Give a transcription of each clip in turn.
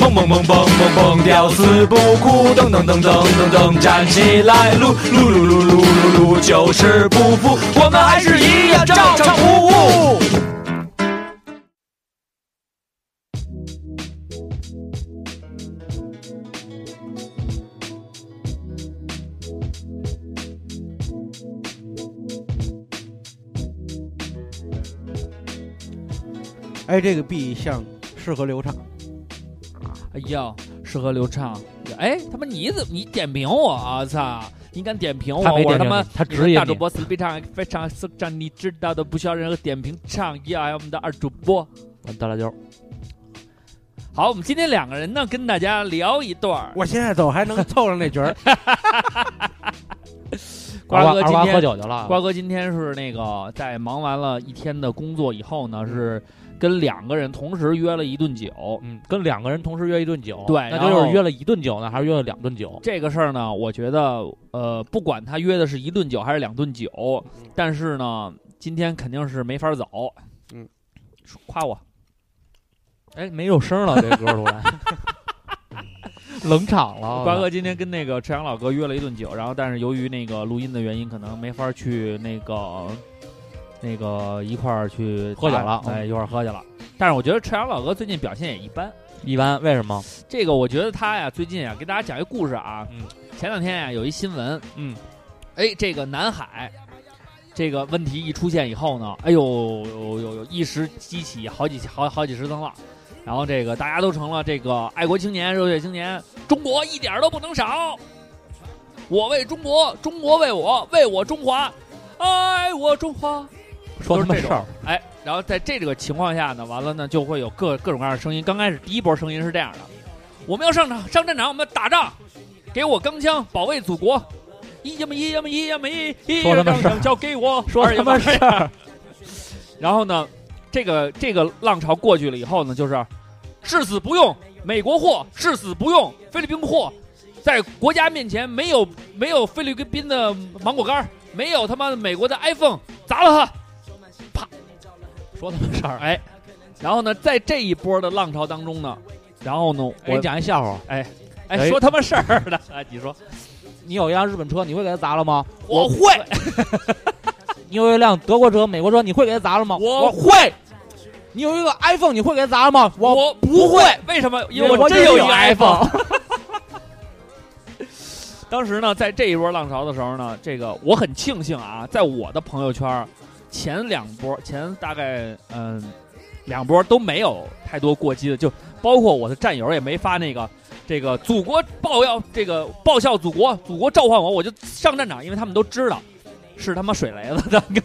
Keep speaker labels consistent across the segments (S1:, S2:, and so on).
S1: 蹦蹦蹦蹦蹦蹦，吊死不哭，噔噔噔噔噔噔，站起来，撸撸撸撸撸撸撸，就是不服，我们还是一样照常服务。
S2: 哎，这个 B 像适合流畅，
S3: 哎呦，适合流畅。哎，他妈你怎么你点评我啊？操！你敢点评我？
S4: 他没
S3: 我
S4: 点
S3: 他
S4: 评
S3: 妈
S4: 你他
S3: 你
S4: 直
S3: 是
S4: 接
S3: 大主
S4: 你
S3: 播，死非常非常让你知道的，不需要任何点评倡议啊！我们的二主播。
S4: 大辣椒，
S3: 好，我们今天两个人呢，跟大家聊一段儿。
S2: 我现在走还能凑上那角儿。
S3: 瓜
S4: 二
S3: 哥
S4: 瓜
S3: 今
S4: 二瓜
S3: 天
S4: 喝酒去了，
S3: 瓜哥今天是那个在忙完了一天的工作以后呢，是跟两个人同时约了一顿酒。
S4: 嗯，跟两个人同时约一顿酒，
S3: 对
S4: 那
S3: 然
S4: 就
S3: 后
S4: 是约了一顿酒呢，还是约了两顿酒？
S3: 这个事儿呢，我觉得呃，不管他约的是一顿酒还是两顿酒，但是呢，今天肯定是没法走。
S2: 嗯，
S3: 夸我，
S4: 哦哎，没有声了，这歌突然 冷场了。
S3: 瓜哥今天跟那个赤阳老哥约了一顿酒，然后但是由于那个录音的原因，可能没法去那个那个一块儿去
S4: 喝酒了嗯
S3: 哎，一块儿喝去了。但是我觉得赤阳老哥最近表现也一般。
S4: 一般，为什么？
S3: 这个我觉得他呀，最近呀，给大家讲一故事啊。
S4: 嗯
S3: 前两天呀，有一新闻，
S4: 嗯，
S3: 哎，这个南海这个问题一出现以后呢，哎呦，有有有一时激起好几好好几十层浪，然后这个大家都成了这个爱国青年、热血青年，中国一点儿都不能少。我为中国，中国为我，为我中华，爱我中华。
S4: 说他
S3: 都
S4: 妈
S3: 是这
S4: 事
S3: 种
S4: 儿，
S3: 哎，然后在这个情况下呢，完了呢就会有各各种各样的声音。刚开始第一波声音是这样的：我们要上场上战场，我们要打仗，给我钢枪，保卫祖国。一呀么一呀么一呀么一，一
S4: 说他
S3: 呀
S4: 妈
S3: 么
S4: 事儿
S3: 上交给我，
S4: 说
S3: 二呀
S4: 他妈
S3: 么
S4: 事儿，
S3: 然后呢，这个这个浪潮过去了以后呢，就是誓死不用美国货，誓死不用菲律宾货，在国家面前没有没有菲律宾的芒果干儿，没有他妈的美国的 iPhone，砸了它。
S4: 说他妈事儿。
S3: 哎，然后呢，在这一波的浪潮当中呢，然后呢，
S4: 我给
S3: 我
S4: 你讲一笑话，
S3: 哎
S4: 哎
S3: 说他妈事儿的， 哎，你说
S4: 你有一辆日本车，你会给它砸了吗？
S3: 我会，
S4: 你有一辆德国车、美国车，你会给它砸了吗？
S3: 我
S4: 会。你有一个 iPhone，你会给它砸了吗？
S3: 我不会，为什么？因为
S4: 我
S3: 真
S4: 有一
S3: 一个
S4: 个
S3: iPhone。当时呢，在这一波浪潮的时候呢，这个我很庆幸啊，在我的朋友圈儿前两波，前大概嗯两波都没有太多过激的，就包括我的战友也没发那个这个祖国报要这个报效祖国，祖国召唤我，我就上战场，因为他们都知道是他妈水雷子的，干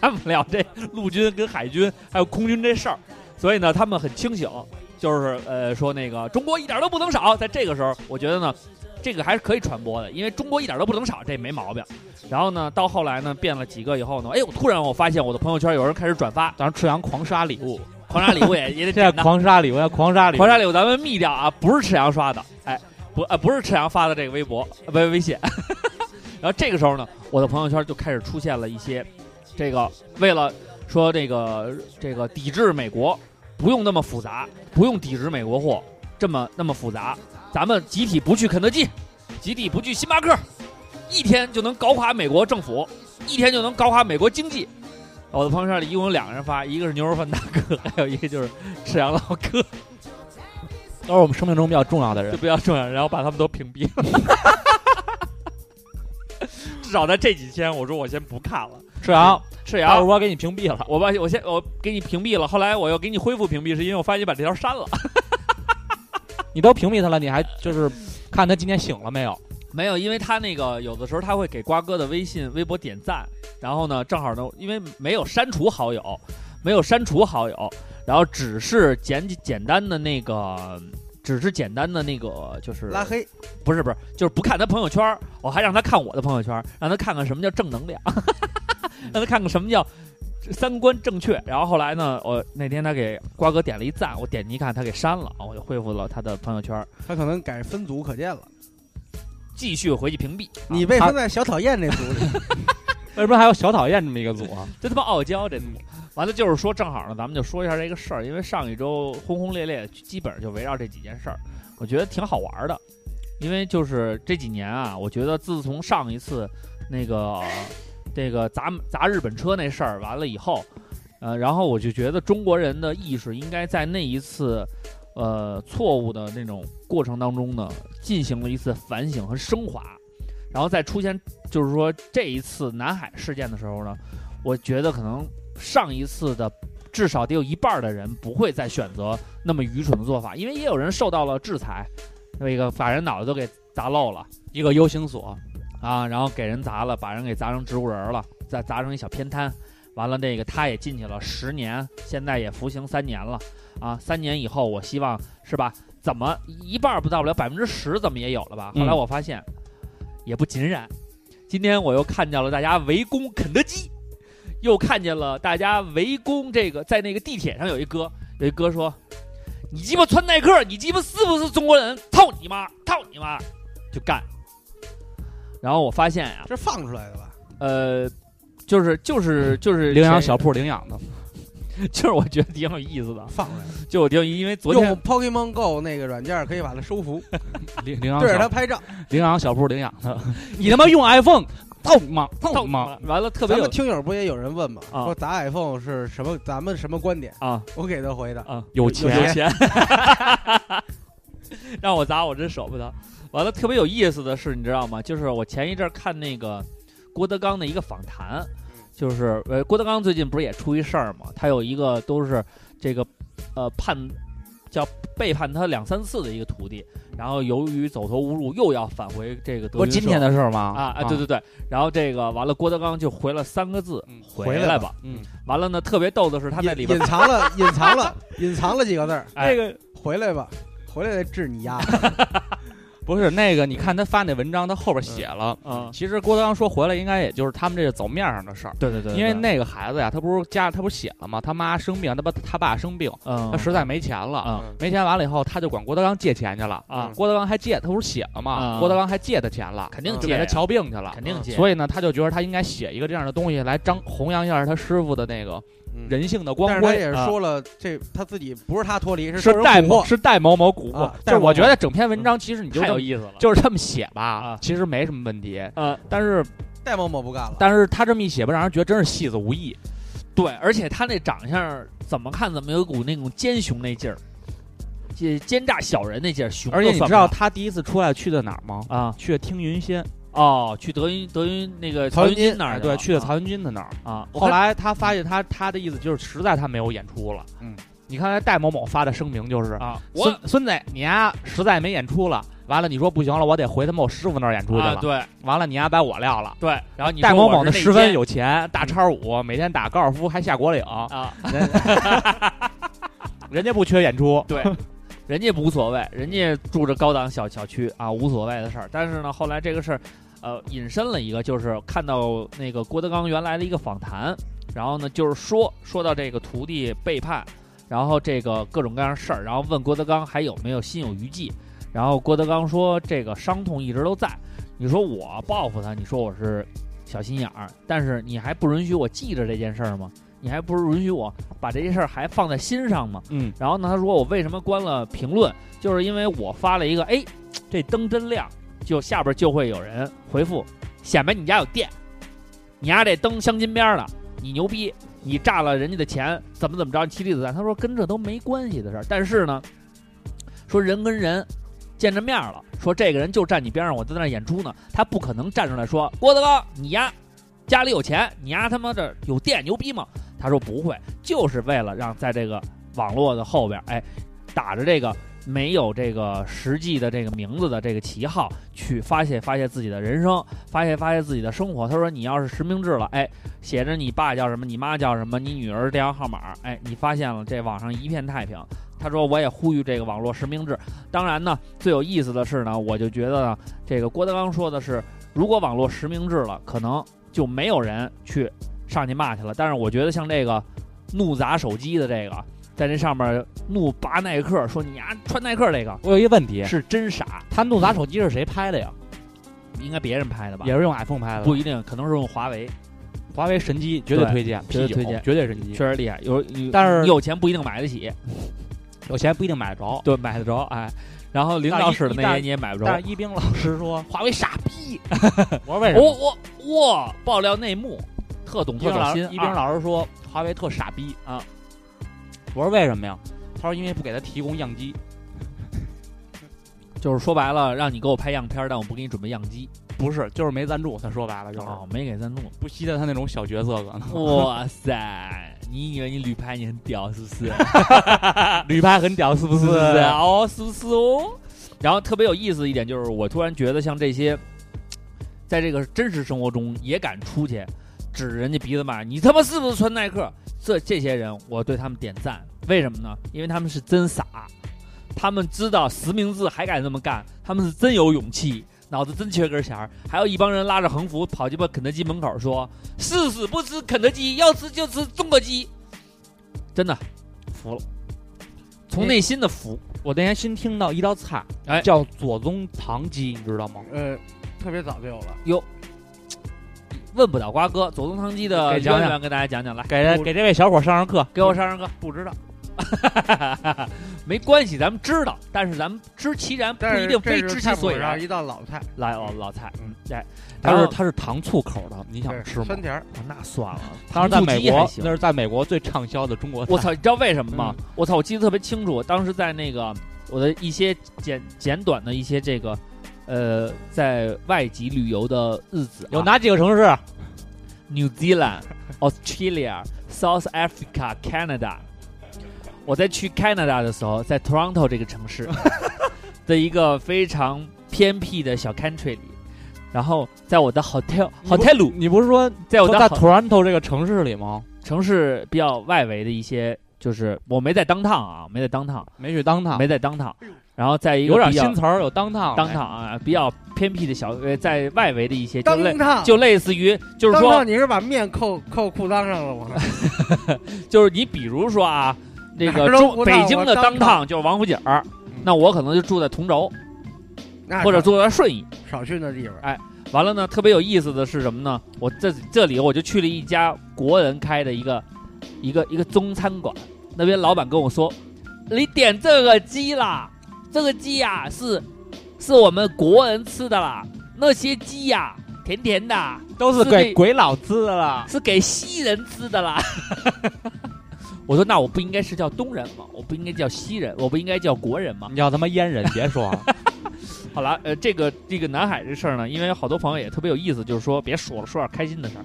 S3: 干不了这陆军跟海军还有空军这事儿，所以呢，他们很清醒，就是呃说那个中国一点都不能少，在这个时候，我觉得呢，这个还是可以传播的，因为中国一点都不能少，这没毛病。然后呢，到后来呢，变了几个以后呢，哎，我突然我发现我的朋友圈有人开始转发，
S4: 当时赤阳狂刷礼物，
S3: 狂杀礼物也也得
S4: 现在
S3: 点的，
S4: 狂杀礼物，要狂杀礼物，
S3: 狂杀礼物咱们密掉啊，不是赤阳刷的，哎，不呃不是赤阳发的这个微博，呃不、微信。 然后这个时候呢，我的朋友圈就开始出现了一些这个为了说这个这个抵制美国，不用那么复杂，不用抵制美国货这么那么复杂，咱们集体不去肯德基，集体不去星巴克，一天就能搞垮美国政府，一天就能搞垮美国经济。我的朋友圈里一共有两个人发，一个是牛肉饭大哥， 还有一个就是赤阳老哥。
S4: 都是我们生命中比较重要的
S3: 就
S4: 人。
S3: 比较重要，然后把他们都屏 蔽了。至少在这几天，我说我先不看了。
S4: 赤阳，
S3: 赤
S4: 大主
S3: 阳，
S4: 播给你屏蔽了。
S3: 我把我先我给你屏蔽了，后来我又给你恢复屏蔽，是因为我发现你把这条删了。
S4: 你都屏蔽他了，你还就是看他今天醒了没有？
S3: 没有，因为他那个有的时候他会给瓜哥的微信、微博点赞，然后呢，正好呢，因为没有删除好友，没有删除好友，然后只是简简单的那个，只是简单的那个就是
S2: 拉黑，
S3: 不是不是，就是不看他朋友圈儿，我还让他看我的朋友圈儿，让他看看什么叫正能量， 让他看看什么叫三观正确。然后后来呢，我那天他给瓜哥点了一赞，我点进一看，他给删了，我就恢复了他的朋友圈儿，
S2: 他可能改分组可见了。
S3: 继续回去屏蔽。
S2: 你
S3: 啊
S2: 被分在小讨厌那组里，
S5: 为什么还有小讨厌这么一个组啊？
S3: 这他妈傲娇，这完了就是说，正好呢，咱们就说一下这个事儿，因为上一周轰轰烈烈，基本上就围绕这几件事儿，我觉得挺好玩儿的。因为就是这几年啊，我觉得自从上一次那个这个砸砸日本车那事儿完了以后，呃，然后我就觉得中国人的意识应该在那一次呃错误的那种过程当中呢，进行了一次反省和升华。然后在出现就是说这一次南海事件的时候呢，我觉得可能上一次的至少得有一半儿的人不会再选择那么愚蠢的做法，因为也有人受到了制裁，那个把人脑袋都给砸漏了
S5: 一个 U 型锁，
S3: 啊，然后给人砸了，把人给砸成植物人儿了，再砸成一小偏瘫，完了那个他也进去了十年，现在也服刑三年了啊，三年以后我希望是吧？怎么一半儿不到不了百分之十，怎么也有了吧？后来
S5: 嗯
S3: 我发现、也不尽然，今天我又看见了大家围攻肯德基。又看见了大家围攻这个，在那个地铁上有一哥，有一哥说：“你鸡巴穿耐克，你鸡巴是不是中国人？操你妈，操你妈！”就干。然后我发现呀、
S2: 这是放出来的吧？
S3: 呃，就是就是就是
S5: 领养小，铺领养的，
S3: 就是我觉得挺有意思的，
S2: 放出来的。
S3: 就我挺有意思因为昨天
S2: 用 Pokemon Go 那个软件可以把它收服，
S5: 领领养
S2: 对着它
S5: 小
S2: 拍照。
S5: 领养小铺领养 的，你他妈用 iPhone，操你妈，操
S3: 操
S5: 你
S3: 你
S5: 妈！
S3: 妈完了特别
S2: 咱们
S3: 有
S2: 听友不也有人问吗？
S3: 啊
S2: 说砸 iPhone 是什么？咱们什么观点？
S3: 啊
S2: 我给他回的，
S3: 啊，
S5: 有
S3: 有
S5: 钱，
S3: 钱，让我砸我真舍不得。完了，特别有意思的是，你知道吗？就是我前一阵儿看那个郭德纲的一个访谈，就是呃，郭德纲最近不是也出一事儿嘛？他有一个都是这个呃叛叫背叛他两三次的一个徒弟，然后由于走投无路，又要返回这个德
S5: 不
S3: 云
S5: 是今
S3: 社
S5: 天的事儿吗？
S3: 啊啊，对对对，然后这个完了，郭德纲就回了三个字
S5: 嗯：“
S2: 回来
S3: 来
S2: 吧
S3: 吧。”
S5: 嗯，
S3: 完了呢，特别逗的是他在
S2: 隐
S3: 里边
S2: 隐藏了，隐藏了，隐藏了几个字儿。
S3: 哎
S5: 那个
S2: 回来吧，回来再治你丫。
S5: 不是那个，你看他发那文章，他后边写了。
S3: 啊，
S5: 其实郭德纲说回来，应该也就是他们这个走面上的事儿，
S3: 对对对，
S5: 因为那个孩子呀，他不是家他不是写了吗？他妈生病，他爸他爸生病，
S3: 嗯，
S5: 他实在没钱了，
S3: 啊
S5: 没钱完了以后，他就管郭德纲借钱去了。
S3: 啊
S2: 嗯
S5: 郭德纲还借，他不是写了吗？
S3: 嗯
S5: 郭德纲还借他钱了，
S3: 肯定
S2: 嗯
S5: 就
S3: 借
S5: 给
S3: 呀
S5: 他瞧病去了。
S3: 肯定借，
S5: 所以呢，他就觉得他应该写一个这样的东西来张弘扬一下他师傅的那个
S2: 嗯，
S5: 人性的
S2: 但
S5: 光
S2: 是他
S5: 辉。
S2: 也
S3: 啊
S2: 说了，这他自己不是他脱离，是
S5: 是
S2: 受人
S5: 戴
S2: 蛊
S5: 某
S2: 惑。
S5: 是戴某某蛊惑
S2: 啊，戴
S5: 就是
S2: 某
S5: 我觉得整篇文章其实你就
S3: 太
S5: 这
S3: 有
S5: 么
S3: 意思了。
S5: 就是这么写吧
S3: 啊，
S5: 其实没什么问题。
S3: 呃，
S5: 但是
S2: 戴某某不干了，
S5: 但是他这么一写吧，让人觉得真是戏子无益。
S3: 对，而且他那长相怎么看怎么有股那种奸雄那劲儿，奸奸诈小人那劲儿，熊
S5: 而且
S3: 都
S5: 你
S3: 算
S5: 知
S3: 不
S5: 道
S3: 上
S5: 他第一次出来去的哪儿吗？
S3: 啊
S5: 去的听云仙，
S3: 哦，去德云德云那个
S2: 曹
S3: 云
S2: 云金
S3: 金那儿
S5: 哎，
S3: 了
S5: 对，去的
S3: 啊
S5: 曹云金的那儿。
S3: 啊，我
S5: 后
S3: 看
S5: 来他发现他他的意思就是，实在他没有演出了。
S2: 嗯，
S5: 你看才戴某某发的声明就是，
S3: 啊，我
S5: 孙孙子，你呀实在没演出了，完了你说不行了，我得回他们我师傅那儿演出去
S3: 啊，
S5: 了。
S3: 对
S5: 完了你呀把我撂了。
S3: 对，然后你
S5: 戴
S3: 说
S5: 某
S3: 我
S5: 某
S3: 是
S5: 呢
S3: 内
S5: 十分
S3: 奸
S5: 有钱，大叉五，每天打高尔夫还下果岭，
S3: 啊，
S5: 人家不缺演出。
S3: 对， 人家无所谓，人家住着高档小小区啊，无所谓的事儿。但是呢，后来这个事儿，呃，引申了一个，就是看到那个郭德纲原来的一个访谈，然后呢，就是说说到这个徒弟背叛，然后这个各种各样的事儿，然后问郭德纲还有没有心有余悸，然后郭德纲说这个伤痛一直都在。你说我报复他，你说我是小心眼儿，但是你还不允许我记着这件事儿吗？你还不允许我把这件事儿还放在心上吗？
S5: 嗯，
S3: 然后呢，他说我为什么关了评论，就是因为我发了一个，哎，这灯真亮，就下边就会有人回复，显摆你家有电，你家这灯镶金边儿的，你牛逼，你炸了人家的钱，怎么怎么着，你妻离子散。他说跟这都没关系的事儿，但是呢，说人跟人。见着面儿了，说这个人就站你边上，我在那儿演出呢，他不可能站出来说郭德纲，你呀家里有钱，你丫他妈这有电牛逼吗？他说不会，就是为了让在这个网络的后边，哎，打着这个没有这个实际的这个名字的这个旗号去发泄发泄自己的人生，发泄发泄自己的生活。他说你要是实名制了，哎，写着你爸叫什么，你妈叫什么，你女儿电话号码，哎，你发现了这网上一片太平。他说：“我也呼吁这个网络实名制。当然呢，最有意思的是呢，我就觉得呢，这个郭德纲说的是，如果网络实名制了，可能就没有人去上去骂去了。但是我觉得像这个怒砸手机的这个，在这上面怒拔耐克，说你丫、穿耐克这个
S5: 我有一个 问题，
S3: 是真傻，
S5: 他怒砸手机是谁拍的呀？
S3: 应该别人拍的吧？
S5: 也是用 iPhone 拍的吧，
S3: 不一定，可能是用华为
S5: 华为神机绝对
S3: 对
S5: 推荐，
S3: 绝对
S5: P9
S3: 推荐
S5: 绝对神机，
S3: 确实厉害。有，有
S5: 但是
S3: 你有钱不一定买得起，
S5: 有钱不一定买得着。
S3: 对，买得着，哎。然后领导使的那些你也买不
S5: 但
S3: 着
S5: 是。一冰老师 说，
S3: 华为傻逼，
S5: 我说为什么？
S3: 我我我哎爆料内幕，特懂
S5: 一
S3: 特
S5: 冰
S3: 走
S5: 老
S3: 心
S5: 师，一冰
S3: 啊
S5: 老师说华为特傻逼
S3: 啊！
S5: 我说为什么呀？他说因为不给他提供样机，
S3: 就是说白了，让你给我拍样片儿，但我不给你准备样机。
S5: 不是，就是没赞助。他说白了就是嗯
S3: 哦，没给赞助。
S5: 不稀得他那种小角色可能。
S3: 哇塞，你以为你旅拍你很屌是不是？
S5: 啊旅拍很屌，是不
S3: 是
S5: 是？
S3: 不是
S5: 啊
S3: 哦，是不是哦？然后特别有意思一点就是，我突然觉得像这些，在这个真实生活中也敢出去指着人家鼻子骂你他妈是不是穿耐克？这这些人，我对他们点赞，为什么呢？因为他们是真傻，他们知道实名制还敢这么干，他们是真有勇气。脑子真缺根弦儿，还有一帮人拉着横幅跑鸡巴肯德基门口说：“誓死不吃肯德基，要吃就吃中国鸡。”真的服了，从内心的服。
S5: 我那天新听到一道菜，
S3: 哎
S5: 叫左宗棠鸡，你知道吗？
S2: 呃，特别早就有了。
S3: 问不倒瓜哥，左宗棠鸡的
S5: 给讲讲
S3: 渊源，给大家讲讲来。
S5: 给这给这位小伙上上课，
S3: 给我上上课，
S5: 不知道。
S3: 没关系，咱们知道，但是咱们知其然，不
S2: 但是
S3: 一定
S2: 这
S3: 非
S2: 是
S3: 知其
S2: 菜谱
S3: 所以
S2: 上
S3: 然。
S2: 一道老菜，
S3: 来哦，老蔡，嗯，来，
S5: 它
S3: 然
S5: 是
S3: 后
S5: 它是糖醋口的，你想
S2: 对
S5: 吃吗
S2: 酸？甜儿，
S3: 哦那算了，
S5: 当时在美
S3: 糖醋鸡还
S5: 国，
S3: 行
S5: 那是在美国最畅销的中国菜。
S3: 我操，你知道为什么吗？我操，我记得特别清楚，我当时在那个我的一些简简短的一些这个，呃，在外籍旅游的日子啊，
S5: 有哪几个城市？
S3: New Zealand、Australia、South Africa、Canada。我在去 Canada 的时候，在 Toronto 这个城 市的一个非常偏僻的小 country 里，然后在我的 hotel
S5: 你不
S3: hotel，
S5: 你不是说
S3: 在我
S5: 说
S3: 的
S5: 在
S3: ho-
S5: Toronto 这个城市里吗？
S3: 城市比较外围的一些，就是我没在当趟啊，没在当趟，
S5: 没去当趟，
S3: 没在当趟，然后在一个
S5: 啊哎有点
S3: 比较
S5: 新词儿，有当趟，
S3: 当趟啊，比较偏僻的小呃，在外围的一些就类
S2: 当烫，
S3: 就类似于就是
S2: 当
S3: 说
S2: 烫，你是把面扣扣裤裆上了 吗？
S3: 就是你比如 说啊，这
S2: 哪
S3: 个
S2: 儿都
S3: 中
S2: 不
S3: 北
S2: 让我
S3: 京的
S2: 当嗯
S3: 当趟就是王府井儿，那我可能就住在同轴
S2: 那
S3: 或者
S2: 少
S3: 住在顺义。
S2: 少去那地方，
S3: 完了呢，特别有意思的是什么呢？我这这里我就去了一家国人开的一个一个一个中餐馆，那边老板跟我说：“你点这个鸡啦，这个鸡呀、是是我们国人吃的啦，那些鸡呀、甜甜的，
S5: 都是
S3: 是
S5: 给
S3: 那
S5: 鬼佬吃的了。
S3: 是给西人吃的啦。 我说那我不应该是叫东人吗？我不应该叫西人，我不应该叫国人吗？
S5: 你要他妈阉人，别 说了。
S3: 好了，呃，这个这个南海这事儿呢，因为好多朋友也特别有意思，就是说别说了，说点开心的事儿。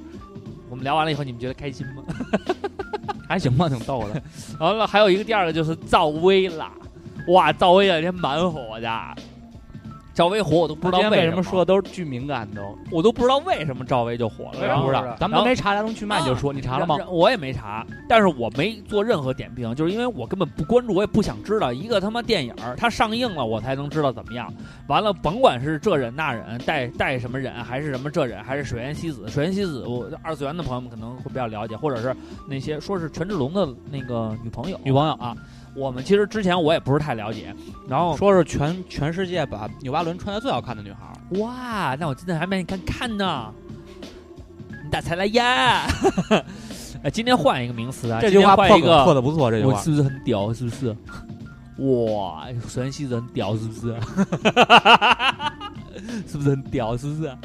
S3: 我们聊完了以后，你们觉得开心吗？
S5: 还行吧，挺逗 的。
S3: 完了，还有一个第二个就是赵薇啦，哇，赵薇这两天蛮火的，赵薇火我都不
S5: 不
S3: 知道
S5: 为
S3: 什
S5: 么说，的都是巨敏感都，
S3: 我都不知道为什么赵薇就火了，
S5: 我也
S3: 然后
S5: 不知
S2: 然
S5: 道
S2: 后，
S5: 咱们都没查来龙去脉，你就说你查了吗？
S3: 然？我也没查，但是我没做任何点评，就是因为我根本不关注，我也不想知道。一个他妈电影儿它上映了，我才能知道怎么样。完了，甭管是这人那人，带带什么人，还是什么这人，还是水原希子。水原希子，我二次元的朋友们可能会比较了解，或者是那些说是权志龙的那个女朋友。
S5: 女朋友
S3: 啊，我们其实之前我也不是太了解。然后
S5: 说是全全世界把纽巴伦穿的最好看的女孩儿，
S3: 哇，那我真的还没看看呢。你咋才来呀？ 呃，今天换一个名词啊，
S5: 这句话
S3: 今天
S5: 破
S3: 换一
S5: 梗
S3: 个
S5: 破的不错，这句
S3: 我
S5: 话
S3: 是不是很屌？是不 是？哇，首先西子很屌，是不 是？是不是很屌？是不是？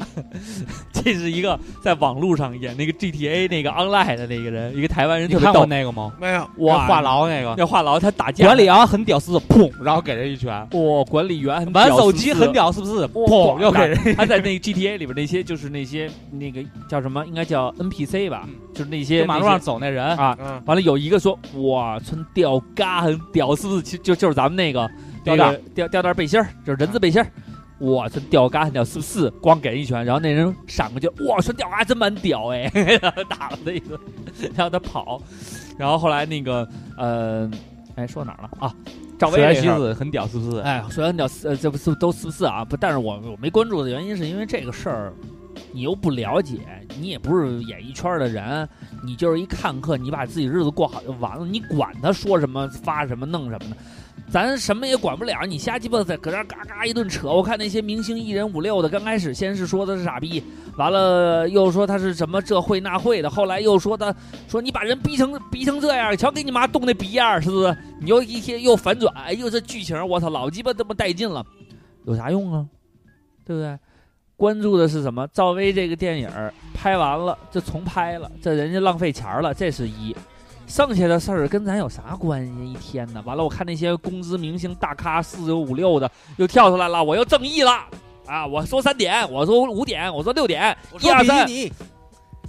S3: 这是一个在网络上演那个 GTA 那个 online 的那个人，一个台湾人
S5: 你
S3: 特
S5: 看
S3: 别
S5: 过
S3: 逗。
S5: 那个吗？
S2: 没有，
S3: 哇，
S5: 话痨那个
S3: 那话痨他打架，
S5: 管理啊员很屌丝，砰，然后给人一拳。
S3: 哇，管理员很屌
S5: 玩手机
S3: 是不是
S5: 很 屌，是不是？
S3: 哇
S5: 砰，又给人。
S3: 他在那个 GTA 里边那些就是那些那个叫什么，应该叫 NPC 吧，
S5: 嗯
S3: 就是那些
S5: 就马路
S3: 那些
S5: 上走那人，
S3: 啊。
S2: 嗯，
S3: 完了有一个说哇，穿吊嘎很屌，是不是？其实就就是咱们那个
S5: 吊带
S3: 那个啊吊吊带背心儿，就是人字背心儿。哇，穿吊嘎很屌，是不是？光给人一拳，然后那人闪过去，哇，穿吊嘎真蛮屌哎， 然后打了他一顿，让他跑。然后后来那个呃，哎，说哪儿了啊？赵薇
S5: 虽然
S3: 这
S5: 西
S3: 事儿
S5: 子很屌，是不是？
S3: 哎，虽然屌丝，呃，这不是都是不是啊？不，但是我我没关注的原因是因为这个事儿，你又不了解，你也不是演艺圈的人，你就是一看客，你把自己日子过好就完了，你管他说什么发什么弄什么的，咱什么也管不了，你瞎鸡巴在搁这儿嘎嘎一顿扯。我看那些明星艺人五六的，刚开始先是说他是傻逼，完了又说他是什么这会那会的，后来又说他说你把人逼成逼成这样，瞧给你妈冻那逼样儿是不是？你又一天又反转，哎呦这剧情我操老鸡巴他妈带劲了，有啥用啊？对不对？关注的是什么？赵薇这个电影儿拍完了，这重拍了，这人家浪费钱儿了，这是一。剩下的事儿跟咱有啥关系？一天呢，完了，我看那些工资明星大咖四九五六的又跳出来了，我又正义了啊！我说三点，我说五点，我说六点，
S2: 我
S3: 一
S2: 说
S3: 二
S2: 比基
S3: 三
S2: 尼，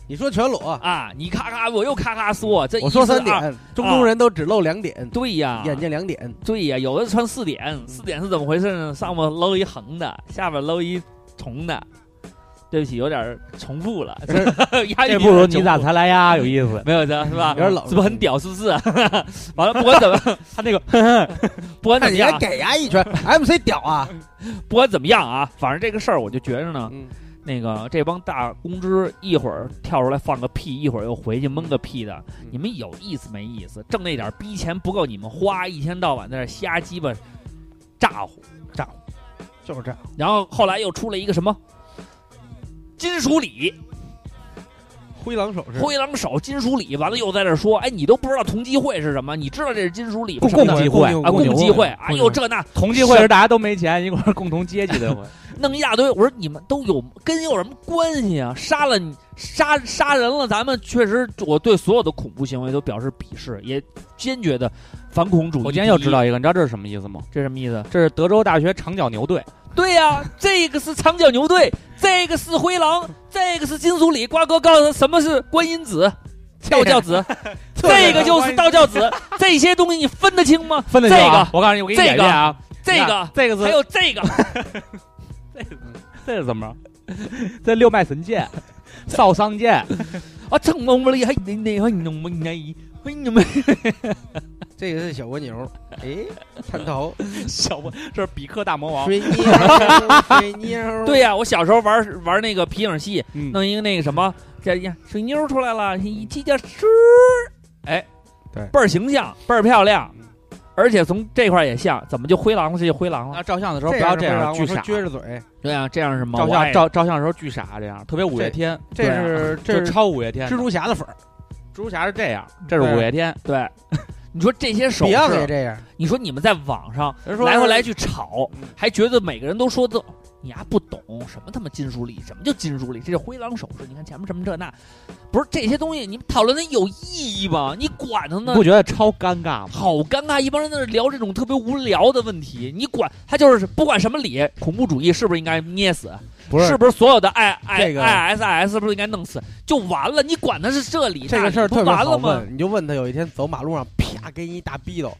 S2: 你说全裸，
S3: 啊！你咔咔，我又咔咔说，这啊
S2: 我说
S3: 一是
S2: 三
S3: 二，
S2: 点，中东人都只露两点，
S3: 对呀，
S2: 眼睛两点，
S3: 对呀，有的穿四点，四点是怎么回事呢？上面搂一横的，下边搂一重的。对不起，有点儿重复了，
S2: 这
S3: 押韵
S4: 这
S3: 有点
S4: 不如
S3: 重
S4: 你
S3: 复
S4: 咋才来呀有意 思。
S3: 没有的是吧？
S2: 有点冷
S3: 是不是很屌？是不 是？完了，不管怎么，他那个 不管
S2: 看
S3: 怎么
S2: 你
S3: 样
S2: 还
S3: 啊，
S2: 给伢一 拳，MC 屌啊！
S3: 不管怎么样啊，反正这个事儿我就觉着呢，
S2: 嗯
S3: 那个这帮大公知一会儿跳出来放个屁，一会儿又回去闷个屁的，
S2: 嗯
S3: 你们有意思没意思？挣那点逼钱不够你们花，一天到晚在那儿瞎鸡巴咋呼。
S2: 就是这样，
S3: 然后后来又出了一个什么金属礼，
S2: 灰狼手势，
S3: 灰狼手金属礼，完了又在这说，哎，你都不知道同济会是什么？你知道这是金属礼吗？
S4: 共
S3: 什么
S4: 济
S3: 呀
S4: 会
S3: 啊，共济会，哎
S4: 哎
S3: 呦
S4: 呦
S3: 这那
S4: 同济会是大家都没钱，一块儿共同阶级的。
S3: 弄一大堆，我说你们都有跟有什么关系啊？杀了你杀杀人了，咱们确实我对所有的恐怖行为都表示鄙视，也坚决的反恐主义。
S4: 我今天又知道一个，你知道这是什么意思吗？
S3: 这什么意思？
S4: 这是德州大学长角牛队，
S3: 对呀、这个是长角牛队，这个是灰狼，这个是金属里。瓜哥告诉他什么是观音子、道教子，这个就是道教子，这些东西你分得清吗？
S4: 分得
S3: 这
S4: 清
S3: 个
S4: 啊。我告诉你，我给你
S3: 这
S4: 演
S3: 个
S4: 练啊，
S3: 这
S4: 你
S3: 个
S4: 看这个
S3: 还
S4: 是
S3: 有这个，
S4: 这是怎么着？这六脉神 剑、扫伤剑，
S3: 啊，正蒙不里还那那还弄蒙那一，嘿你们
S2: 这个是小蜗牛， 哎，探 头，
S4: 小我这是比克大魔 王。
S2: 水妞，水妞，
S3: 对呀、我小时候玩玩那个皮影戏，
S4: 嗯
S3: 弄一个那个什么，
S2: 嗯
S3: 这呀水妞出来了，一踢脚吃，哎，
S2: 对嗯
S3: 倍儿形象，倍儿漂亮，而且从这块儿也像，怎么就灰狼了？这就灰狼了
S4: 啊那？照相的时
S2: 这
S4: 候
S2: 样
S4: 不
S2: 是
S4: 要这
S2: 非常
S4: 样，巨
S2: 我说
S4: 傻。
S2: 撅着嘴，
S3: 对啊，这样是吗？
S4: 照
S3: 我爱
S4: 相照照相的时候巨傻，这样特别五月天，
S2: 这
S3: 啊
S2: 是这
S4: 就是超五月天的。
S2: 蜘蛛侠的粉儿，
S4: 蜘蛛侠是这样，这是五月天。
S3: 对，你说这些手
S2: Beyond 也
S3: 势，
S2: 这样，
S3: 你说你们在网上
S2: 人说
S3: 来回来去吵
S2: 嗯，
S3: 还觉得每个人都说的，你丫不懂什么他妈金属礼，什么叫金属礼？这是灰狼手势，你看前面什么这那，不是这些东西，你们讨论的有意义吗？你管他呢
S4: 不？觉得超尴尬吗？
S3: 好尴尬，一帮人在那聊这种特别无聊的问题，你管他就是不管什么理，恐怖主义是不是应该捏死？
S2: 不
S3: 是不是所有的 I
S2: 这
S3: I
S2: 个
S3: I S I S 是不是应该弄死？就完了，你管他是这里
S2: 这个事儿
S3: 那
S2: 特别
S3: 里不完
S2: 好
S3: 了吗？
S2: 问，你就问他有一天走马路上，啪给你一大逼斗，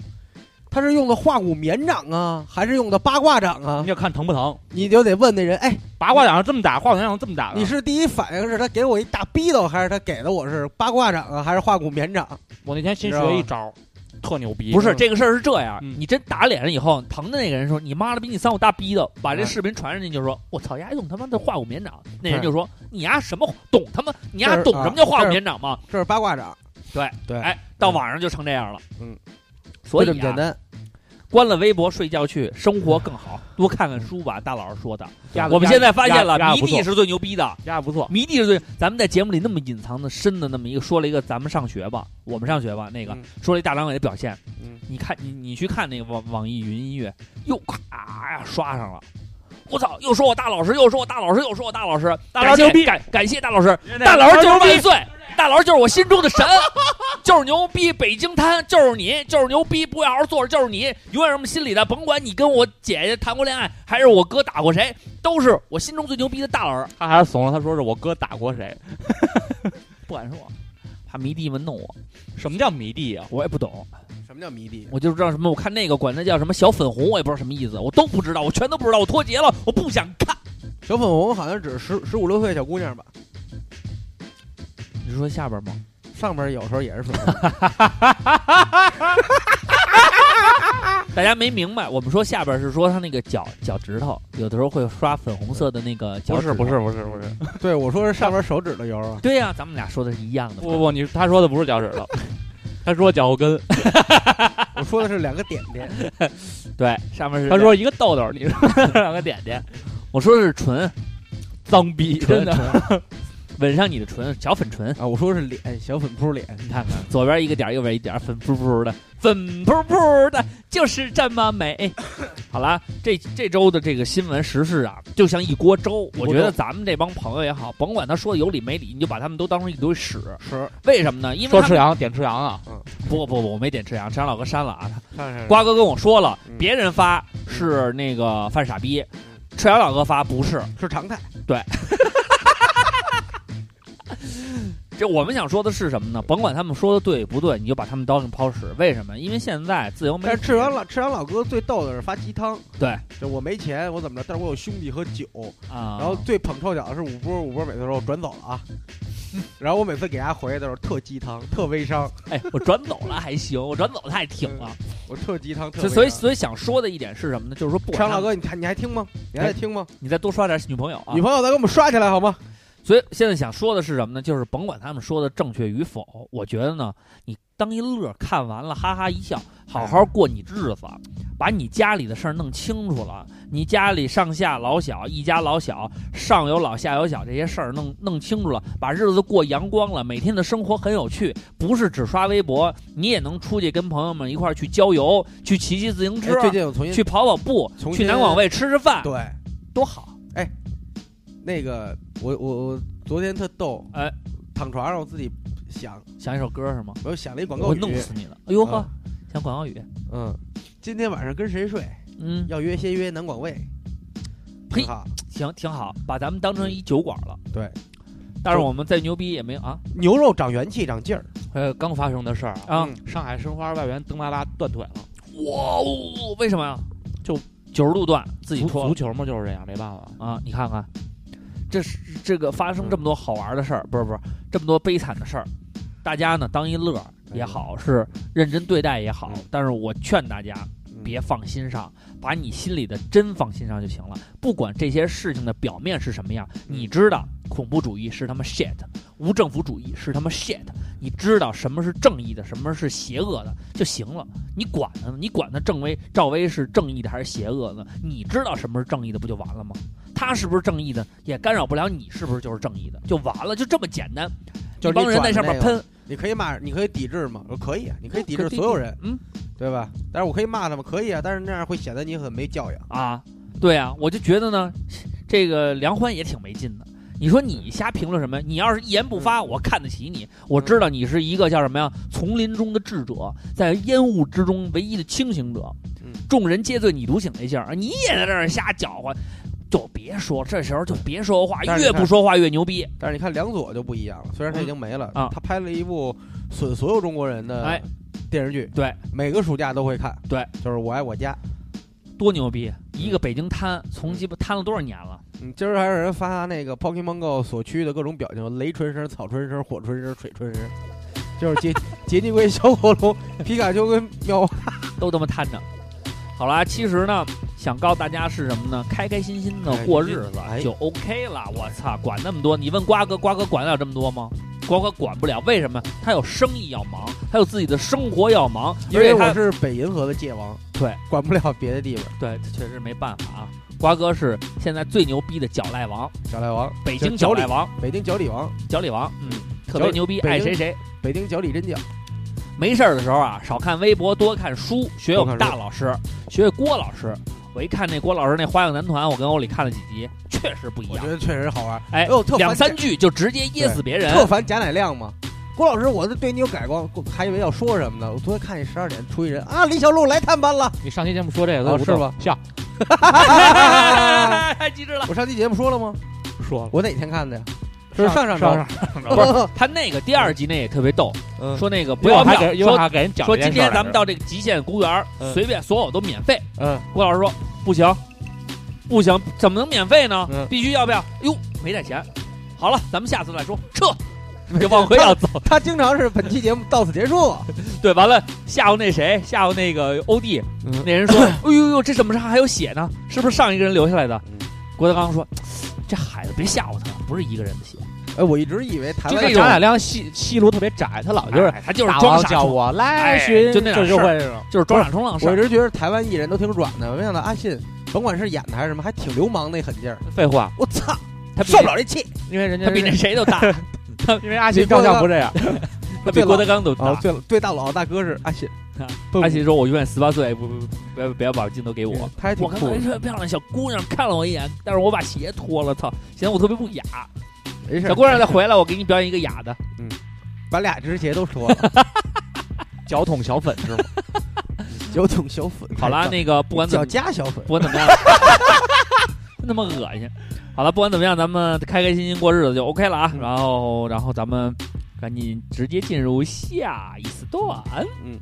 S2: 他是用的化骨绵掌啊，还是用的八卦掌啊
S4: 你？要看疼不疼？
S2: 你就得问那人，哎，
S4: 八卦掌是这么打，化骨掌是这么打的。
S2: 你是第一反应是他给我一大逼斗，还是他给的我是八卦掌啊，还是化骨绵掌？
S4: 我那天新
S2: 你知道
S4: 学一
S2: 吗
S4: 招，特牛逼。
S3: 不是这个事儿是这样，
S4: 嗯
S3: 你真打脸了以后，疼的那个人说：“你妈的，比你三五大逼的！”把这
S2: 嗯
S3: 视频传上去，就说：“我操，丫用他妈的化骨绵掌。”那人就说：“你丫什么懂他妈？你丫
S2: 这是
S3: 懂什么
S2: 啊
S3: 叫化
S2: 嗯这
S3: 骨
S2: 是
S3: 绵掌吗
S2: 这是八卦掌，？”对
S3: 哎，到网上就成这样了。
S2: 嗯，
S3: 所
S2: 就
S3: 以
S2: 这么
S3: 啊
S2: 简，单。
S3: 关了微博，睡觉去，生活更好，多看看书吧。大老师说的，
S5: 嗯
S4: 鸭子
S3: 我们现在发现了，
S4: 鸭子
S3: 迷
S4: 不错
S3: 弟是最牛逼的。
S4: 压不错。
S3: 迷弟是最，咱们在节目里那么隐藏的深的那么一个说了一个，咱们上学吧，我们上学吧，那个、
S2: 嗯
S3: 说了一大张伟的表现，
S2: 嗯
S3: 你看你你去看那个网网易云音乐，又咔呀刷上了，我操，又说我大老师，又说我大老师，又说我大老师，大
S4: 老师牛逼
S3: 感感谢大老师，大老师就是万岁，大老师就是我心中的神， 就是牛逼，北京滩就是你，就是牛逼，不会好好坐着就是你，永远是我们心里的，甭管你跟我姐姐谈过恋爱，还是我哥打过谁，都是我心中最牛逼的大老师。
S4: 他还是怂了，他说是我哥打过谁？
S3: 不敢说，怕迷弟们弄我，
S4: 什么叫迷弟啊？
S3: 我也不懂，
S2: 什么叫迷弟？
S3: 我就知道什么，我看那个管它叫什么小粉红，我也不知道什么意思，我都不知道，我全都不知道，我脱节了，我不想看。
S2: 小粉红好像指十十五六岁小姑娘吧，
S3: 你是说下边吗？
S2: 上边有时候也是粉 红。
S3: 大家没明白，我们说下边是说他那个脚脚趾头，有的时候会刷粉红色的那个脚
S4: 不
S3: 趾
S4: 是不
S3: 头
S4: 是，不是不是，
S2: 对，我说是上边手指的油啊。
S3: 对呀、咱们俩说的是一样的。
S4: 不不，你他说的不是脚趾头，他说脚后跟。
S2: 我说的是两个点点，
S3: 对，上面是
S4: 他说一个豆豆，你 说两个点点，
S3: 我说的是唇，
S4: 脏逼，真
S3: 真
S4: 的。
S3: 的，吻上你的唇，小粉唇，
S2: 啊，我说的是脸，小粉扑脸，
S3: 你看看，左边一个点儿，右边一点儿，粉扑扑的，粉扑扑的，就是这么 美。好啦，这这周的这个新闻时事啊，就像一锅粥。我觉得咱们这帮朋友也好，甭管他说的有理没理，你就把他们都当成一堆屎。
S2: 是
S3: 为什么呢？因为
S4: 说
S3: 他
S4: 吃
S3: 们
S4: 羊点吃羊啊，
S3: 不不不，我没点吃羊，吃羊老哥删了啊。
S2: 看看
S3: 瓜哥跟我说了，
S2: 嗯
S3: 别人发是那个犯傻逼，赤羊老哥发不是。
S2: 是常态，
S3: 这我们想说的是什么呢？甭管他们说的对不对，你就把他们当成抛屎。为什么？因为现在自由媒
S2: 但
S3: 体
S2: 是，吃完老吃完老哥最逗的是发鸡汤，
S3: 对，
S2: 就我没钱，我怎么着，但是我有兄弟和酒，
S3: 啊，
S2: 然后最捧臭脚的是五波，五波每次说我转走了 啊，然后我每次给大家回的时候特鸡汤，特微商，
S3: 哎，我转走了还行，我转走了太挺了。
S2: 我特鸡汤， 特
S3: 所
S2: 微
S3: 所以
S2: 商
S3: 所以想说的一点是什么呢？就是说不
S2: 吃完老
S3: 管他
S2: 哥，
S3: 们，
S2: 你看你还听吗？你还在听吗？
S3: 你再多刷点女朋友啊
S2: 女。朋友再给我们刷起来好吗？
S3: 所以现在想说的是什么呢？就是甭管他们说的正确与否，我觉得呢，你当一乐，看完了哈哈一笑，好好过你日子，把你家里的事儿弄清楚了，你家里上下老小，一家老小，上有老下有小这些事儿弄弄清楚了，把日子过阳光了，每天的生活很有趣，不是只刷微博，你也能出去跟朋友们一块儿去郊游，去骑骑自行车，
S2: 哎最近我重新
S3: 去跑跑步，
S2: 重
S3: 去
S2: 新
S3: 南广味吃吃饭，
S2: 对
S3: 多好。
S2: 那个我我我昨天特逗，
S3: 哎，
S2: 躺床上我自己想，
S3: 想一首歌是吗？
S2: 我又想了一广告
S3: 我
S2: 语，
S3: 弄死你了！哎呦呵
S2: 啊，
S3: 想广告语，
S2: 嗯，今天晚上跟谁睡？
S3: 嗯，
S2: 要约先约南广卫，
S3: 呸
S2: 挺好
S3: 行，挺好，把咱们当成一酒馆了。
S2: 对，
S3: 但是我们再牛逼也没有啊
S2: 牛肉长元气长劲儿
S4: 呃，刚发生的事儿啊，
S3: 啊！
S2: 嗯
S4: 上海申花外援登巴拉断腿了，
S3: 哇哦，为什么呀？就九十度断自己
S4: 足
S3: 脱
S4: 足
S3: 了
S4: 球嘛就是这样，没办法。
S3: 啊！你看看，这是这个发生这么多好玩的事儿，不是不是这么多悲惨的事儿，大家呢当一乐儿也好，是认真对待也好
S2: 嗯，
S3: 但是我劝大家别放心上，把你心里的真放心上就行了。不管这些事情的表面是什么样，你
S2: 嗯
S3: 知道恐怖主义是他妈 shit，无政府主义是他妈 shit，你知道什么是正义的，什么是邪恶的就行了。你管他呢？你管他郑威赵薇是正义的还是邪恶呢？你知道什么是正义的不就完了吗？他是不是正义的也干扰不了你是不是就是正义的，就完了，就这么简单。
S2: 就是
S3: 一帮人在上
S2: 你转的
S3: 面
S2: 那
S3: 喷
S2: 个，
S3: 嗯
S2: 你可以骂，你可以抵制吗？我说可以啊，你可以抵
S3: 可
S2: 制
S3: 以
S2: 所有人，
S3: 嗯
S2: 对吧？但是我可以骂他们，可以啊，但是那样会显得你很没教养。
S3: 啊，对啊，我就觉得呢，这个梁欢也挺没劲的。你说你瞎评论什么？你要是一言不
S2: 嗯
S3: 发，我看得起你。我知道你是一个叫什么呀？丛林中的智者，在烟雾之中唯一的清醒者
S2: 嗯。
S3: 众人皆醉你独醒那劲儿，你也在这儿瞎搅和，就别说，这时候就别说话，
S2: 但是
S3: 越
S2: 你看
S3: 不说话越牛逼。
S2: 但是你看梁左就不一样了，虽然他已经没了，
S3: 嗯啊
S2: 他拍了一部损所有中国人
S3: 哎
S2: 的电视剧，
S3: 对，
S2: 每个暑假都会看，
S3: 对，
S2: 就是我爱我家。
S3: 多牛逼！啊一个北京摊，从鸡巴摊了多少年了？
S2: 嗯，今儿还有人发那个 Pokemon Go 所区的各种表情，雷春生、草春生、火春生、水春生，就是杰 杰尼龟、小火龙、皮卡丘跟妙蛙。
S3: 都他妈摊着。好啦，其实呢，想告诉大家是什么呢？开开心心的
S2: 哎
S3: 过日子
S2: 哎
S3: 就 OK 了。我操，管那么多？你问瓜哥，瓜哥管得了这么多吗？瓜哥管不了，为什么？他有生意要忙，他有自己的生活要忙，
S2: 因
S3: 而且
S2: 为我
S3: 他
S2: 是北银河的界王，
S3: 对，
S2: 管不了别的 地方。
S3: 对，这确实没办法啊。瓜哥是现在最牛逼的脚赖王，
S2: 小赖王，
S3: 北京
S2: 脚
S3: 脚
S2: 里
S3: 赖王，
S2: 北京脚里王，
S3: 脚里王，嗯，特
S2: 脚
S3: 别
S2: 里
S3: 牛逼，
S2: 北
S3: 爱
S2: 京
S3: 谁谁。
S2: 北京脚里真脚。
S3: 没事儿的时候啊，少看微博，多看书，学我们大老师，学学郭老师。我一看那郭老师那花样男团，我跟欧里看了几集，确实不一
S2: 我
S3: 样
S2: 觉。得确实好玩。
S3: 哎
S2: 哎呦，特
S3: 两
S2: 烦
S3: 三句就直接噎死别人，
S2: 特烦贾乃亮嘛。郭老师，我是对你有改观，我还以为要说什么呢。我昨天看见十二点出一人啊，李小璐来探班 了。
S4: 你上期节目说这个
S2: 哦
S4: 都无
S2: 是
S4: 动
S2: 吗
S4: 笑
S3: 太机智了。
S2: 我上期节目说了吗？
S4: 说了，
S2: 我哪天看的呀？是上
S4: 上
S2: 上周。
S4: 上
S3: 不是他那个第二集那也特别逗，
S2: 嗯
S3: 说那个不
S4: 一会
S3: 要
S4: 儿还
S3: 票
S4: 给，一会儿
S3: 说
S4: 还给人讲
S3: 说
S4: 这件
S3: 今
S4: 事儿来
S3: 天咱们
S4: 着
S3: 到这个极限公园，
S2: 嗯
S3: 随便所有都免费。
S2: 嗯，
S3: 郭老师说不行，不行，怎么能免费呢？
S2: 嗯
S3: 必须要不要？哟，没带钱。好了，咱们下次再说，撤，就往回要走。
S2: 他经常是本期节目到此结 束。
S3: 对，完了吓唬那谁，吓唬那个欧弟，
S2: 嗯
S3: 那人说：“哎呦呦，这怎么上还有血呢？是不是上一个人留下来的
S2: 嗯？”
S3: 郭德纲说：“这孩子别吓唬他，不是一个人的血，
S2: 哎，我一直以为台
S3: 就
S2: 湾
S3: 这
S4: 张
S3: 种
S4: 雅亮戏戏路特别窄，他老就是
S3: 哎他就是
S4: 大
S3: 装
S2: 啊
S4: 王
S3: 傻
S4: 叫
S3: 充，
S4: 我来
S3: 哎
S4: 寻，
S3: 就
S4: 就
S3: 那点
S4: 就
S3: 事儿
S4: 会这种
S3: 就是装傻充浪事
S2: 我一
S3: 儿。
S2: 直觉得台湾艺人都挺软的，没想到阿信，甭管是演的还是什么，还挺流氓那狠 劲儿。
S4: 废话，
S2: 我操，
S4: 他比
S2: 受不了这气
S4: 因为人家
S3: 他比那谁都大，
S4: 因为阿信照相不这样，
S3: 他比郭德纲都
S2: 啊！
S3: 大。，
S2: 最对大佬大哥是阿信
S3: 阿啊信说：“我永远十八岁，不不不，不要不要把镜头给我。”
S2: 嗯他还挺
S3: 我看
S2: 酷
S3: 到
S2: 的，
S3: 一特别漂亮的小姑娘看了我一眼，但是我把鞋脱了，操，显得我特别不 雅。
S2: 没事
S3: 小
S2: 儿，
S3: 姑娘再回来，我给你表演一个 雅的。
S2: 把俩之前都说 了，
S4: 脚桶小粉是吗？
S2: 酒桶小粉。
S3: 好啦，那个不管怎
S2: 叫
S3: 么
S2: 家小粉
S3: 不，管怎么样， 真他妈恶心。好了，不管怎么样，咱们开开心心过日子就 OK 了
S2: 嗯
S3: 啊。然后，然后咱们赶紧直接进入下一时段。
S2: 嗯。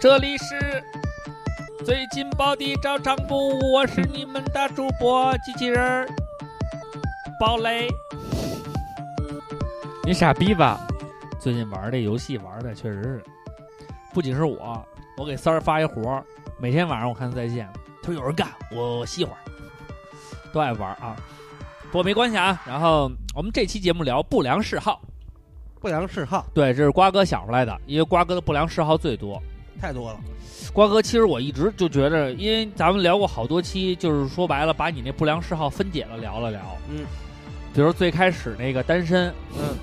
S3: 这里是最劲爆的招常部，我是你们的主播机器人儿鲍雷。
S4: 你傻逼吧？
S3: 最近玩这游戏玩的确实是，不仅是我，我给三儿发一活儿，每天晚上我看他在线，他说有人干，我我歇会儿，都爱玩啊。不过没关系啊，然后我们这期节目聊不良嗜好，
S2: 不良嗜好
S3: 对，这是瓜哥想出来的，因为瓜哥的不良嗜好最多。
S2: 太多了。
S3: 瓜哥，其实我一直就觉着，因为咱们聊过好多期，就是说白了，把你那不良嗜好分解了聊了聊。
S2: 嗯，
S3: 比如最开始那个单身，
S2: 嗯，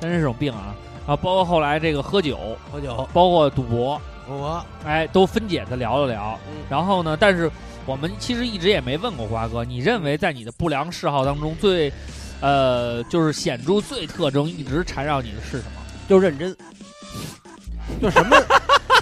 S3: 单身是种病啊，啊，包括后来这个喝酒，
S2: 喝酒，
S3: 包括赌博，
S2: 我
S3: 哎，都分解的聊了聊。
S2: 嗯
S3: 然后呢，但是我们其实一直也没问过瓜哥，你认为在你的不良嗜好当中最，呃，就是显著最特征一直缠绕你的是什么？
S2: 就认真，就什 么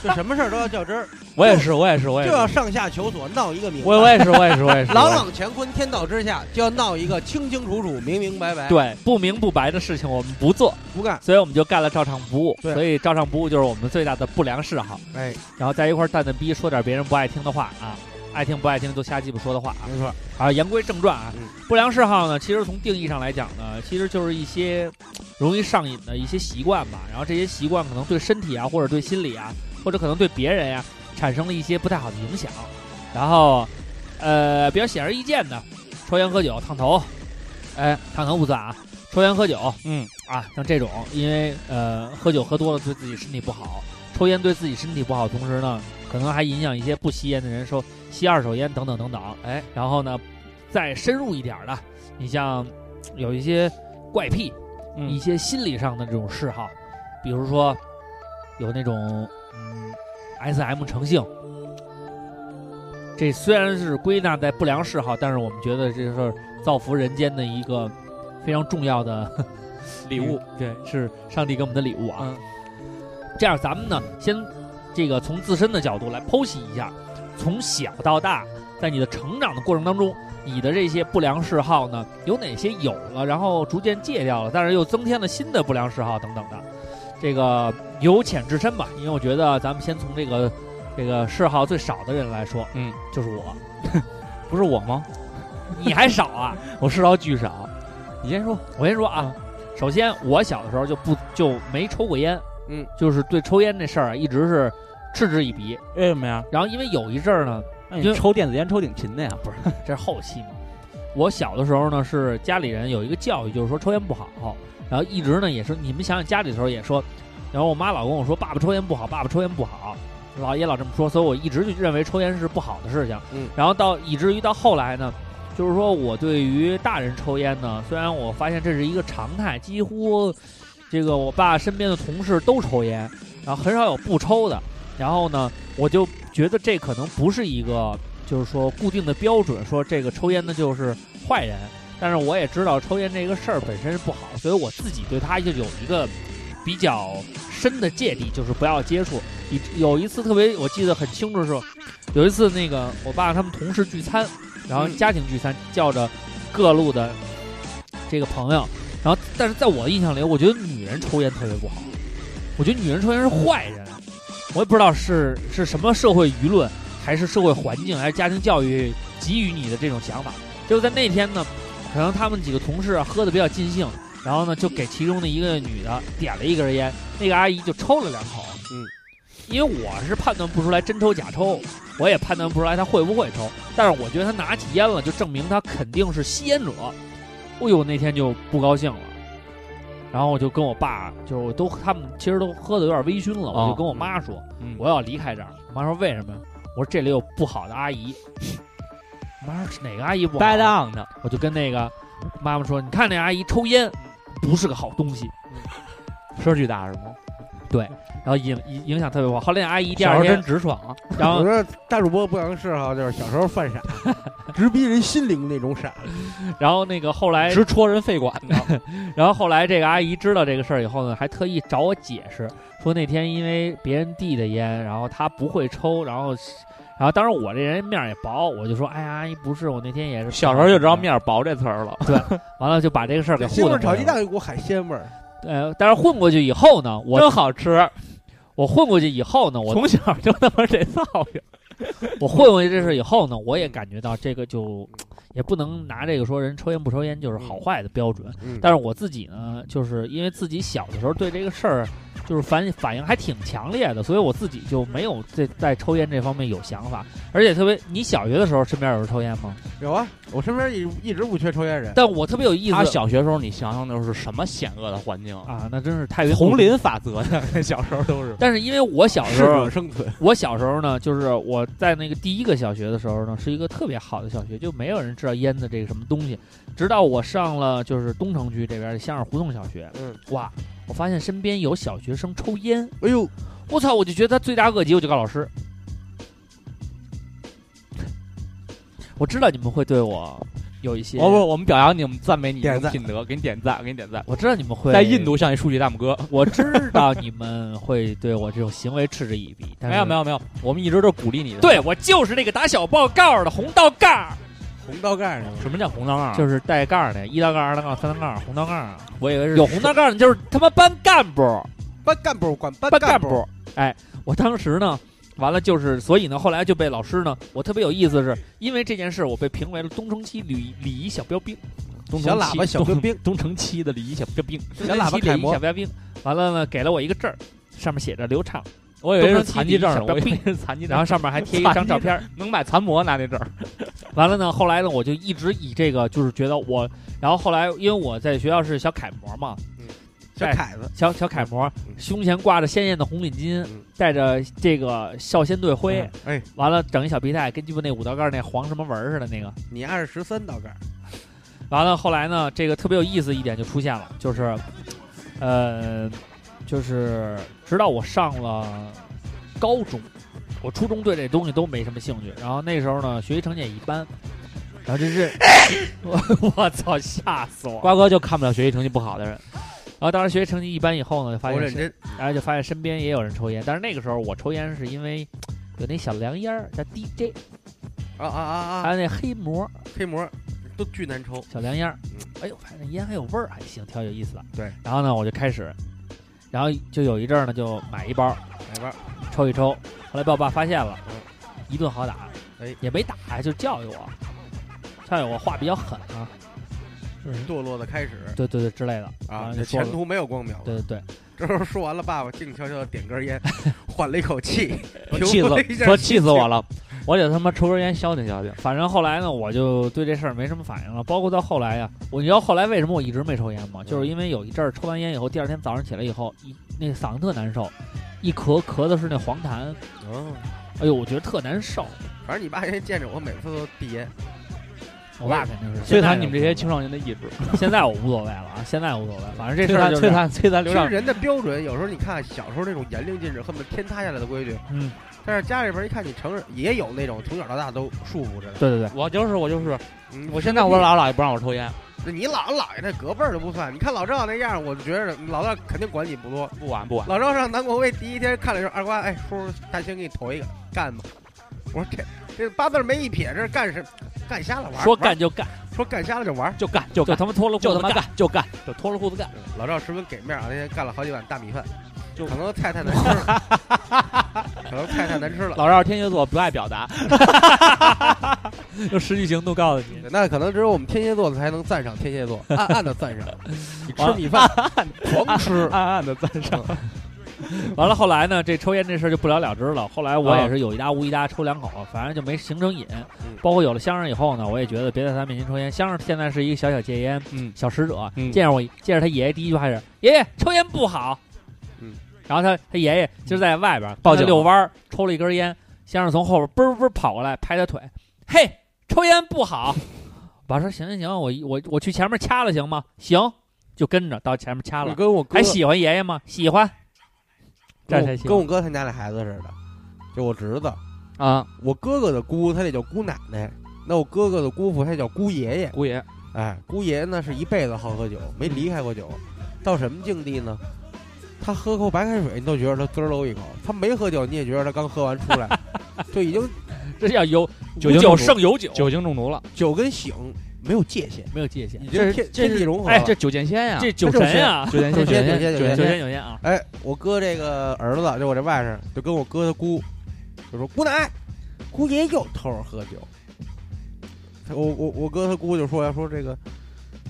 S2: 就什么事儿都要较真儿，
S4: 我也是，我也是，我也
S2: 就是要，上下求索，闹一个明白。
S4: 我我也是，我也是，我也是，
S2: 朗朗乾坤，天道之下，就要闹一个清清楚楚、明明白白。，
S3: 对，不明不白的事情我们不做，
S2: 不干。
S3: 所以我们就干了照常不误。
S2: 对
S3: 所以照常不误就是我们最大的不良嗜好。
S2: 哎，
S3: 然后在一块儿蛋蛋逼，说点别人不爱听的话啊，爱听不爱听就瞎鸡巴说的话啊。
S2: 没错，
S3: 啊，言归正传啊
S2: 嗯，
S3: 不良嗜好呢，其实从定义上来讲呢，其实就是一些容易上瘾的一些习惯吧。然后这些习惯可能对身体啊，或者对心理啊，或者可能对别人呀、产生了一些不太好的影响。然后，呃，比较显而易见的，抽烟喝酒、烫头，哎，烫头不算啊，抽烟喝酒
S4: 嗯，
S3: 啊，像这种，因为呃，喝酒喝多了对自己身体不好，抽烟对自己身体不好，同时呢，可能还影响一些不吸烟的人说吸二手烟等等等等。
S4: 哎，
S3: 然后呢，再深入一点儿的，你像有一些怪癖，一
S4: 嗯，
S3: 些心理上的这种嗜好，比如说有那种嗯 S M 成性，这虽然是归纳在不良嗜好，但是我们觉得这是造福人间的一个非常重要的
S4: 礼物，
S3: 对，是上帝给我们的礼物啊。
S4: 嗯
S3: 这样，咱们呢，先这个从自身的角度来剖析一下，从小到大，在你的成长的过程当中，你的这些不良嗜好呢，有哪些有了，然后逐渐戒掉了，但是又增添了新的不良嗜好等等的，这个由浅至深吧。因为我觉得咱们先从这个这个嗜好最少的人来说，
S4: 嗯，
S3: 就是我，
S4: 不是我吗？
S3: 你还少啊？
S4: 我嗜好巨少，你先说，
S3: 我先说啊，首先我小的时候就不就没抽过烟，
S2: 嗯，
S3: 就是对抽烟这事儿啊一直是嗤之以鼻。
S4: 为什么呀？
S3: 然后因为有一阵儿呢。
S4: 那
S3: 因
S4: 你
S3: 为
S4: 抽电子烟抽挺勤的呀，不是？
S3: 这是 后期嘛。我小的时候呢，是家里人有一个教育，就是说抽烟不好，然后一直呢也是你们想想家里的时候也说，然后我妈老跟我说爸爸抽烟不好，爸爸抽烟不好，老也老这么说，所以我一直就认为抽烟是不好的事情。
S2: 嗯，
S3: 然后到以至于到后来呢，就是说我对于大人抽烟呢，虽然我发现这是一个常态，几乎这个我爸身边的同事都抽烟，然后很少有不抽的，然后呢，我就觉得这可能不是一个就是说固定的标准，说这个抽烟的就是坏人。但是我也知道抽烟这个事儿本身是不好，所以我自己对它就有一个比较深的芥蒂，就是不要接触。以有一次特别我记得很清楚的时候，有一次那个我爸他们同事聚餐，然后
S2: 嗯
S3: 家庭聚餐，叫着各路的这个朋友，然后但是在我的印象里，我觉得女人抽烟特别不好，我觉得女人抽烟是坏人，我也不知道是是什么社会舆论，还是社会环境，还是家庭教育给予你的这种想法。结果在那天呢，可能他们几个同事啊喝的比较尽兴，然后呢就给其中的一个女的点了一根烟，那个阿姨就抽了两口。
S2: 嗯，
S3: 因为我是判断不出来真抽假抽，我也判断不出来她会不会抽，但是我觉得她拿起烟了，就证明她肯定是吸烟者。哎呦，那天就不高兴了。然后我就跟我爸，就是我都他们其实都喝的有点微醺了，我就
S4: 哦
S3: 跟我妈说，
S4: 嗯
S3: 我要离开这儿。我妈说为什么呀？我说这里有不好的阿姨。我妈说哪个阿姨不好？啊
S4: 搭档的，
S3: 我就跟那个妈妈说，你看那阿姨抽烟，不是个好东西，
S4: 声巨大是 吗？
S3: 然后影影影响特别不好。后来那阿姨第
S4: 小时
S3: 二
S4: 候真
S3: 天，
S4: 直爽啊，
S3: 然
S2: 我
S3: 后
S2: 说大主播不良嗜好就是小时候犯傻，直逼人心灵那种傻。
S3: 然后那个后来，
S4: 直戳人肺管呢。
S3: 然后后来这个阿姨知道这个事儿以后呢，还特意找我解释，说那天因为别人递的烟，然后她不会抽，然后。然后当时我这人面儿也薄，我就说：“哎呀，阿姨不是，我那天也 是
S4: 小时候就知道。面儿薄这词儿了，
S3: 完了就把这个事儿给糊
S2: 西红
S3: 弄
S2: 柿炒
S3: 过去
S2: 鸡
S3: 了。
S2: 蛋有股海鲜味儿，
S3: 呃，但是混过去以后呢，我
S4: 真好吃。
S3: 我混过去以后呢，我
S4: 从小就他妈这造型，
S3: 我混过去这事以后呢，我也感觉到这个就也不能拿这个说人抽烟不抽烟就是好坏的标准。
S2: 嗯
S3: 但是我自己呢，就是因为自己小的时候对这个事儿就是反反应还挺强烈的，所以我自己就没有这在抽烟这方面有想法。而且特别，你小学的时候身边有人抽烟吗？
S2: 有啊，我身边一一直不缺抽烟人。
S3: 但我特别有意思
S4: 他小学时候，你想想那是什么险恶的环境？
S3: 啊，那真是太原
S4: 丛。林法则的， 小时候都是。
S3: 但是因为我小时
S2: 适
S3: 候
S2: 者生 存，
S3: 我小时候呢，就是我在那个第一个小学的时候呢，是一个特别好的小学，就没有人知道烟的这个什么东西。直到我上了就是东城区这边的香儿胡同小学，
S2: 嗯，
S3: 哇，我发现身边有小学生抽烟，
S2: 哎呦，
S3: 我操，我就觉得他罪大恶极，我就告老师。我知道你们会对我有一些，
S4: 我不，我们表扬你，我们赞美你
S2: 点
S4: 这种
S2: 赞
S4: 品德，给你点赞，给你点赞。
S3: 我知道你们会
S4: 在印，度像一书记大拇哥。
S3: 我知道你们会对我这种行为嗤之以鼻，但
S4: 没
S3: 是
S4: 有没有没有，我们一直都是鼓励你的。，
S3: 对我就是那个打小报告的红道杠。
S2: 红道盖上了。
S4: 什么叫红灯啊？
S3: 就是带杠儿的，一道杠、二道杠、三道杠、红道杠儿，啊
S4: 我以为是
S3: 有红道杠儿的就是他妈班干部，
S2: 班干部管班
S3: 班
S2: 干
S3: 干部。哎，我当时呢，完了就是，所以呢，后来就被老师呢，我特别有意思是，因为这件事，我被评为了东城区礼礼仪小标兵，
S4: 东
S2: 小
S4: 城
S2: 喇
S4: 七
S2: 叭小
S4: 东
S2: 跟兵，
S4: 东城七的礼仪小标兵，
S2: 小喇叭楷模
S3: 小标兵。完了呢，给了我一个证儿，上面写着刘畅，
S4: 我以为是残疾
S3: 东城
S4: 证，
S3: 七
S4: 我
S3: 礼仪
S4: 以
S3: 小标
S4: 为
S3: 兵
S4: 是残疾证，
S3: 然后上面还贴一张照片儿。
S4: 能买残模拿那证儿。
S3: 完了呢，后来呢，我就一直以这个就是觉得我，然后后来因为我在学校是小楷模嘛，
S2: 小
S3: 哎
S2: 凯子，
S3: 小小楷模
S2: 嗯，
S3: 胸前挂着鲜艳的红领巾
S2: 嗯，
S3: 带着这个少先队
S4: 嗯
S3: 徽，
S2: 哎，
S3: 完了整一小皮带，跟鸡巴那五道杠那黄什么纹儿似的那个。
S2: 你二十三道盖，
S3: 完了后来呢，这个特别有意思一点就出现了，就是，呃，就是直到我上了高中，我初中对这东西都没什么兴趣，然后那时候呢，学习成绩也一般，然后这是， 我我操，吓死我！
S4: 瓜哥就看不了学习成绩不好的人，
S3: 然后当时学习成绩一般以后呢，就发
S2: 我
S3: 现
S2: 认
S3: 是
S2: 真。
S3: 然后就发现身边也有人抽烟，但是那个时候我抽烟是因为有那小凉烟儿叫 DJ，
S2: 啊啊啊
S3: 还
S2: 啊！
S3: 有那黑魔
S2: 黑膜都巨难抽，
S3: 小凉烟儿
S2: 嗯，
S3: 哎呦，反正烟还有味儿，还行，挺有意思的。
S2: 对，
S3: 然后呢，我就开始，然后就有一阵儿呢，就买一包
S2: 哪边？
S3: 抽一抽，后来被我爸发现了，一顿好打，
S2: 嗯哎
S3: 也没打，就教育我，教育我话比较狠啊，
S2: 堕落的开始
S3: 对对对之类的然
S2: 啊
S3: 后，
S2: 这
S3: 啊就说
S2: 前
S3: 了，
S2: 途没有光明。
S3: 对对对，
S2: 这时候说完了，爸爸静悄悄的点 根烟，缓了一口气，
S4: 气
S2: 平
S4: 死
S2: 复
S4: 我
S2: 了一下
S4: 说
S2: 心
S4: 气死
S2: 情
S4: 我 了，我得他妈抽根烟消停消停。
S3: 反正后来呢，我就对这事儿没什么反应了。包括到后来呀，我你知道后来为什么我一直没抽烟吗？
S4: 嗯
S3: 就是因为有一阵儿抽完烟以后，第二天早上起来以后，一那嗓子特难受，一咳咳的是那黄痰，
S2: 哦，
S3: 哎呦，我觉得特难受。
S2: 反正你爸现在见着我，每次都递烟。
S3: 我爸肯定是，
S4: 摧残
S3: 现在
S4: 你们这些青少年的意志，
S3: 现在我无所谓了啊，现在无所谓，反正这
S4: 摧
S3: 事儿
S4: 残
S3: 就
S4: 摧
S3: 是
S4: 残摧残
S2: 其
S4: 刘
S2: 实
S4: 畅。
S2: 人的标准，有时候你看小时候那种严令禁止，恨不得天塌下来的规矩。
S3: 嗯。
S2: 但是家里边一看你成人，也有那种从小到大都束缚着的。
S3: 对对对，
S4: 我就是我就是，
S2: 嗯
S4: 我现在我姥姥姥爷不让我抽烟，
S2: 你姥姥姥爷那隔辈儿都不算。你看老赵那样儿，我就觉着老赵肯定管你不多。
S4: 不管不管。
S2: 老赵上南国卫第一天看了一下二瓜，哎，叔叔大兴给你投一个，干吧。我说这这八字儿没一撇，这是干什干瞎了玩儿？
S4: 说
S2: 玩儿
S4: 干就干
S2: 说干瞎了就玩儿。
S4: 就干就
S3: 就
S4: 干
S3: 他妈脱了裤
S4: 就
S3: 子
S4: 他妈
S3: 干，
S4: 干就干就脱了裤子干。
S2: 哎老赵十分给面儿啊，那天干了好几碗大米饭，
S4: 就
S2: 可能菜太难吃了。可能菜太难吃了。
S3: 老赵天蝎座不爱表达， 用实际行动告诉你，
S2: 那可能只有我们天蝎座才能赞赏天蝎座，暗暗的赞 赏。你吃米饭，狂吃，
S3: 暗暗的赞赏。 完了，后来呢，这抽烟这事儿就不了了之了。后来我
S5: 啊
S3: 也是有一搭无一搭抽两口，反正就没形成瘾
S2: 嗯。
S3: 包括有了香儿以后呢，我也觉得别在他面前抽烟。香儿现在是一个小小戒烟
S2: 嗯
S3: 小使者，
S2: 嗯
S3: 见着我见着他爷爷第一句话是：“爷爷，抽烟不好。”
S2: 嗯，
S3: 然后他他爷爷今儿在外边
S5: 报警
S3: 遛弯儿，抽了一根烟，香儿从后边嘣儿嘣儿跑过来拍他腿：“嘿，抽烟不好。” 我说：“行行行，我我我去前面掐了行吗？行，就跟着到前面掐
S2: 你
S3: 了。
S2: 跟我哥
S3: 还喜欢爷爷吗？喜欢。”这
S2: 跟
S3: 才
S2: 我
S3: 行
S2: 跟我哥他们家那孩子似的，就我侄子，
S3: 啊，
S2: 我哥哥的姑他那叫姑奶奶，那我哥哥的姑父他叫姑爷爷。
S5: 姑爷，
S2: 哎，姑爷呢是一辈子好喝酒，没离开过酒，到什么境地呢？他喝口白开水，你都觉得他滋儿喽一口；他没喝酒，你也觉得他刚喝完出 来，就已经
S3: 这叫有
S5: 酒
S3: 无
S5: 精
S3: 酒
S5: 中毒
S3: 胜有酒，
S5: 酒精中毒了，
S2: 酒跟醒没有界限，
S3: 没有界限。
S2: 已经
S5: 这是
S2: 天
S5: 这
S2: 天
S5: 是
S2: 地融合了。
S5: 哎，这酒剑仙呀，
S3: 这酒神呀，
S5: 酒剑仙，
S2: 酒仙
S5: 剑
S2: 酒仙
S3: 酒
S5: 剑
S3: 仙，酒仙啊，
S2: 哎，我哥这个儿子，就我这外甥，就跟我哥他姑，就说姑奶，姑爷又偷着喝酒。他我我我哥他姑就说呀，说这个，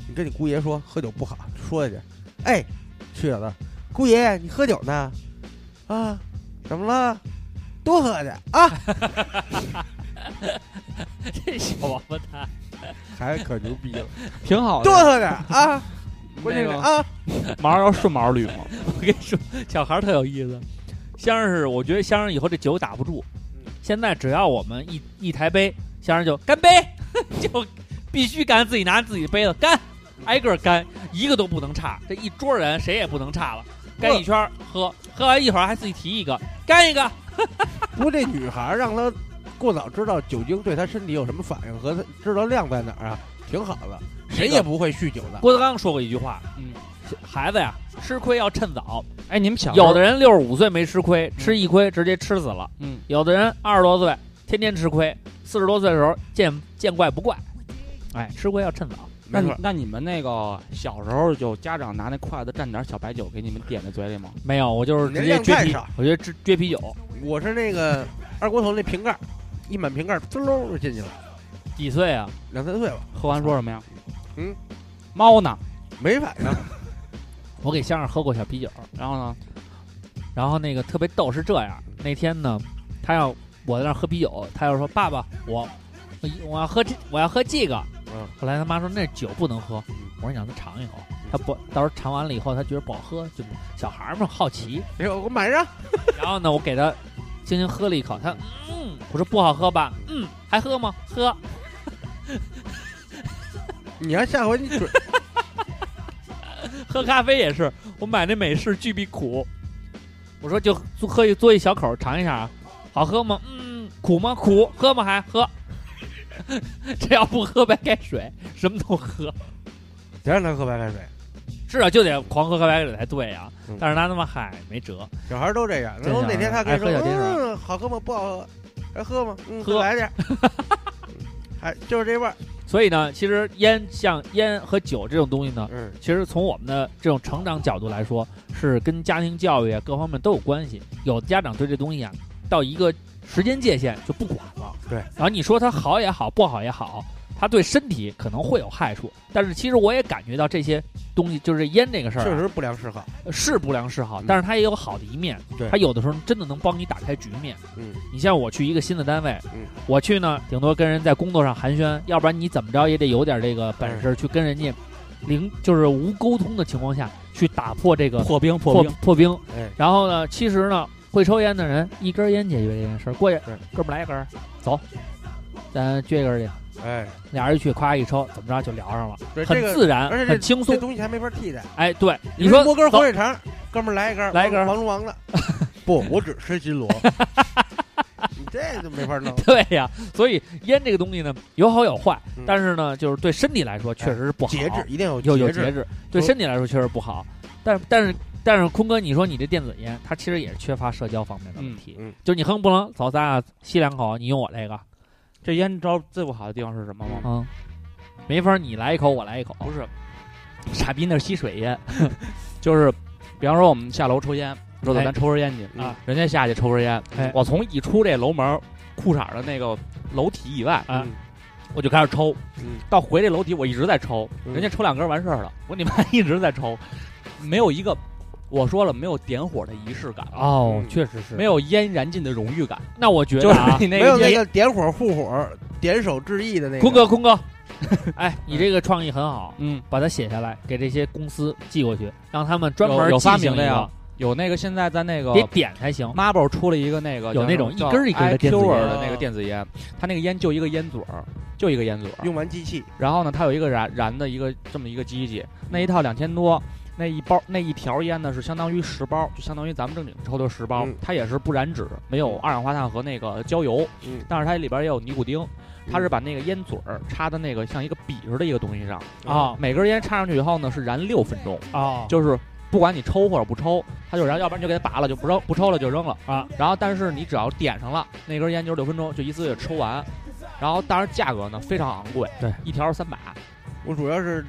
S2: 你跟你姑爷说喝酒不好，说一句，哎，去小子，姑爷你喝酒呢？啊，怎么了？多喝点啊！
S3: 这小王八蛋，
S2: 孩子可牛逼了，
S5: 挺好的
S2: 多。喝点 啊！关键是
S5: 那个
S2: 啊，
S5: 毛要顺毛捋嘛，
S3: 我跟你说，小孩儿特有意思。香儿是，我觉得香儿以后这酒打不住
S2: 嗯。
S3: 现在只要我们一一抬杯，香儿就干杯，就必须干，自己拿自己杯子干，挨个儿干，一个都不能差。这一桌人谁也不能差了，干一圈儿喝，喝完一会儿还自己提一个，干一个。
S2: 不过这女孩儿让她过早知道酒精对她身体有什么反应和她知道量在哪儿啊，挺好的，谁也不会酗酒的。
S3: 郭德纲说过一句话，
S5: 嗯，
S3: 孩子呀，吃亏要趁早。
S5: 哎，你们小时候
S3: 有的人六十五岁没吃亏，吃一亏直接吃死了；
S5: 嗯，
S3: 有的人二十多岁天天吃亏，四十多岁的时候见见怪不怪。
S5: 哎
S3: 吃亏要趁早。
S5: 那
S2: 没
S5: 你
S2: 错
S5: 那你们那个小时候有家长拿那筷子蘸点小白酒给你们点在嘴里吗？
S3: 没有，我就是
S2: 你这
S3: 直接
S2: 量
S3: 撅
S2: 太
S3: 啤
S2: 少，
S3: 我觉得直撅啤酒。
S2: 我是那个二锅头那瓶盖，一满瓶盖，滋溜就进去了，
S3: 几岁啊？
S2: 两三岁吧，
S5: 喝完说什么呀？
S2: 嗯，
S5: 猫呢？
S2: 没反应。
S3: 我给香儿喝过小啤酒，
S5: 然后呢？
S3: 然后那个特别逗是这样，那天呢，他要我在那儿喝啤酒，他要说爸爸，我我我要喝这我要喝这个。
S2: 嗯
S3: 后来他妈说那酒不能喝，
S2: 嗯
S3: 我说你让他尝一口，他不到时候尝完了以后他觉得不好喝，就小孩儿嘛好奇。
S2: 哎呦，我买上，
S3: 然后呢，我给他轻轻喝了一口，他嗯，我说不好喝吧，嗯，还喝吗？喝。
S2: 你要下回你准
S3: 喝咖啡也是，我买那美式巨必苦，我说就喝一嘬一小口尝一下啊，好喝吗？嗯，苦吗？苦，喝吗？还喝。 这要不喝白开水，什么都喝，
S2: 别让他喝白开水，
S3: 是啊，就得狂喝喝白开水才对啊
S2: 嗯。
S3: 但是他他妈嗨没辙，
S2: 小孩都这样。
S3: 真
S2: 然后
S3: 小
S2: 哪天他
S3: 孩
S2: 跟你说，
S3: 爱喝小甜水
S2: 嗯，好喝吗？不好喝，还喝吗？嗯，
S3: 喝
S2: 再来点儿。 还就是这味儿，
S3: 所以呢，其实烟像烟和酒这种东西呢，
S2: 嗯，
S3: 其实从我们的这种成长角度来说，是跟家庭教育啊各方面都有关系。有的家长对这东西啊，到一个时间界限就不管了。
S2: 对
S3: 然后你说它好也好，不好也好，它对身体可能会有害处。但是其实我也感觉到这些东西，就是烟这个事儿啊、
S2: 确实不良嗜好。
S3: 呃是不良嗜好
S2: 嗯，
S3: 但是它也有好的一面。
S2: 对
S3: 它有的时候真的能帮你打开局面。
S2: 嗯，
S3: 你像我去一个新的单位，
S2: 嗯
S3: 我去呢，顶多跟人在工作上寒暄，要不然你怎么着也得有点这个本
S2: 嗯
S3: 事去跟人家零就是无沟通的情况下去打破这个
S5: 破冰
S3: 破
S5: 破冰，
S3: 破冰。
S2: 哎，
S3: 然后呢，其实呢，会抽烟的人一根烟解决这件事儿，过去
S2: 对
S3: 哥们儿来一根儿，走，咱撅一根儿去，
S2: 哎，
S3: 俩人一去，夸一抽，怎么着就聊上了，
S2: 对
S3: 很
S2: 这个
S3: 自然，
S2: 而且
S3: 很轻松
S2: 这。东西还没法替代。
S3: 哎，对，
S2: 你
S3: 你说
S2: 摸根
S3: 走
S2: 火腿肠，哥们儿来一根儿，
S3: 来一根儿
S2: 王龙 王的。不，我只吃金锣。你这就没法弄。
S3: 对呀、所以烟这个东西呢，有好有坏，
S2: 嗯哎
S3: 但是呢，就是对身体来说确实是不好，
S2: 节制一定要
S3: 有有
S2: 节制。
S3: 节制，对身体来说确实不好。但但是但是，坤哥，你说你这电子烟，它其实也是缺乏社交方面的问题，
S2: 嗯嗯
S3: 就是你哼不能走，咱俩吸两口，你用我这个，
S5: 这烟你知道最不好的地方是什么吗？
S3: 嗯，没法，你来一口，我来 一口，
S5: 不是，傻逼那是吸水烟，就是比方说我们下楼抽烟，说走，咱抽根烟去
S3: 啊！
S5: 人家下去抽根烟
S3: 哎，
S5: 我从一出这楼门裤衩的那个楼体以外，
S3: 啊
S5: 我就开始抽
S2: 嗯，
S5: 到回这楼体我一直在抽，
S2: 嗯
S5: 人家抽两根完事儿了，我你妈 一直在抽，没有一个我说了没有点火的仪式感，
S3: 哦
S2: 嗯，
S3: 确实是
S5: 没。有烟燃尽的荣誉感，
S3: 那我觉
S5: 就
S3: 得
S5: 是
S3: 啊，
S5: 你那
S2: 没有
S5: 个
S2: 那
S5: 烟
S2: 个点火护火、点手致意的那个。
S3: 坤哥，坤 哥，哎，你这个创意很好，
S5: 嗯
S3: 把它写下来，给这些公司寄过去，让他们专
S5: 有
S3: 门
S5: 有发
S3: 进行
S5: 明的
S3: 一个
S5: 呀，有那个现在在那个
S3: 别点才行。
S5: Marble 出了一个那个
S3: 有那种一根儿一根儿的电子烟
S5: Q 的那个电子啊烟，它那个烟就一个烟嘴儿，就一个烟嘴儿。
S2: 用完机器，
S5: 然后呢，它有一个燃燃的一个这么一个机器，那一套两千多，那一包那一条烟呢是相当于十包，就相当于咱们正经抽的十包。
S2: 嗯
S5: 它也是不燃脂，没有二氧化碳和那个焦油，
S2: 嗯，
S5: 但是它里边也有尼古丁。它是把那个烟嘴儿插在那个像一个笔似的一个东西上
S3: 啊
S5: 每根烟插上去以后呢，是燃六分钟。
S3: 哦
S5: 就是不管你抽或者不抽，它就燃，要不然就给它拔了，就不抽不抽了就扔了
S3: 啊。
S5: 然后但是你只要点上了那根烟，就是六分钟，就一次就抽完。然后当然价格呢非常昂贵，
S3: 对，
S5: 一条三百
S2: 我主要是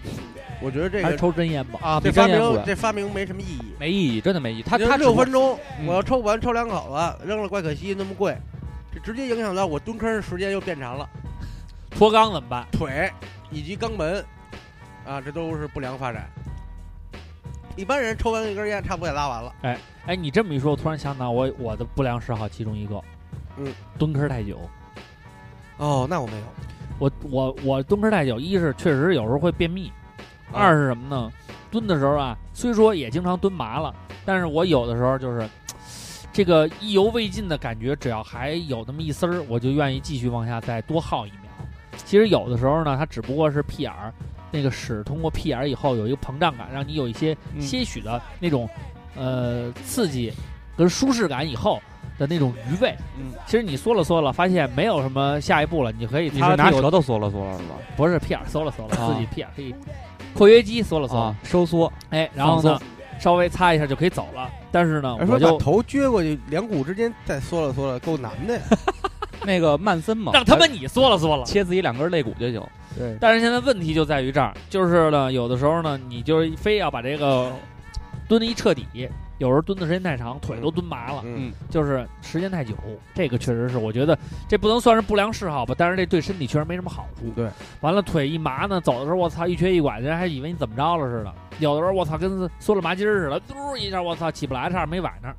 S2: 我觉得这
S3: 还是
S2: 个
S3: 抽真烟吧。
S5: 啊，
S2: 这
S5: 比
S2: 发
S5: 真烟
S2: 明
S5: 贵，
S2: 这发明没什么意义。
S5: 没意义，真的没意义。它
S2: 你
S5: 它
S2: 六
S5: 只
S2: 分钟，
S5: 嗯
S2: 我要抽完抽两口子，扔了怪可惜，那么贵，这直接影响到我蹲坑时间又变长了，
S3: 脱肛怎么办？
S2: 腿以及肛门，啊，这都是不良发展。一般人抽完一根烟，差不多也拉完了。
S3: 哎，你这么一说，我突然想到我我的不良嗜好其中一个，
S2: 嗯，
S3: 蹲坑太久。
S2: 哦，那我没有。
S3: 我我我蹲坑太久，一是确实有时候会便秘，
S2: 啊
S3: 二是什么呢？蹲的时候啊，虽说也经常蹲麻了，但是我有的时候就是这个意犹未尽的感觉，只要还有那么一丝儿，我就愿意继续往下再多耗一秒。其实有的时候呢，它只不过是屁眼儿，那个屎通过屁眼儿以后有一个膨胀感，让你有一些
S5: 嗯
S3: 些许的那种、呃刺激跟舒适感以后的那种余味。
S5: 嗯，
S3: 其实你缩了缩了，发现没有什么下一步了，你就可以
S5: 你
S3: 擦
S5: 是
S3: 擦
S5: 拿
S3: 屁股
S5: 舌头缩了缩了是吧？
S3: 不是屁眼儿缩了缩了，
S5: 啊
S3: 自己屁眼儿可以括约肌缩了缩了
S5: 啊，，收缩，
S3: 哎，然后
S5: 放哎
S3: 呢，稍微擦一下就可以走了。但是呢，
S2: 而
S3: 我
S2: 说把
S3: 就
S2: 头撅过去，两股之间再缩了缩了，够难的呀。
S5: 那个曼森嘛，
S3: 让他们你缩了缩了。
S5: 切自己两根肋骨就行。
S2: 对，
S3: 但是现在问题就在于这儿，就是呢，有的时候呢，你就是非要把这个蹲一彻底，有时候蹲的时间太长，腿都蹲麻了，
S2: 嗯，
S3: 就是时间太久。这个确实是，我觉得这不能算是不良嗜好吧，但是这对身体确实没什么好处。
S2: 对，
S3: 完了腿一麻呢，走的时候我操一瘸一拐的，人还以为你怎么着了似的。有的时候我操跟缩了麻筋儿似的，嘟一下我操起不来，差点没崴那儿，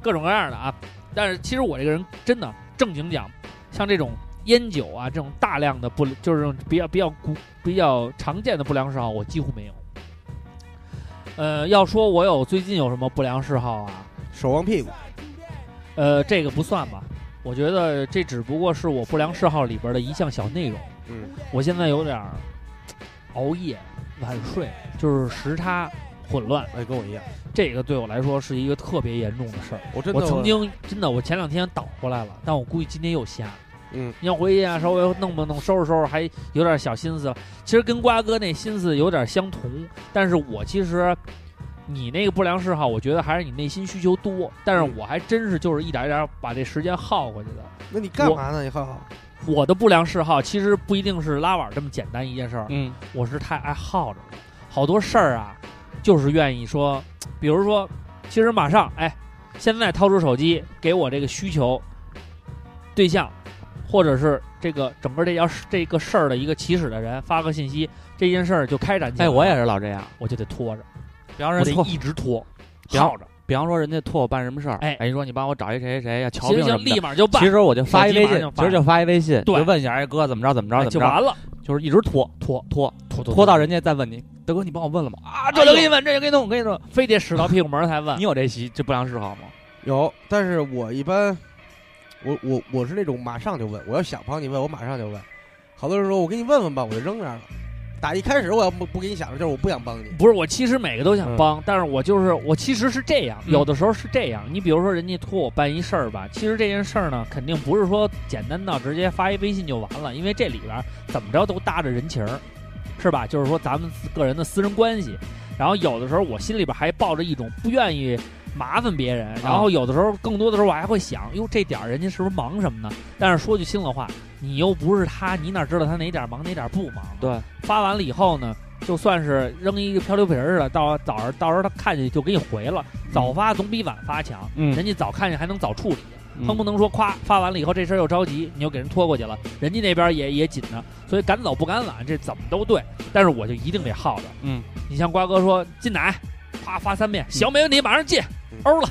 S3: 各种各样的啊。但是其实我这个人真的正经讲，像这种烟酒啊这种大量的不就是这种比较比较古比较常见的不良嗜好，我几乎没有。呃，要说我有最近有什么不良嗜好啊？
S2: 手往屁股，
S3: 呃，这个不算吧，我觉得这只不过是我不良嗜好里边的一项小内容。
S2: 嗯，
S3: 我现在有点儿熬夜、晚睡，就是时差混乱，
S2: 哎，跟我一样，
S3: 这个对我来说是一个特别严重的事儿。
S2: 我真的
S3: 我曾，经真的，我前两天倒过来了，但我估计今天又瞎。
S2: 嗯，
S3: 你要回去啊，稍微弄吧弄，收拾收拾，还有点小心思。其实跟瓜哥那心思有点相同，但是我其实你那个不良嗜好，我觉得还是你内心需求多，但
S2: 嗯
S3: 是我还真是就是一点一点把这时间耗过去的。
S2: 那你干嘛呢？你浩浩，
S3: 我的不良嗜好其实不一定是拉碗这么简单一件事儿，
S5: 嗯，
S3: 我是太爱耗着了，好多事儿啊，就是愿意说，比如说，其实马上，哎，现在掏出手机给我这个需求对象，或者是这个整个这件事这个事儿的一个起始的人发个信息，这件事儿就开展起来。
S5: 哎，我也，是老这样，
S3: 我就得拖着，
S5: 比方
S3: 我
S5: 人
S3: 得
S5: 托，
S3: 一直拖，
S5: 然后
S3: 耗着，
S5: 比方说人家托我办什么事儿，
S3: 哎
S5: 你说你帮我找一谁谁谁呀，瞧
S3: 行
S5: 病什
S3: 行，
S5: 么的
S3: 立马就办
S5: 其，实我就发一微
S3: 手
S5: 信
S3: 机马上就，
S5: 其
S3: 发
S5: 实就发一微信，
S3: 对
S5: 就问一下，哎哥怎么着怎么着
S3: 哎
S5: 怎
S3: 就
S5: 么着，
S3: 完了，
S5: 就是一直拖拖拖
S3: 拖拖
S5: 拖到人家再问你，德哥你帮我问了吗？啊，这
S3: 哎
S5: 就
S3: 呦
S5: 给你问，这就给你弄，我跟你说，
S3: 非得使到屁股门儿才 问
S5: 你。有这习这不良嗜好吗？
S2: 有，但是我一般，我我我是那种马上就问，我要想帮你问，我马上就问。好多人说我给你问问吧，我就扔那儿了。打一开始我要不不给你想着，就是我不想帮你。
S3: 不是，我其实每个都想
S2: 嗯
S3: 帮，但是我就是我其实是这样，
S5: 嗯
S3: 有的时候是这样。你比如说，人家托我办一事儿吧，其实这件事儿呢，肯定不是说简单到直接发一微信就完了，因为这里边儿怎么着都搭着人情儿，是吧？就是说咱们个人的私人关系。然后有的时候我心里边还抱着一种不愿意麻烦别人，然后有的时候更多的时候我还会想，哟，这点儿人家是不是忙什么呢？但是说句心里话，你又不是他，你哪知道他哪点儿忙哪点儿不忙啊？
S5: 对，
S3: 发完了以后呢，就算是扔一个漂流瓶儿似的，到早上到时候他看见就给你回了，早发总比晚发强，
S5: 嗯
S3: 人家早看见还能早处理，
S5: 嗯
S3: 哼不能说夸发完了以后这事儿又着急，你又给人拖过去了，人家那边也也紧着，所以赶早不赶晚这怎么都对，但是我就一定得耗着。
S5: 嗯，
S3: 你像瓜哥说进奶，啪发三遍，行，没问题，马上进
S2: 嗯，
S3: 欧了，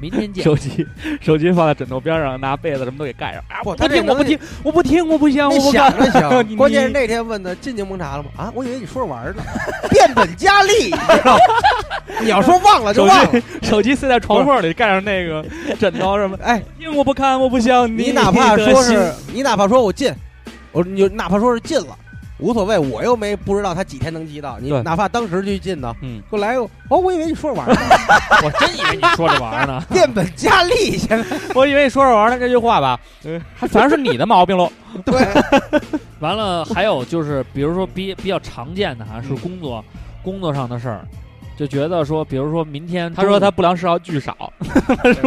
S3: 明天 见。
S5: 手机手机放在枕头边上，拿被子什么都给盖上。啊
S2: 不
S5: 我
S2: 他
S5: 不
S2: 这
S5: 听，我不
S2: 能力
S5: 听，我不听，我不想，我
S2: 那
S5: 不
S2: 想
S5: 看。
S2: 着行，
S5: 你
S2: 关键是那天问的进柠檬茶了吗？啊，我以为你说着玩儿呢，变本加厉，你知道吗？ 你要说忘了就
S5: 手
S2: 忘了
S5: 机， 手机塞在床缝里，盖上那 个枕头什么。
S2: 哎，
S5: 听我不看，我不想。
S2: 你哪怕
S5: 的
S2: 说
S5: 心
S2: 是你哪怕说我进，我你就哪怕说是进了，无所谓，我又没不知道他几天能寄到，你
S5: 对
S2: 哪怕当时就进呢，
S5: 嗯，
S2: 后来又哦，我以为你说着玩儿呢，，
S3: 我真以为你说着玩儿呢
S2: 变本加厉，现在
S5: 我以为你说着玩呢这句话吧，还 反正是你的毛病喽。
S2: 对，
S3: 完了还有就是，比如说比比较常见的哈、是工作、工作上的事儿，就觉得说，比如说明天
S5: 他说
S3: 中
S5: 他
S3: 午
S5: 不良嗜好巨 少，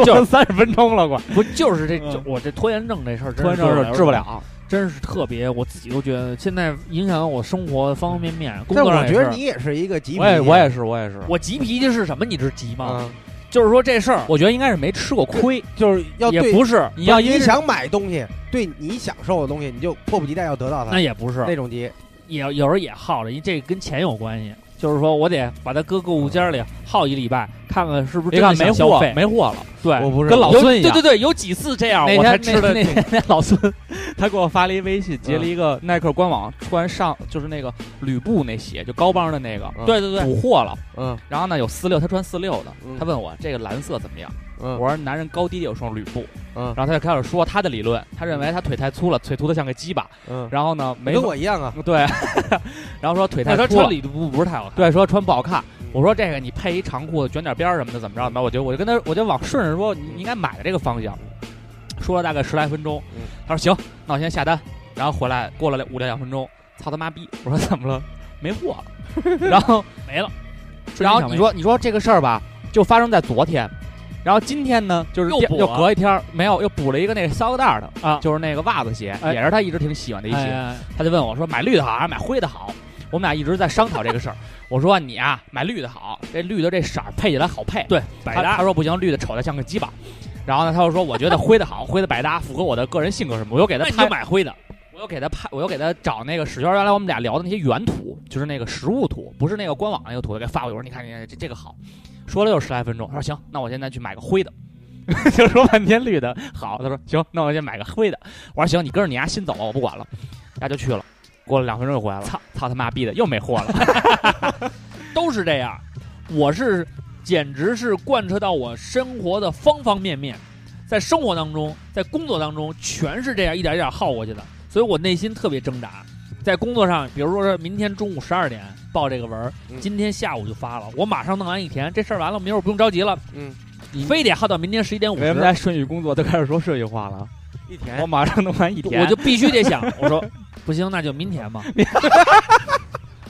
S5: 说三十分钟了，快
S3: 不就是这、
S5: 嗯
S3: 就我这拖延症这事儿，
S5: 突然就是治不，了。
S3: 真是特别，我自己都觉得现在影响我生活方方面面，工
S2: 但
S3: 作
S2: 我
S3: 上也
S2: 觉得
S3: 是
S2: 你也是一个极品，
S5: 我也我也是啊我也是，
S3: 我急脾气是什么？你知急吗？
S2: 嗯，
S3: 就是说这事儿
S5: 我觉得应该是没吃过亏，
S2: 就是要
S3: 也
S2: 对
S3: 不是，
S5: 你要因
S2: 你
S5: 为
S2: 想买东西，对你享受的东西，你就迫不及待要得到它
S3: 那，也不是，
S2: 那种急，
S3: 也有时候也耗着，因为这跟钱有关系。就是说我得把它搁购物间里耗一礼拜，看看是不是
S5: 别
S3: 真的
S5: 看没
S3: 想
S5: 货
S3: 消费。
S5: 没货了，
S3: 对，
S2: 我不是
S5: 哎跟老
S3: 有
S5: 孙一
S3: 对对。
S5: 样
S3: 对，有几次这样
S5: 那
S3: 我才
S5: 天
S3: 吃嗯的
S5: 那那天老孙，他给我发了一微信，截了一个耐克官网穿上就是那个吕布那鞋，就高帮的那个，
S2: 嗯
S3: 对对对，
S5: 补货了。
S2: 嗯
S5: 然后呢有四六，他穿四六的
S2: 嗯，
S5: 他问我这个蓝色怎么样？
S2: 嗯，
S5: 我说男人高低得有双吕布。
S2: 嗯
S5: 然后他就开始说他的理论，他认为他腿太粗了，腿粗的像个鸡巴。
S2: 嗯，
S5: 然后呢，没
S2: 跟我一样啊，
S5: 对， 然后说腿
S3: 那
S5: 太
S3: 他
S5: 粗
S3: 穿
S5: 了，
S3: 礼不不是太好看。
S5: 对，说穿不好看
S2: 嗯。
S5: 我说这个你配一长裤子卷点边儿什么的，怎么着？怎么着？我就我就跟他，我就往顺着说，你你应该买的这个方向。说了大概十来分钟
S2: 嗯，
S5: 他说行，那我先下单。然后回来过了五六两分钟，操他妈逼！我说怎么了？没 货了。然后
S3: 没了。
S5: 然后
S3: 瞬间
S5: 你说你说这个事儿吧，就发生在昨天，然后今天呢，就是
S3: 又
S5: 第
S3: 补
S5: 又
S3: 了
S5: 隔一天儿没有，又补了一个那个骚裤带儿的
S3: 啊
S5: 就是那个袜子鞋，
S3: 哎
S5: 也是他一直挺喜欢的一
S3: 想
S5: 鞋。
S3: 没哎
S5: 他就问我说买绿的好还是买灰的好？我们俩一直在商讨这个事儿。我说你啊买绿的好，这绿的这色儿配起来好配。
S3: 对，百
S5: 他
S3: 搭
S5: 他说不行，绿的丑的像个鸡巴。然后呢，他又说我觉得灰的好，灰的百搭，符合我的个人性格什么。我又给他
S3: 那你
S5: 拍
S3: 就，买灰的，
S5: 我又给他拍，我又给他找那个史圈，原来我们俩聊的那些原图，就是那个实物图，不是那个官网那个图，我给发过去。我说你看，你看这这个好，说了又十来分钟。他说行，那我现在去买个灰的， 就说半天绿的好。他说行，那我先买个灰的。我说行，你跟着你丫心走吧，我不管了，丫就去了。过了两分钟又回来了，操操他妈逼的，又没货 了。
S3: 都是这样。我是简直是贯彻到我生活的方方面面，在生活当中，在工作当中，全是这样一点一点耗过去的，所以我内心特别挣扎。在工作上，比如说是明天中午十二点报这个文儿
S2: 嗯，
S3: 今天下午就发了，我马上弄完一天，这事儿完了，明儿我不用着急了，
S2: 嗯，
S3: 非得耗到明天十一点五十，
S5: 顺序工作都开始说顺序话了？
S2: 一天
S5: 马上弄完一
S3: 我就必须得 想，我说不行，那就明天吧。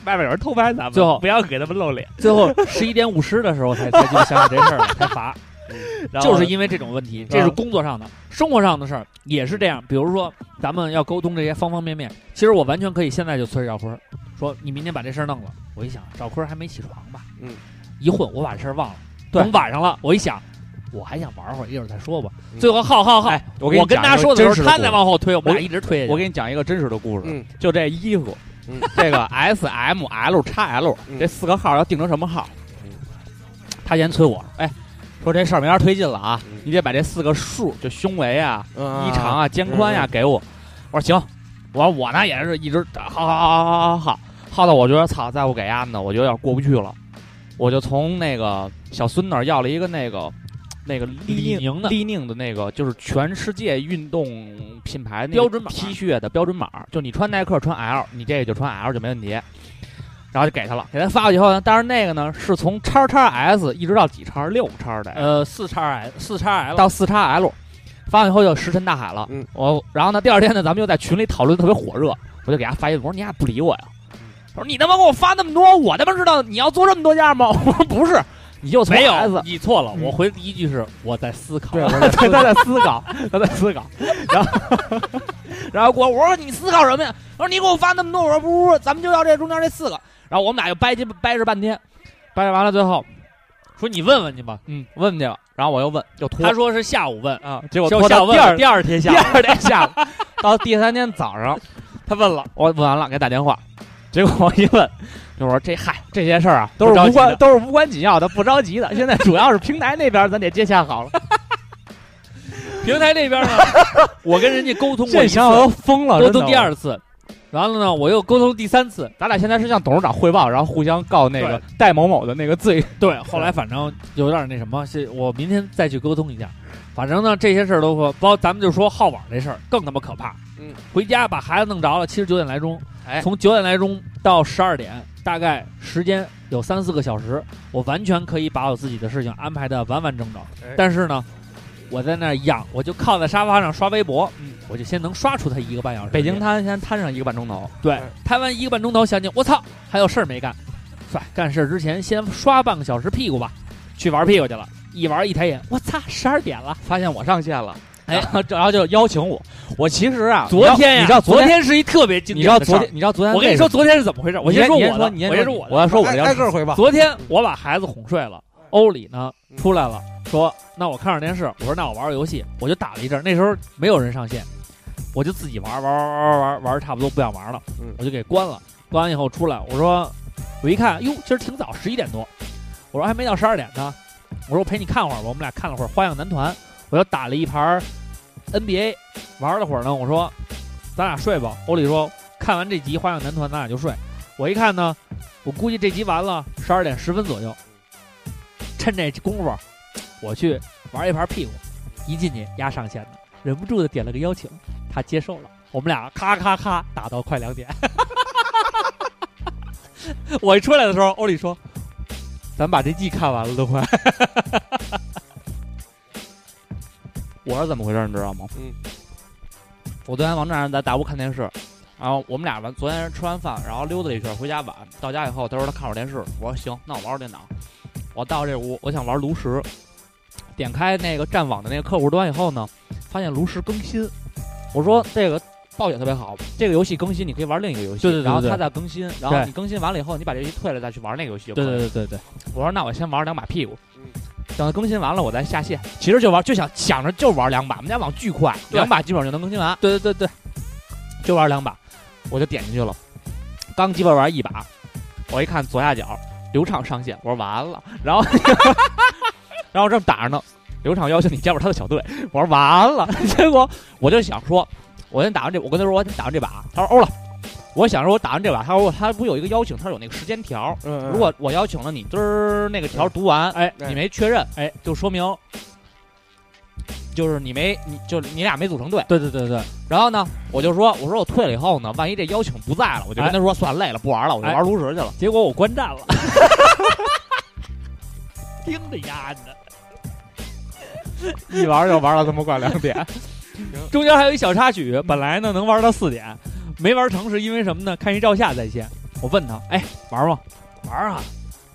S5: 外面有人偷拍咱们，
S3: 最后
S5: 不要给他们露脸。
S3: 最后十一点五十的时候才才就想起这事儿了，才罚。
S5: 然后嗯
S3: 就是因为这种问题，这是工作上的，生活上的事儿也是这样。比如说，咱们要沟通这些方方面面，其实我完全可以现在就催赵坤，说你明天把这事儿弄了。我一想，赵坤还没起床吧？
S2: 嗯，
S3: 一混我把这事儿忘了。
S5: 对
S3: 等晚上了，我一想，我还想玩会儿，一会儿再说吧。
S2: 嗯
S3: 最后耗耗耗，
S5: 哎，我
S3: 我跟他说的时候，他
S5: 在
S3: 再往后推，我们
S5: 我
S3: 俩一直推下去。
S5: 我给你讲一个真实的故事，
S2: 嗯
S5: 就这衣服，
S2: 嗯
S5: 这个 S M L X L
S2: 嗯
S5: 这四个号要定成什么号？
S2: 嗯
S5: 他先催我，哎，说这事儿没法推进了啊，
S2: 嗯
S5: 你得把这四个数，就胸围啊、
S2: 嗯
S5: 衣长啊、肩宽呀、
S2: 嗯
S5: 给我。我说行，我说我呢也是一直好好好好好好耗到我觉得操，再不给俺呢，我就有点过不去了。我就从那个小孙那儿要了一个那个那个
S3: 李
S5: 立
S3: 宁的
S5: 立宁的那个，就是全世界运动品牌那个
S3: 标准码
S5: T 恤的标准码，就你穿耐克穿 L，你这个就穿 L 就没问题。然后就给他了，给他发过去以后呢，但是那个呢是从叉叉 S 一直到几叉六叉的，
S3: 呃四叉 L 四叉 L
S5: 到四叉 L，发完以后就石沉大海了。
S2: 嗯
S5: 我然后呢，第二天呢，咱们又在群里讨论特别火热，我就给他发一个，我说你俩不理我呀？
S3: 嗯
S5: 他说你他妈给我发那么多，我他妈知道你要做这么多件吗？ 我说不是，你就从
S3: 没
S5: S
S3: 有，你错了。
S5: 嗯
S3: 我回第一句是我在思考
S2: 对，，我在
S5: 他他在思考，他在思考，然后 然后我我说你思考什么呀？他说你给我发那么多，我说不不不，咱们就要这中间这四个。然后我们俩就掰鸡巴掰扯半天，掰扯完了最后，
S3: 说你问问去吧。
S5: 嗯，问问去了，然后我又问，又拖
S3: 他说是下午问，
S5: 啊，结果
S3: 就
S5: 拖
S3: 下
S5: 到
S3: 午
S5: 第
S3: 问
S5: 二
S3: 第二天下
S5: 第
S3: 午，
S5: 二天下午，到第三天早 上，他问了，我问完了给打电话，结果我一问，就说这嗨这些事儿啊都
S3: 不
S5: 是
S3: 着
S5: 无
S3: 急
S5: 关
S3: 的
S5: 都是无关紧要的，不着急 的。现在主要是平台那边咱得接洽好 了，
S3: 平台这边 呢，我跟人家沟通过
S5: 这
S3: 一次，
S5: 想想都疯了，
S3: 沟
S5: 真啊
S3: 通
S5: 的
S3: 第，二次，完了呢，我又沟通第三次，
S5: 咱俩现在是向董事长汇报，然后互相告那个戴某某的那个罪，
S3: 对，后来反正有点那什么，是我明天再去沟通一下。反正呢，这些事儿都说，包咱们就说号网这事儿更他妈可怕。
S2: 嗯，
S3: 回家把孩子弄着了，其实九点来钟，
S5: 哎
S3: 从九点来钟到十二点，大概时间有三四个小时，我完全可以把我自己的事情安排的完完整整。
S2: 哎
S3: 但是呢，我在那儿养，我就靠在沙发上刷微博，
S5: 嗯
S3: 我就先能刷出他一个半小时。
S5: 北京摊先摊上一个半钟头，
S3: 对，拍完一个半钟头，想起我操，还有事儿没干，算了干事儿之前先刷半个小时屁股吧，去玩屁股去了。一玩一抬眼，我操，十二点了。
S5: 发现我上线了，
S3: 哎
S5: 然后然后就邀请我，我其实啊，
S3: 昨天呀，
S5: 你知道
S3: 昨
S5: 昨天，
S3: 是一特别经
S5: 你知道
S3: 典的事
S5: 昨
S3: 儿。
S5: 天，你知道昨天，
S3: 我跟你说，昨天是怎么回事？我
S5: 你先
S3: 先说
S5: 你
S3: 我的，
S5: 你先
S3: 我先
S5: 说
S3: 说我的。
S5: 我要说我
S2: 挨
S5: 的要
S2: 挨
S5: 求
S2: 个儿回吧。
S3: 昨天我把孩子哄睡了，欧里呢
S2: 嗯
S3: 出来了，说那我看会儿电视，我说那我玩会儿游戏，我就打了一阵儿。那时候没有人上线，我就自己玩玩玩玩玩玩，差不多不想玩了
S2: 嗯，
S3: 我就给关了。关完以后出来，我说我一看，哟，今儿挺早，十一点多，我说还没到十二点呢，我说我陪你看会儿吧，我们俩看了会儿《花样男团》，我又打了一盘儿 NBA，玩了会儿呢，我说咱俩睡吧。欧里说看完这集《花样男团》，咱俩就睡。我一看呢，我估计这集完了十二点十分左右，趁这功夫，我去玩一盘屁股。一进去压上线了，忍不住的点了个邀请，他接受了。我们俩咔咔咔打到快两点。 我一出来的时候，欧里说：“咱把这季看完了都快。
S5: 我是怎么回事，你知道吗？
S2: 嗯，
S5: 我昨天王站上在大屋看电视，然后我们俩吧，昨天吃完饭，然后溜达了一圈，回家晚，到家以后，他说他看会儿电视，我说行，那我玩会儿电脑。我到这屋，我想玩炉石，点开那个战网的那个客户端以后呢，发现炉石更新，我说这个。报也特别好，这个游戏更新你可以玩另一个游戏，
S3: 对对对对
S5: 然后
S3: 对
S5: 它再更新，然后
S3: 对
S5: 你更新完了以后，你把这游戏退了再去玩那个游戏”就可以
S3: 对
S5: 了。
S3: 对对对对，
S5: 我说那我先玩两把屁股
S2: 嗯，
S5: 等它更新完了我再下线。其实就玩就想想着就玩两把，我们家网巨快，
S3: 对
S5: 两把基本上就能更新完，
S3: 对对对对，
S5: 就玩两把，我就点进去了，刚鸡巴玩一把，我一看左下角刘畅上线，我说完了，然后 然后这么打着呢，刘畅邀请你加入他的小队，我说完了， 结果我就想说，我先打完这，我跟他说我打完这把，他说欧了。我想说，我打完这把，他说我他不有一个邀请，他有那个时间条，
S2: 嗯，嗯
S5: 如果我邀请了你，嘚儿那个条读完，哎，
S2: 哎
S5: 你没确认，哎，就说明就是你没，你就你俩没组成队。
S3: 对对对对，
S5: 然后呢，我就说，我说我退了以后呢，万一这邀请不在了，我就跟他说，算了累了，不玩了，我就
S3: 哎
S5: 玩炉石去了。
S3: 结果我观战了，盯着丫的。
S5: 一玩就玩到他妈快两 点，
S3: 中间还有一小插曲，本来呢能玩到四点，没玩成是因为什么呢？看一赵夏在线，我问他，哎，玩吗？玩啊！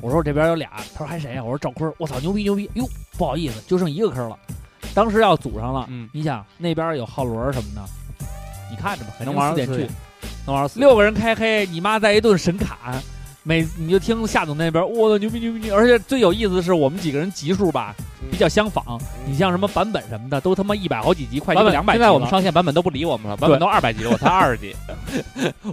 S3: 我说我这边有俩，他说还谁啊呀？我说赵坤，我操，牛逼牛逼！哟，不好意思，就剩一个坑了，当时要组上了，
S5: 嗯，
S3: 你想那边有浩伦什么的，你看着吧，肯定
S5: 能玩
S3: 四
S5: 到
S3: 点
S5: 四
S3: 去
S5: 点，能玩死。
S3: 六个人开黑，你妈再一顿神砍，每你就听夏总那边，我操牛逼牛逼牛逼！而且最有意思的是，我们几个人级数吧
S2: 嗯
S3: 比较相仿，你像什么版本什么的，都他妈一百好几级，快
S5: 版本
S3: 两百。
S5: 现在我们上线版本都不理我们了，版本都二百级了，我才二十级。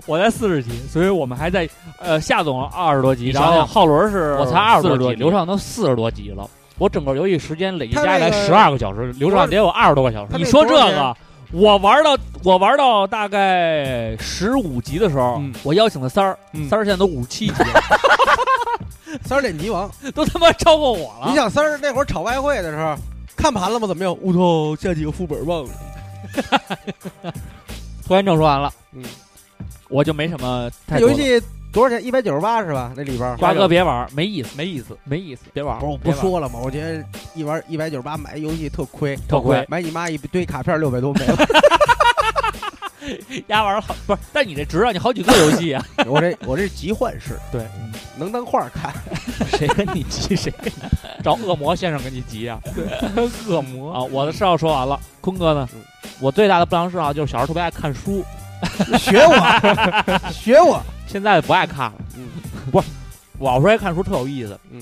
S3: 我在四十级，所以我们还在呃夏总二十多级，
S5: 你
S3: 然
S5: 想
S3: 后
S5: 想
S3: 浩伦是
S5: 我才二十
S3: 40
S5: 多级，
S3: 级，
S5: 刘畅都四十多级了。我整个游戏时间累计
S2: 他
S5: 加起来
S2: 这个
S5: 十二个小时，刘畅得有二十多个小时
S2: 他。
S3: 你
S2: 这
S3: 说这
S2: 多少
S3: 个，我玩到我玩到大概十五级的时候，
S5: 嗯
S3: 我邀请了三儿，
S5: 嗯
S3: 三儿现在都五十七级了，
S2: 三儿脸级王，
S3: 都他妈超过我
S2: 你
S3: 了。
S2: 想三儿那会儿炒外汇的时候，看盘了吗？怎么样？我操，下几个副本忘了。
S5: 拖延症说完了，
S2: 嗯，
S3: 我就没什么太
S2: 这
S3: 多
S2: 游
S3: 的
S2: 戏多少钱？一百九十八是吧？那里边儿。
S3: 瓜哥别玩，没意思，
S5: 没意思，
S3: 没意思，
S5: 别玩
S2: 不。是我不
S3: 别玩
S2: 说了吗？我觉得一玩一百九十八买游戏特亏，
S3: 特亏
S2: 买你妈一堆卡片六百多没了。
S3: 丫玩了好不是？但你这值啊，你好几个游戏啊。
S2: 我这我这是集幻式，嗯
S3: 对，
S2: 能当画儿看。
S5: 谁跟 你急？谁跟你找恶魔先生跟你急啊？恶魔
S3: 啊，我的嗜好说完了，坤哥呢？
S5: 我最大的不良嗜好就是小时候特别爱看书，
S2: 学我，学我。
S5: 现在不爱看了。
S2: 嗯
S5: 不是，我要说爱看书特有意思。
S2: 嗯，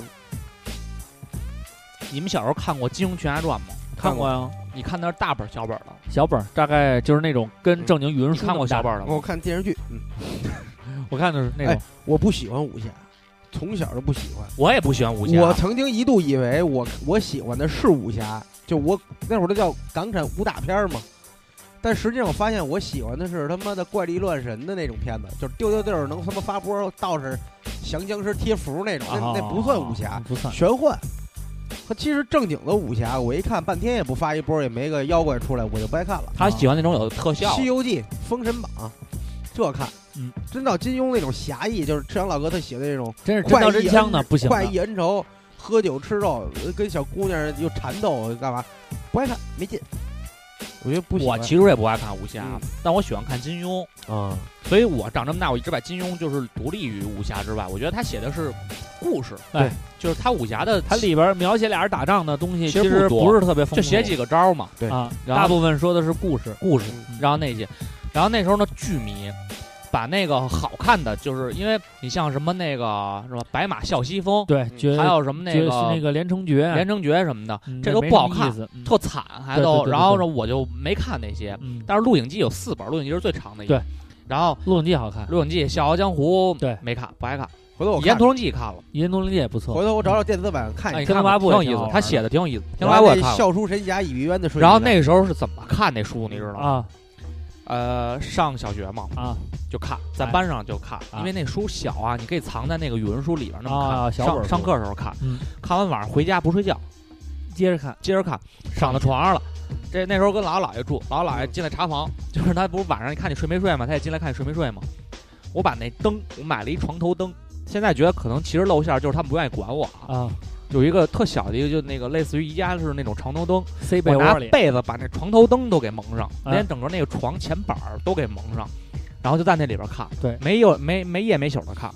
S5: 你们小时候看过《金庸群侠传》吗？
S3: 看过呀，
S5: 你看那是大本儿小本儿的，
S3: 小本儿大概就是那种
S5: 嗯
S3: 跟正经语文
S5: 你
S3: 书
S5: 看过小本儿的吗？
S2: 我看电视剧，嗯，
S3: 我看的是那种
S2: 哎。我不喜欢武侠，从小就不喜欢。
S5: 我也不喜欢武侠，
S2: 我曾经一度以为我我喜欢的是武侠，就我那会儿都叫港产武打片儿嘛。但实际上我发现我喜欢的是他妈的怪力乱神的那种片子，就是丢丢丢儿能他妈发波，道士降僵尸贴符那
S5: 哎
S2: 种，
S5: 啊
S2: 那那不算武侠，
S3: 啊不算。
S2: 玄幻。他其实正经的武侠，我一看半天也不发一波，也没个妖怪出来，我就不爱看了。
S5: 他喜欢那种有特效
S2: 《
S5: 的
S2: 西游记》《封神榜》，这看，
S3: 嗯，
S2: 真到金庸那种侠义，就是赤阳老哥他写的那种
S3: 真是真
S2: 快
S3: 刀
S2: 意
S3: 真枪的
S2: 恩
S3: 不行的
S2: 快意恩仇，喝酒吃肉，呃跟小姑娘又缠斗干嘛，不爱看，没劲。我觉得不喜
S5: 我
S2: 欢
S5: 其实也不爱看武侠，
S2: 嗯
S5: 但我喜欢看金庸，
S2: 啊，
S5: 所以我长这么大，我一直把金庸就是独立于武侠之外。我觉得他写的是故事，
S3: 对，
S5: 就是哎他武侠的，
S3: 它里边描写俩人打仗的东西，
S5: 其
S3: 其
S5: 实不
S3: 实
S5: 多
S3: 不是特别丰富，
S5: 就写几个招嘛，
S2: 对
S3: 啊，
S5: 然后
S3: 大部分说的是故事。
S5: 故事
S2: 嗯，
S5: 然后那些，然后那时候呢，剧迷把那个好看的，就是因为你像什么那个什么白马啸西风，
S3: 对，绝
S5: 嗯还有什么
S3: 绝
S5: 那
S3: 是
S5: 个
S3: 那个连城诀，
S5: 连城诀什么的，
S3: 嗯
S5: 这
S3: 那
S5: 都
S3: 没
S5: 不
S3: 什
S5: 好
S3: 么
S5: 看
S3: 意思，嗯
S5: 特惨，还
S3: 对对
S5: 都。
S3: 对
S5: 然后
S3: 对
S5: 呢，我就没看那些，
S3: 嗯，但
S5: 但是《鹿影记》有四本，《鹿影记》是最长的一
S3: 对
S5: 本，然后
S3: 《鹿鼎记》好看，
S5: 《
S3: 《
S5: 鹿影记》《笑傲江湖》
S3: 对
S5: 没看，不爱看。
S2: 回头我
S5: 《倚天
S2: 看
S5: 屠，龙记》看了，
S3: 银龙记》也不
S2: 回
S3: 错。
S2: 头我找找电子版看
S5: 哎，
S2: 一
S5: 你
S2: 看。
S5: 看
S3: 天龙八部
S5: 挺有
S3: 也挺
S5: 意
S3: 好
S2: 啊
S5: 思，
S3: 玩
S5: 他
S3: 的
S5: 写的挺有意思，《天
S2: 然
S5: 龙
S2: 后
S5: 八部》也
S2: 那
S5: 看了。
S2: 笑书神侠倚碧鸳的顺序
S5: 然后
S2: 呢
S5: 那个时候是怎么看那书，你知道吗？
S3: 啊
S5: 呃，上小学嘛，
S3: 啊
S5: 就看，在
S3: 哎
S5: 班上就看，
S3: 啊
S5: 因为那书小啊，你可以藏在那个语文书里边那么看。
S3: 啊小本儿
S5: 上
S3: 书
S5: 上课的时候看，
S3: 嗯
S5: 看完晚上回家不睡觉，
S3: 接着看，
S5: 接着看，上到床上了。这那时候跟姥姥姥爷住，姥姥姥爷进来查房， 就是他不是晚上看你睡没睡嘛，他也进来看你睡没睡嘛。我把那灯，我买了一床头灯，现在觉得可能其实露馅儿，就是他们不愿意管我啊。
S3: 啊
S5: 有一个特小的一个，就那个类似于宜家式那种床头灯，
S3: 塞被
S5: 我拿
S3: 窝里，
S5: 被子把那床头灯都给蒙上，
S3: 啊
S5: 连整个那个床前板儿都给蒙上，然后就在那里边看，
S3: 对
S5: 没有没没夜没宿的看，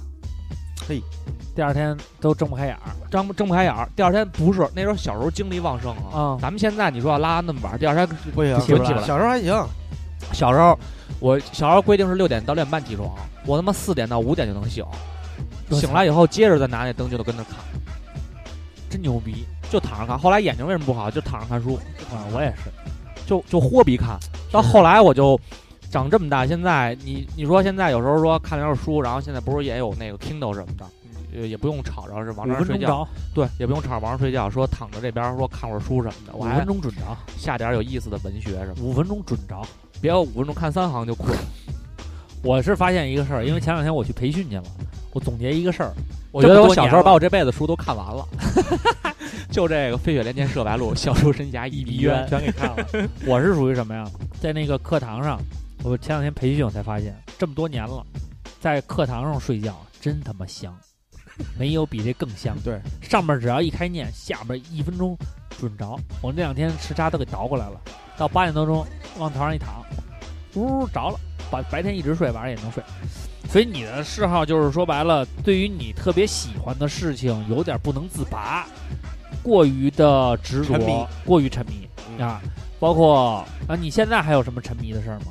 S3: 第二天都睁不开眼儿
S5: 张不睁不开眼儿。第二天不是那时候小时候精力旺盛啊，
S3: 啊。
S5: 咱们现在你说要拉那么晚，第二天
S2: 不行，
S5: 起不来
S2: 小时候还行，
S5: 小时候我小时候规定是六点到六点半起床，我他妈四点到五点就能醒，
S3: 多
S5: 醒
S3: 惨
S5: 来以后接着再拿那灯就得跟着看，真牛逼，就躺着看。后来眼睛为什么不好？就躺着看书。
S3: 啊，我也是，
S5: 就就豁逼看。到后来我就长这么大，现在你你说现在有时候说看点书，然后现在不是也有那个 Kindle 什么的，呃也不用吵着是往
S3: 嗯五
S5: 那儿
S3: 分
S5: 睡
S3: 钟
S5: 觉，
S3: 着，
S5: 对，也不用吵着往上睡觉，说躺着这边说看会儿书什么的，
S3: 五
S5: 我
S3: 分
S5: 还
S3: 钟准着，
S5: 下点有意思的文学什么的，
S3: 五分钟准着。
S5: 别五分钟看三行就困了。
S3: 我是发现一个事儿，因为前两天我去培训去了，我总结一个事儿，
S5: 我觉得
S3: 这么
S5: 我
S3: 多
S5: 小
S3: 年
S5: 时候
S3: 了
S5: 把我这辈子书都看完了， 就这个《飞雪连天射白鹿》《笑书神侠倚碧鸳》
S3: 全给看了。 我是属于什么呀？在那个课堂上，我前两天培训我才发现，这么多年了，在课堂上睡觉真他妈香，没有比这更香。
S2: 对，
S3: 上面只要一开念，下面一分钟准着。我这两天时差都给倒过来了，到八点多钟往床上一躺，呜着了，白白天一直睡，晚上也能睡。所以你的嗜好就是说白了，对于你特别喜欢的事情有点不能自拔，过于的执
S2: 沉迷
S3: 着，过于沉迷。啊，包括啊，你现在还有什么沉迷的事儿吗？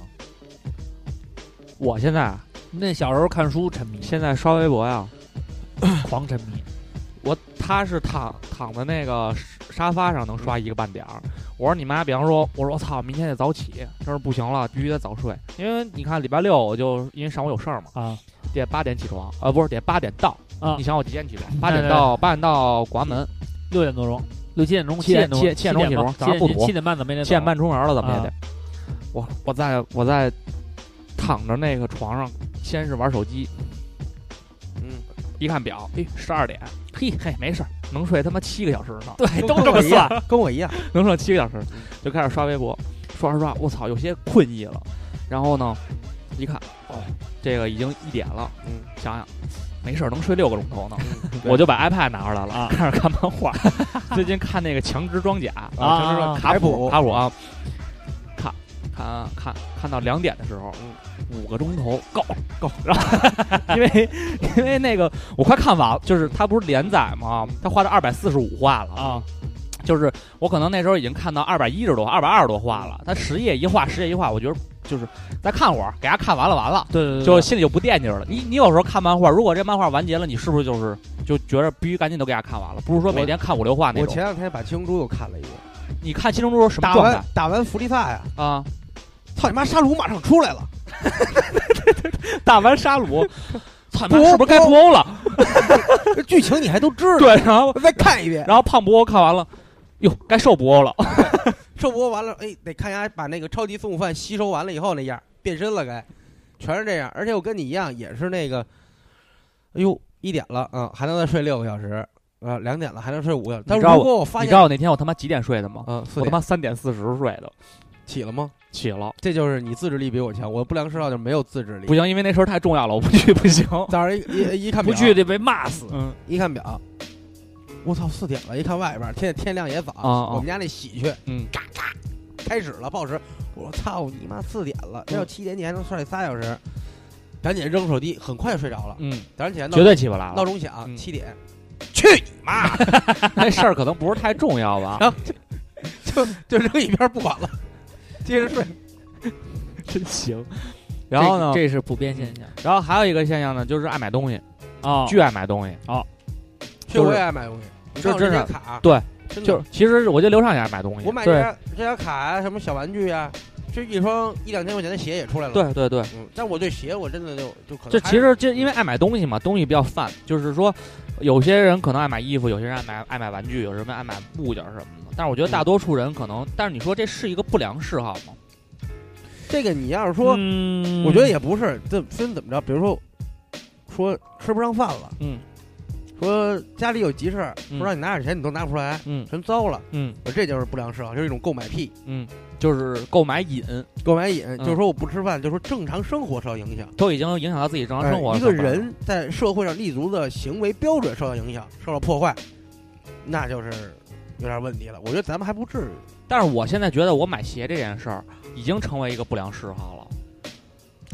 S5: 我现在啊
S3: 那小时候看书沉迷，
S5: 现在刷微博呀，
S3: 狂沉迷，
S5: 我他是躺躺在那个沙发上能刷一个半点儿。我说你妈，比方说，我说我操，明天得早起，这是不行了，必须得早睡。因为你看礼拜六我就因为上午有事儿嘛，
S3: 啊
S5: 得八点起床，呃，不是得八点到。
S3: 啊
S5: 你想我几点起床？八
S3: 对
S5: 点到八点到广安门，
S3: 六点多钟，六七点钟，
S5: 七
S3: 点
S5: 点
S3: 钟，
S5: 七
S3: 七
S5: 点钟
S3: 点吧
S5: 起床早上不
S3: 七点
S5: 堵
S3: 七点半怎么也得
S5: 七点
S3: 走
S5: 半出门了，怎么也
S3: 啊
S5: 得。我我在我在躺着那个床上，先是玩手机，
S2: 嗯，
S5: 一看表，嘿，十二点，嘿嘿，没事儿，能睡他妈七个小时呢。
S3: 对，
S2: 都这么算，跟我一样，
S5: 能上七个小时，就开始刷微博，刷刷刷，我操，有些困意了。然后呢，一看，哦，这个已经一点了，
S2: 嗯，
S5: 想想没事儿能睡六个钟头呢，
S2: 对
S5: 我就把 iPad 拿出来了，啊、开始看漫画。 最近看那个《强之装甲》
S2: 啊强之装甲
S5: 卡
S2: 凯普
S5: 卡普啊，看看看看到两点的时候，五个钟头够够，然后因为因为那个我快看完了，就是它不是连载嘛，它画到二百四十五话了
S3: 啊，
S2: 嗯
S5: 就是我可能那时候已经看到二百一十多、二百二十多话了，它十页一画，十页一画，我觉得就是再看会儿，给大家看完了完了，
S4: 对对对，
S5: 就心里就不惦记着了。你你有时候看漫画，如果这漫画完结了，你是不是就是就觉着必须赶紧都给大家看完了？不是说每天看五六话那
S2: 我
S5: 种。
S2: 前两天把《七龙珠》又看了一遍，
S5: 你看《七龙珠》什么
S2: 打
S5: 状
S2: 完
S5: 态
S2: 打完弗利萨呀，
S5: 啊？
S2: 操你妈，沙鲁马上出来了，
S5: 打完沙鲁， 操你妈，
S2: 布欧
S5: 是不是该
S2: 布欧
S5: 布欧了？
S2: 这剧情你还都知道？
S5: 对，然后
S2: 再看一遍。
S5: 然后胖布欧看完了，哟，该瘦布欧了。
S2: 这播完了，哎，得看丫把那个超级孙悟饭吸收完了以后那样变身了该，全是这样。而且我跟你一样，也是那个，哎呦，一点了，嗯，还能再睡六个小时，呃，两点了还能睡五个小时。但
S5: 你
S2: 是
S5: 知道
S2: 如
S5: 我
S2: 果我发
S5: 你
S2: 现
S5: 知，道我那天我他妈几点睡的吗？
S2: 嗯，四
S5: 我他
S2: 点
S5: 妈三点四十睡的，
S2: 起了吗？
S5: 起了
S2: 这就是你自制力比我强，我不良嗜好就没有自制力。
S5: 不行，因为那事儿太重要了，我不去不行。
S2: 早上一一一看
S4: 不
S2: 表，
S4: 去得被骂死。
S5: 嗯，
S2: 一看表，我操，四点了，一看外边天天亮也早，
S5: 啊
S2: 我们家那喜鹊，
S5: 嗯
S2: 嘎嘎，开始了报时，我说操你妈四点了，这要
S5: 嗯
S2: 七点你还能睡仨小时，赶紧扔手机，很快就睡着了，
S5: 嗯，
S2: 早上起来闹
S5: 绝对起不来
S2: 闹
S5: 了。
S2: 钟响
S5: 嗯
S2: 七点，
S5: 那事儿可能不是太重要吧？
S2: 就扔一边不 管了，接着睡，
S5: 真行。 然后呢？
S4: 这这是普遍现象
S5: 然后还有一个现象呢，就是爱买东西，
S3: 哦
S4: 啊。
S5: 巨爱买东西。
S2: 去我也爱买东西，你看我这
S5: 真是
S2: 张卡，
S5: 对，
S2: 真的
S5: 就是其实嗯我觉得刘畅也爱买东西
S2: 我。买这
S5: 对
S2: 张这张卡啊呀，什么小玩具呀，这一双一两千块钱的鞋也出来了，，
S5: 对对对，
S2: 嗯，但我对鞋我真的就就可能
S5: 这
S2: 还
S5: 其实就因为爱买东西嘛，东西比较泛，就是说有些人可能爱买衣服，有些人爱买爱买玩具，有些人爱买物件什么的。但是我觉得大多数人可能，但是你说这是一个不良嗜好吗？
S2: 这个你要是说。
S5: 嗯
S2: 我觉得也不是，这分怎么着？比如说，说吃不上饭了，
S5: 嗯，
S2: 说家里有急事儿，
S5: 嗯
S2: 不让你拿点钱，你都拿不出来，
S5: 嗯
S2: 全糟了。
S5: 嗯
S2: 我这就是不良嗜好，就是一种购买癖、
S5: 嗯，就是购买瘾
S2: 购买瘾。
S5: 嗯
S2: 就是说我不吃饭，就是说正常生活受到影响，
S5: 都已经影响到自己正常啊生活
S2: 哎
S5: 了。
S2: 一个
S5: 怎么办
S2: 人在社会上立足的行为标准受到影响，受到破坏，那就是有点问题了。我觉得咱们还不至于，
S5: 但是我现在觉得我买鞋这件事儿已经成为一个不良嗜好了，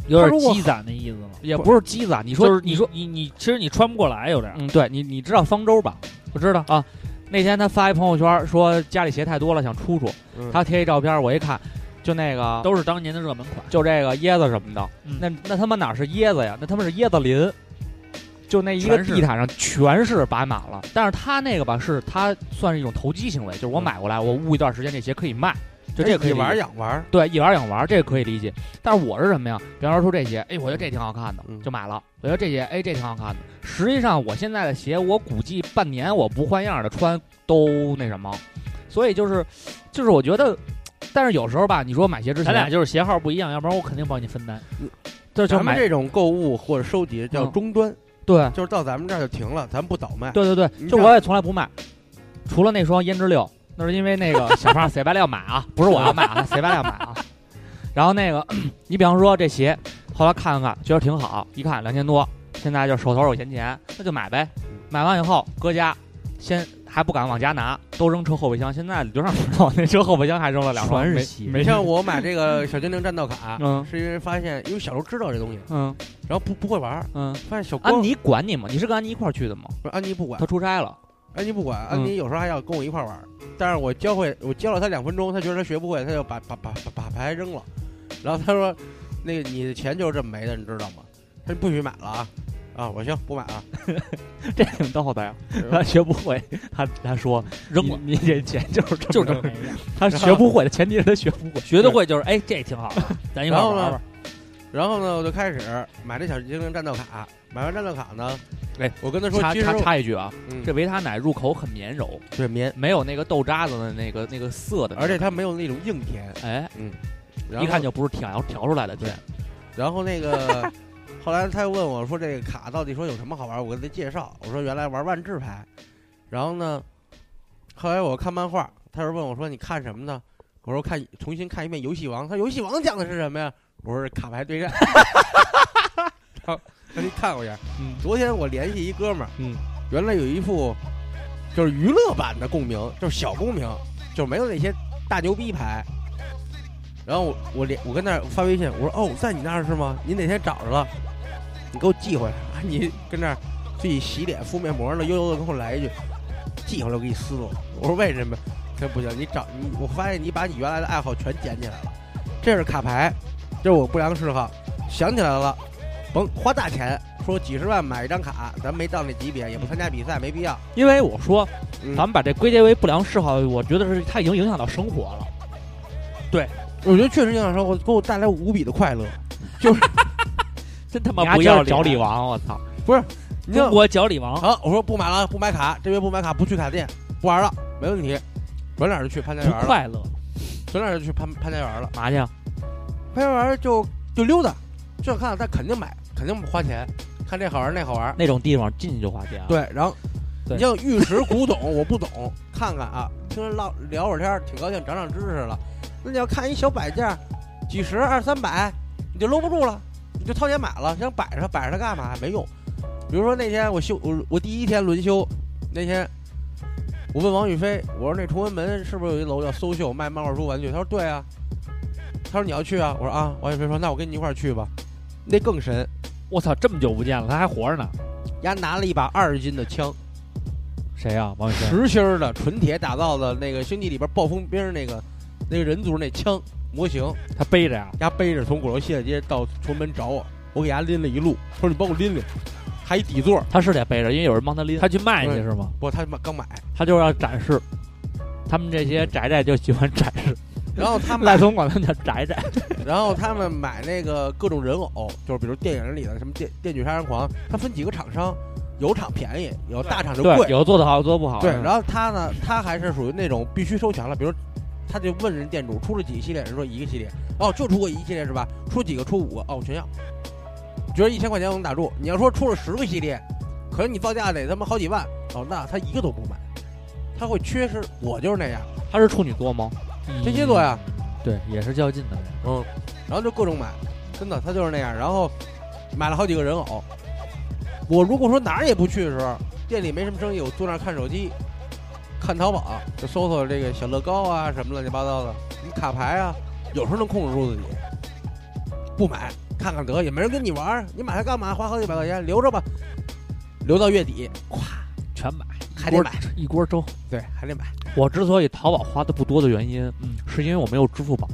S4: 有
S5: 他
S4: 点
S5: 如果
S4: 积攒的意思了。
S5: 也不是机子啊。你说，
S4: 就是
S5: 你
S4: 你
S5: 说，
S4: 你你，其实你穿不过来，有点儿。
S5: 嗯，对你，你知道方舟吧？
S4: 我知道，
S5: 啊，那天他发一朋友圈说家里鞋太多了，想出出。
S2: 嗯
S5: 他贴一照片，我一看，就那个
S4: 都是当年的热门款。
S5: 就这个椰子什么的，
S4: 嗯
S5: 那那他妈哪是椰子呀？那他妈是椰子林，就那一个
S4: 全是
S5: 地毯上全是摆满了。嗯但是他那个吧，是他算是一种投机行为，就是我买过来，我捂一段时间，这鞋可以卖，就这个可以
S2: 你哎玩
S5: 理
S2: 儿
S5: 解
S2: 养玩儿，
S5: 对，一玩儿养玩儿，这个可以理解。但是我是什么呀？比方说出这鞋，哎，我觉得这挺好看的，
S2: 嗯
S5: 就买了。我觉得这鞋，哎，这挺好看的。实际上，我现在的鞋，我估计半年我不换样儿的穿都那什么。所以就是，就是我觉得，但是有时候吧，你说买鞋之
S4: 咱俩
S5: 前，
S4: 就是鞋号不一样，要不然我肯定帮你分 担。
S5: 就就
S2: 咱们
S5: 买
S2: 这种购物或者收集叫
S5: 嗯
S2: 终端，
S5: 对
S2: 就是到咱们这儿就停了，咱不倒卖。
S5: 对对
S2: 你
S5: 对，就
S2: 像
S5: 我也从来不卖，除了那双胭脂六，那是因为那个小胖谁白要买啊，不是我要买啊， 谁白要买啊。然后那个，你比方说这鞋，后来看看觉得挺好，一看两千多，现在就手头有闲钱，那就买呗。
S4: 嗯
S5: 买完以后搁家，先还不敢往家拿，都扔车后备箱。现在刘畅不知道，那车后备箱还扔了两双，
S4: 全是
S5: 没
S4: 鞋
S5: 没
S2: 你像我买这个小精灵战斗卡，
S5: 嗯
S2: 是因为发现，因为小时候知道这东西，
S5: 嗯
S2: 然后不不会玩儿，
S5: 嗯，
S2: 发现小光
S5: 安妮嗯管你吗？你是跟安妮一块儿去的吗？
S2: 不是安妮不管
S5: 她，出差了，
S2: 安妮不管，安妮有时候还要跟我一块儿玩儿，但是我教会我教了他两分钟，他觉得他学不会，他就把把把把把牌扔了，然后他说，那个你的钱就是这么没的，你知道吗？他说不许买了啊啊！我行不买了，
S5: 这挺逗的呀。她啊学不会，她她说
S4: 扔了，
S5: 你你这钱就是这
S4: 就
S5: 么
S4: 是这
S5: 着
S4: 么没用
S5: 他学不会的前提是他学不会，
S4: 学得会就是哎，这挺好的，咱一块
S2: 然
S4: 儿
S2: 后
S4: 玩
S2: 呢
S4: 玩。，
S2: 然后呢我就开始买这小精灵战斗卡，买完战斗卡呢，
S5: 哎，
S2: 我跟他说
S5: 插
S2: 其实
S5: 插插一句啊，
S2: 嗯
S5: 这维他奶入口很绵柔，
S2: 对棉，
S5: 没有那个豆渣子的那个那个涩的
S2: 而
S5: 那个，
S2: 且它没有那种硬甜，
S5: 哎，
S2: 然
S5: 一
S2: 后
S5: 看就不是调调出来的甜。
S2: 然后那个，后来他又问我说：“这个卡到底说有什么好玩？”我给他介绍，我说：“原来玩万智牌。”然后呢，后来我看漫画，他又问我说：“你看什么呢？”我说看：“重新看一遍《游戏王》。”他《游戏王》讲的是什么呀？我说：“卡牌对战。” 然后他就看我一眼。
S5: 嗯
S2: 昨天我联系一哥们儿，
S5: 嗯，
S2: 原来有一副就是娱乐版的共鸣，就是小共鸣，就没有那些大牛逼牌。然后我我连我跟那儿发微信，我说哦，在你那儿是吗？你哪天找着了，你给我寄回来。啊你跟那儿自己洗脸敷面膜呢，悠悠的跟我来一句，寄回来我给你撕了。我说为什么？他说不行，你找你，我发现你把你原来的爱好全捡起来了。这是卡牌，这是我不良嗜好，想起来了，甭花大钱，说几十万买一张卡，咱没到那级别，也不参加比赛，没必要。
S5: 因为我说，
S2: 嗯
S5: 咱们把这归结为不良嗜好，我觉得是它已经影响到生活了。
S2: 我觉得确实影响生活，给我带来无比的快 乐。
S3: 真他
S5: 你
S3: 妈
S5: 还
S3: 不
S5: 真
S3: 要
S5: 是找
S3: 脸
S5: 李王，我操！
S2: 你
S3: 中
S2: 看，
S3: 国脚李王，
S2: 好，我说不买了，不买卡，这月不买卡，不去卡店，不玩了，没问题。转脸就去潘家
S5: 不
S2: 园了，
S5: 快乐，
S2: 转脸就去潘潘家园了。
S5: 嘛去啊？
S2: 潘家园就就溜达，就想看，但肯定买，肯定花钱，看这好玩那好玩。
S5: 那种地方进去就花钱。，
S2: 啊对，然后
S5: 对
S2: 你像玉石古董，我 不懂，看看啊，听人唠聊会儿天儿，挺高兴，长长知识了。那你要看一小摆件儿，几十二三百，你就搂不住了，你就掏钱买了，想摆着摆着它干嘛？没用。比如说那天我修，我我第一天轮休，那天我问王宇飞，我说那崇文门是不是有一楼叫搜秀卖漫画书玩具？他说对啊。他说你要去啊？我说啊。王宇飞说那我跟你一块儿去吧。那更神，
S3: 我操，这么久不见了，他还活着呢。
S2: 丫拿了一把二十斤的枪。
S5: 谁呀？王宇轩。
S2: 实芯儿的纯铁打造的那个星际里边暴风兵那个那个人族那枪模型，
S3: 他背着呀，
S2: 丫背着从鼓楼西大街到崇文门找我，我给丫拎了一路，说你帮我拎拎，还一底座儿，
S5: 他是得背着，因为有人帮他拎。
S3: 他去卖去
S2: 对
S3: 是吗？
S2: 不，他妈刚买，
S5: 他就是要展示，他们这些宅宅就喜欢展示。
S2: 然后他
S5: 嗯赖
S2: 买，
S5: 总管他们叫宅宅，
S2: 然后他们买那个各种人偶，就是比如电影里的什么电电锯杀人狂，他分几个厂商，有厂便宜，有大厂就
S5: 对，
S2: 贵，
S5: 有的做的好，有的做得不好。
S2: 对，
S5: 嗯
S2: 然后他呢，他还是属于那种必须收钱了，比如他就问人店主出了几个系列，人说一个系列，哦，就出过一个系列是吧？出几个？出五个？哦，我全要。觉得一千块钱我能打住，你要说出了十个系列，可是你造价得他妈好几万，哦，那他一个都不买，他会缺失。我就是那样，
S5: 他是处女座吗？
S2: 天蝎座呀，
S5: 嗯对，也是较劲的人。
S2: 然后就各种买，真的他就是那样。然后买了好几个人偶。我如果说哪儿也不去的时候，店里没什么生意，我坐那儿看手机，看淘宝，啊就搜搜这个小乐高啊什么乱七八糟的，你卡牌啊，有时候能控制住自己，不买看看得，也没人跟你玩儿，你买它干嘛？花好几百块钱留着吧，留到月底，咵
S5: 全买
S2: 还得买，
S5: 一锅粥。
S2: 对，还得买。
S5: 我之所以淘宝花的不多的原因，
S3: 嗯
S5: 是因为我没有支付宝，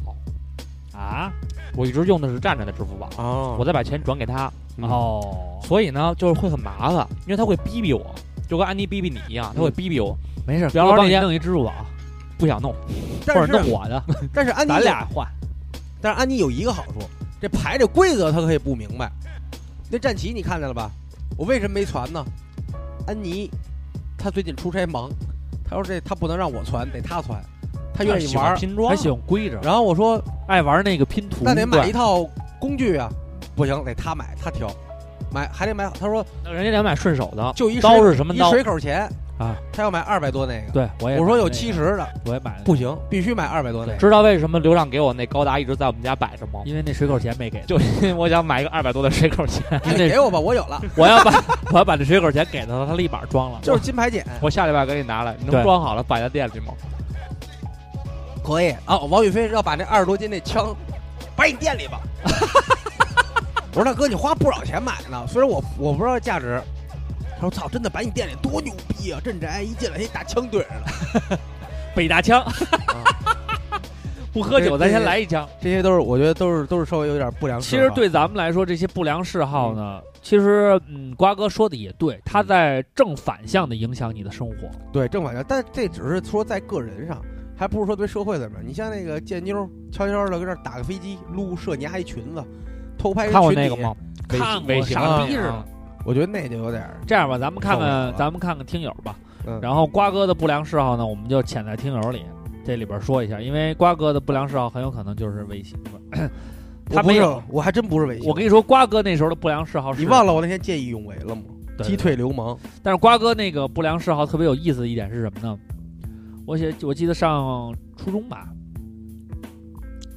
S3: 啊，
S5: 我一直用的是站站的支付宝，
S2: 哦
S5: 我再把钱转给他，
S2: 嗯
S3: 哦，
S5: 所以呢，就是会很麻烦，因为他会逼逼我，就跟安迪逼逼你一样，他会逼逼我，
S3: 没事，
S5: 然后
S3: 帮你
S5: 帮你
S3: 弄一支付宝，
S5: 不想弄，
S2: 但
S5: 或者弄
S2: 是
S5: 我的，
S2: 但是安妮
S3: 咱俩换。
S2: 但是安妮有一个好处，这牌这规则她可以不明白。那战旗你看见了吧？我为什么没传呢？安妮，她最近出差忙，她说这她不能让我传，得她传，她愿意
S5: 喜
S2: 玩
S5: 欢
S2: 儿。
S5: 拼装
S3: 还，喜欢规着，
S2: 然后我说
S3: 爱玩那个拼图。
S2: 那得买一
S3: 对
S2: 套工具啊，不行，得她买，她挑，买还得买。她说
S5: 人家得买顺手的，
S2: 就一
S5: 刀
S2: 水
S5: 是什么
S2: 一
S5: 刀？
S2: 水口钱
S5: 啊，
S2: 她要买二百多那个。
S3: 对，我也
S2: 我说有
S3: 买那个
S2: 七，十的，
S3: 我也买了，
S2: 不行，必须买二百多那个。
S5: 知道为什么刘浪给我那高达一直在我们家摆着吗？
S3: 因为那水口钱没给，
S5: 就因为我想买一个二百多的水口钳，
S2: 你得给我吧，我有 了，
S5: 我要把我要把这水口钳给他，他立马装了。
S2: 就是金牌剪。
S5: 我下礼拜给你拿来，你能
S3: 对
S5: 装好了摆在店里吗？
S2: 可以啊，王宇飞要把那二十多斤那枪摆你店里 吧。我说大哥，你花不少钱买呢，虽然我我不知道价值。他说：“操，真的摆你店里多牛逼啊！镇宅一进来，一大枪对着了。
S3: 北大枪。
S2: 啊
S3: 不喝酒，咱先来一枪。
S2: 这些都是我觉得都是都是稍微有点不良
S3: 其实对咱们来说，这些不良嗜好呢，其实嗯，瓜哥说的也对，
S2: 嗯
S3: 他在正反向的影响你的生活。
S2: 对正反向，但这只是说在个人上，还不是说对社会怎么样。你像那个贱妞，悄悄的搁这儿打个飞机，撸射你丫一裙子，偷拍人
S5: 哎看过
S2: 群
S5: 那个
S2: 体
S5: 吗？？
S3: 看
S5: 微
S3: 过
S5: 信
S3: 傻逼似的
S2: 啊。我觉得那就有点儿
S3: 这样吧，咱们看
S2: 受不了
S3: 看
S2: 了
S3: 咱们看看听友吧。
S2: 嗯
S3: 然后瓜哥的不良嗜好呢，我们就潜在听友里这里边说一下，因为瓜哥的不良嗜好很有可能就是微信。他
S2: 我不
S3: 没
S2: 是
S3: 有，
S2: 我还真不是猥亵。
S3: 我跟你说，瓜哥那时候的不良嗜好是
S2: 你忘了我那天见义勇为了吗？
S3: 对
S2: 击退流氓，
S3: 但是瓜哥那个不良嗜好特别有意思的一点是什么呢？我写我记得上初中吧，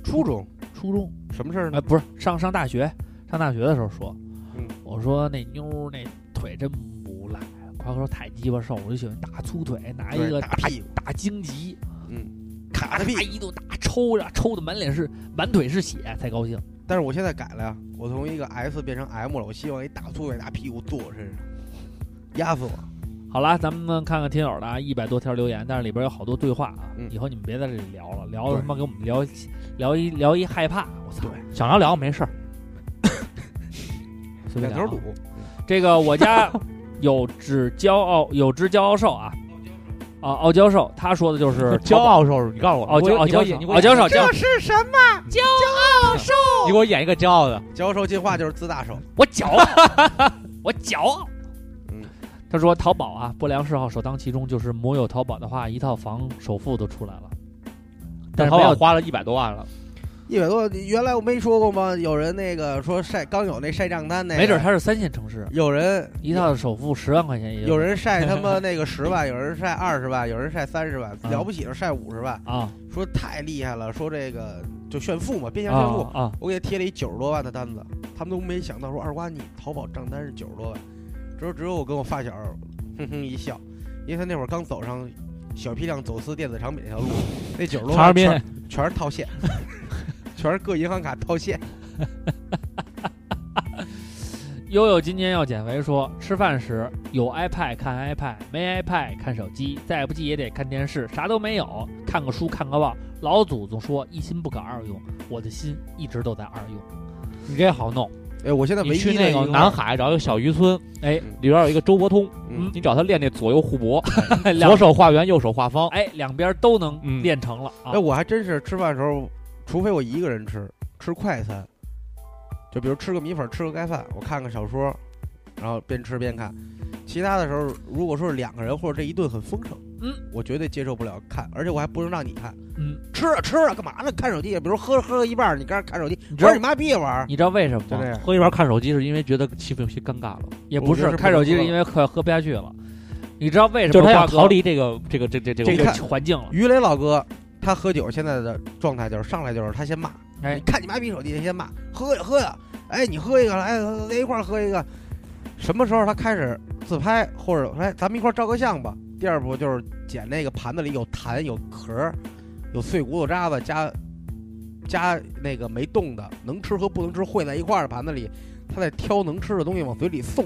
S2: 初中
S3: 初中
S2: 什么事儿
S3: 哎、？不是上上大学，上大学的时候说，
S2: 嗯
S3: 我说那妞儿那腿真不赖，瓜哥说太鸡巴瘦，我就喜欢大粗腿，拿啊一
S2: 对
S3: 个
S2: 大屁股，
S3: 大荆棘，
S2: 嗯，
S3: 咔
S2: 卡的屁
S3: 咔。一顿打抽着，抽的满脸是满腿是血才高兴。
S2: 但是我现在改了呀，我从一个 S 变成 M 了，我希望一大粗腿大屁股坐我身上，压死我。
S3: 好啦，咱们看看听友的啊，一百多条留言，但是里边有好多对话啊，
S2: 嗯
S3: 以后你们别在这里聊了，聊了
S2: 对
S3: 他妈给我们聊聊一聊一害怕，我操！
S5: 想聊聊没事儿， 随便
S2: 两
S5: 聊
S2: 头
S5: 啊
S2: 堵，
S3: 这个我家有只骄傲 有只骄傲兽啊，啊傲娇兽，他说的 就是
S5: 骄傲时候，你告诉我，
S3: 傲娇傲娇
S5: 你给我
S3: 傲娇兽，骄傲
S4: 是什么？
S5: 你给我演一个骄傲的，
S2: 教授进化就是自大手，
S3: 我骄傲， 我骄傲
S2: 嗯。
S3: 他说淘宝啊，不良嗜好首当其冲，就是摩友淘宝的话，一套房首付都出来了，但是
S5: 淘
S3: 没
S5: 宝
S3: 有
S5: 花了一百多万了，
S2: 一百多。原来我没说过吗？有人那个说晒刚有那晒账单那个，
S3: 没准他是三线城市，
S2: 有人
S3: 一套首付十万块钱也
S2: 有人晒他妈那个十 万，有人晒二十万，有人晒三十万，
S3: 啊
S2: 了不起的晒五十万，
S3: 啊
S2: 说太厉害了，说这个就炫富嘛，变
S3: 啊
S2: 相炫富。
S3: 啊！
S2: 我给他贴了一九十多万的单子，他们都没想到说二瓜你淘宝账单是九十多万，只有只有我跟我发小哼哼一笑，因为他那会儿刚走上小批量走私电子产品那条路，那九十多
S5: 哈尔
S2: 万
S5: 滨
S2: 全全是套现， 全是各银行卡套现。
S3: 悠悠今年要减肥说，吃饭时有 iPad 看 iPad，没 iPad 看手机，再不济也得看电视，啥都没有，看个书看个报。老祖宗说一心不可二用，我的心一直都在二用。
S5: 你这好弄，
S2: 哎，我现在唯
S5: 你
S2: 一的
S5: 去那
S2: 一
S5: 个南海找一个小渔村，
S3: 哎
S5: 里边有一个周伯通，
S2: 嗯
S5: 你找他练那左右互 搏，
S3: 两
S5: 左手画圆，右手画方，
S3: 哎，两边都能
S5: 嗯
S3: 练成了、
S2: 哎，
S3: 啊！
S2: 我还真是吃饭的时候，除非我一个人吃，吃快餐，就比如吃个米粉，吃个盖饭，我看个小说，然后边吃边看。其他的时候，如果说是两个人或者这一顿很丰盛，
S3: 嗯，
S2: 我绝对接受不了看，而且我还不能让你看，
S3: 嗯，
S2: 吃啊吃啊，干嘛呢？看手机，比如喝喝一半儿，你跟那看手机，
S3: 你知道
S2: 玩你妈逼也玩儿，
S3: 你知道为什么
S2: 就这
S3: 吗？
S2: 样。
S5: 喝一半看手机是因为觉得气氛有些尴尬了，
S3: 也不
S2: 我觉
S3: 是
S2: 得是
S3: 看手机，
S2: 不能喝
S3: 是因为快喝不下去了。你知道为什么
S5: 就是他
S3: 瓜
S5: 想
S3: 哥
S5: 逃离这个这个这这这
S3: 这
S5: 个
S2: 这
S3: 个
S2: 看
S3: 环境了？
S2: 于雷老哥，他喝酒现在的状态就是上来就是他先骂，
S3: 哎
S2: 你看你妈逼手机先骂，喝呀喝呀，哎你喝一个来来一块儿喝一个。什么时候他开始自拍，或者哎咱们一块儿照个相吧？第二步就是捡那个盘子里有痰、有壳儿、有碎骨头渣子加加那个没动的，能吃和不能吃烩在一块儿的盘子里，他在挑能吃的东西往嘴里送。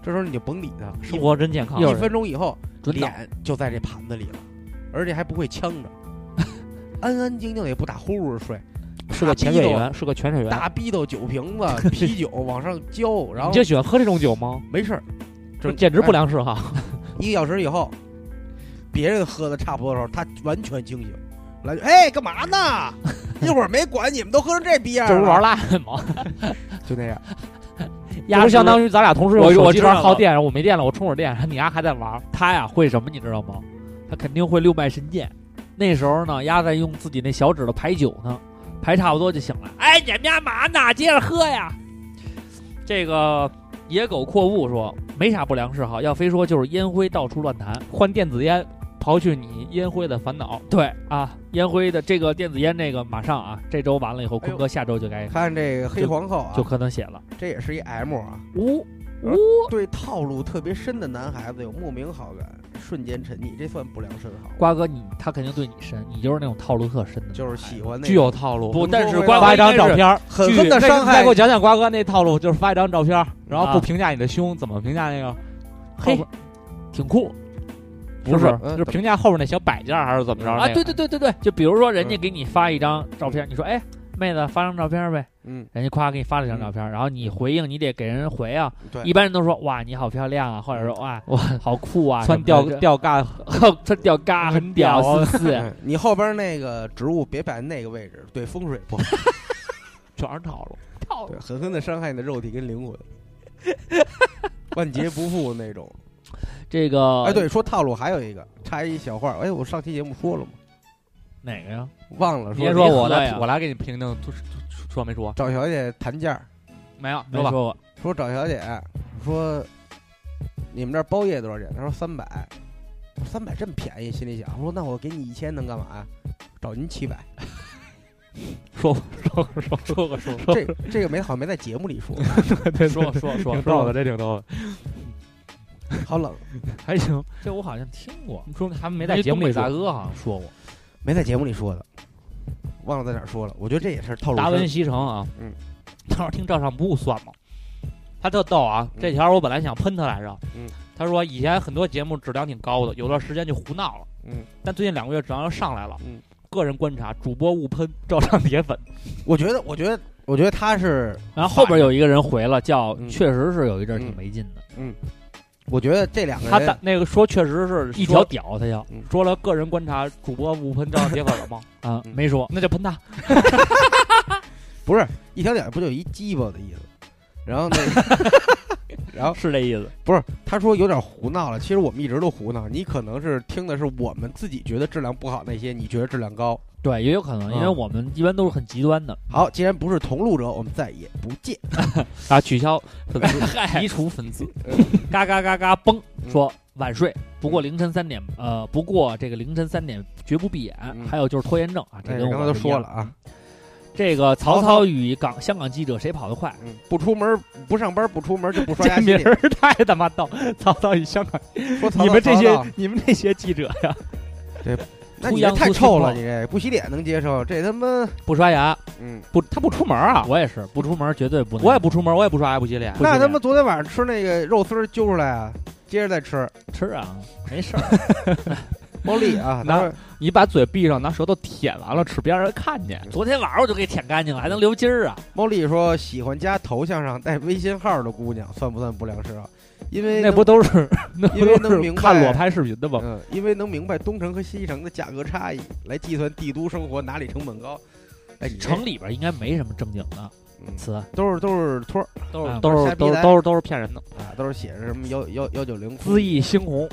S2: 这时候你就甭理他，
S5: 生活真健康。
S2: 一分钟以后，
S3: 准倒
S2: 脸就在这盘子里了，而且还不会呛 着，安安静静的也不打呼噜睡，
S5: 是个潜水员，是个潜水员。
S2: 大逼斗酒瓶子、啤酒往上浇，然后
S5: 你就喜欢喝这种酒吗？
S2: 没事儿，
S5: 这
S2: 这
S5: 简直不良嗜好。
S2: 一个小时以后，别人喝的差不多的时候，他完全清醒，来句哎干嘛呢？一会儿没管你们都喝成这逼 样
S5: 这
S2: 了，
S5: 不玩赖吗？
S2: 就那样。
S5: 这不相当于咱俩同时
S3: 我
S5: 用手
S3: 我
S5: 机
S3: 知道
S5: 玩耗
S3: 了
S5: 电，我没电了，我充会儿电，然后你丫还在玩。
S3: 他呀会什么你知道吗？他肯定会六脉神剑。那时候呢，丫在用自己那小指头排酒呢，排差不多就醒了。哎，你们家嘛呢？接着喝呀。这个野狗阔步说没啥不良嗜好，要非说就是烟灰到处乱弹。
S5: 换电子烟，刨去你烟灰的烦恼。
S3: 对啊，烟灰的这个电子烟，这个马上啊，这周完了以后，
S2: 哎呦
S3: 坤哥下周就该、
S2: 看这个黑皇后啊
S3: 就，可能写了。
S2: 这也是一 M 啊，
S3: 呜、呜、
S2: 对套路特别深的男孩子有莫名好感，瞬间沉溺，这算不良嗜好吗，
S3: 瓜哥你他肯定对你深，你就是那种套路特深的，
S2: 就是喜。欢那
S5: 具
S2: 个
S5: 有套路。
S3: 不，
S2: 能
S3: 但是
S2: 说回
S3: 瓜哥
S5: 发一张
S3: 应该
S5: 照
S3: 是
S5: 片儿，
S2: 狠
S5: 具
S2: 狠的
S5: 那
S2: 伤
S5: 你再
S2: 害
S5: 给我讲讲瓜哥那套路，就是发一张照片儿，然后
S3: 啊
S5: 不评价你的胸，怎么评价那个？
S3: 嘿
S5: 后边，
S3: 挺酷
S5: 不
S2: 是
S5: 是，
S2: 嗯
S5: 就是评价后边那小摆件儿还是怎么着？
S3: 啊！
S5: 那个嗯
S3: 对对对对对，就比如说人家给你发一张照片，你说哎妹子发张照片呗，
S2: 嗯，
S3: 人家夸给你发了一张照片，然后你回应你得给人回啊。
S2: 对
S3: 一般人都说哇你好漂亮啊，或者说哇
S5: 哇
S3: 好酷啊，
S5: 穿吊吊嗯嘎，
S3: 吊 穿吊嘎很屌啊丝 丝。
S2: 嗯你后边那个植物别摆那个位置，对风水不好，
S5: 全是套路。
S2: 对，狠狠的伤害你的肉体跟灵魂， 万劫不复那种。
S3: 这个
S2: 哎，对，说套路还有一个，插一小话，哎，我上期节目说了吗？
S3: 哪个呀？
S2: 忘了
S5: 别
S2: 说，
S5: 说
S3: 你喝
S5: 我来
S3: 呀，
S5: 我来给你评评，说说没说？
S2: 找小姐谈价，
S5: 没有，
S3: 没
S5: 吧
S3: 说？过
S2: 说找小姐，说你们这儿包夜多少钱？她说三百，我说三百这么便宜，心里想，我说那我给你一千能干嘛呀？找您七百，
S5: 说说说说个说
S2: 这这个没好像没在节目里说，
S5: 对
S3: 说说说
S5: 挺逗的，这挺逗的，
S2: 好冷，
S5: 还行。
S3: 这我好像听过，
S5: 说他们
S3: 没
S5: 没在节目里
S3: 大
S5: 说嗯
S3: 哥好像说过。
S2: 没在节目里说的，忘了在哪儿说了。我觉得这也是套路
S5: 达
S2: 深。
S5: 文西城啊，
S2: 嗯，
S5: 嗯当时听赵尚不误算吗？他特逗啊，这条我本来想喷他来着，
S2: 嗯，
S5: 他说以前很多节目质量挺高的，有段时间就胡闹了，
S2: 嗯，
S5: 但最近两个月质量又上来了，
S2: 嗯。
S5: 个人观察，主播误喷，照上铁粉。
S2: 我觉得，我觉得，我觉得他是，
S3: 然后后边有一个人回了，叫
S2: 嗯
S3: 确实是有一阵儿挺
S2: 嗯
S3: 没劲的，
S2: 我觉得这两个
S5: 他
S2: 人
S5: 打，那个说，确实是
S3: 一
S5: 说
S3: 条屌他要
S5: 说了个人观察，主播误喷，照上铁粉了吗？
S3: 啊，
S2: 嗯
S3: 没说
S5: 那就喷他。
S2: 不是一条点，不就一鸡巴的意思？然 后那个，然后
S3: 是这意思。
S2: 不是他说有点胡闹了，其实我们一直都胡闹。你可能是听的是我们自己觉得质量不好那些，你觉得质量高。
S3: 对，也有可能，因为
S2: 嗯
S3: 我们一般都是很极端的。
S2: 好，既然不是同路者，我们再也不见。
S5: 啊，取消粉 丝，移除粉丝，
S3: 嘎嘎嘎嘎崩，
S2: 嗯
S3: 说晚睡，不过凌晨三点，呃，不过这个凌晨三点绝不闭眼。
S2: 嗯
S3: 还有就是拖延症啊，这
S2: 哎
S3: 跟我
S2: 刚才
S3: 们
S2: 都
S3: 一
S2: 说
S3: 样
S2: 了。啊，
S3: 这个曹
S2: 曹
S3: 操
S2: 操
S3: 与港香港记者谁跑得快？
S2: 嗯，不出门不上班不出门就不刷牙
S5: 这
S2: 洗
S5: 名
S2: 脸。
S5: 儿太他妈逗！曹操与香港，
S2: 说曹
S5: 你
S2: 操
S5: 们这
S2: 曹
S5: 些
S2: 操
S5: 你们这些记者呀，
S2: 那你这太臭了，你这不洗脸能接受？这他妈，
S3: 不刷牙，
S2: 嗯，
S5: 不，他不出门啊！
S3: 我也是不出门，绝对不能。
S5: 我也不出门，我也不刷牙不洗脸。
S3: 不
S2: 那他
S3: 洗脸
S2: 妈昨天晚上吃那个肉丝儿揪出来啊，接着再吃，
S3: 吃啊，没事儿。
S2: 猫腻啊，
S5: 那
S2: 他说
S5: 你把嘴闭上，拿舌头舔完了，吃，别让人看见。
S3: 昨天晚上我就给舔干净了，还能留筋儿啊？
S2: 猫丽说：“喜欢加头像上带微信号的姑娘算不算不良嗜好？因为
S5: 那
S2: 能
S5: 不都是那
S2: 因为
S5: 不都
S2: 能
S5: 是
S2: 明白
S5: 看裸拍视频的吗？
S2: 嗯，因为能明白东城和西城的价格差异，来计算帝都生活哪里成本高。哎，你这
S3: 城里边应该没什么正经的
S2: 嗯
S3: 词，
S2: 都是都是托儿
S5: 都
S3: 啊
S5: 是都
S2: 瞎
S5: 是
S2: 逼
S5: 都
S2: 咱
S5: 是都是都是骗人的。
S2: 啊，都是写着什么幺幺幺九零
S5: 恣意猩红，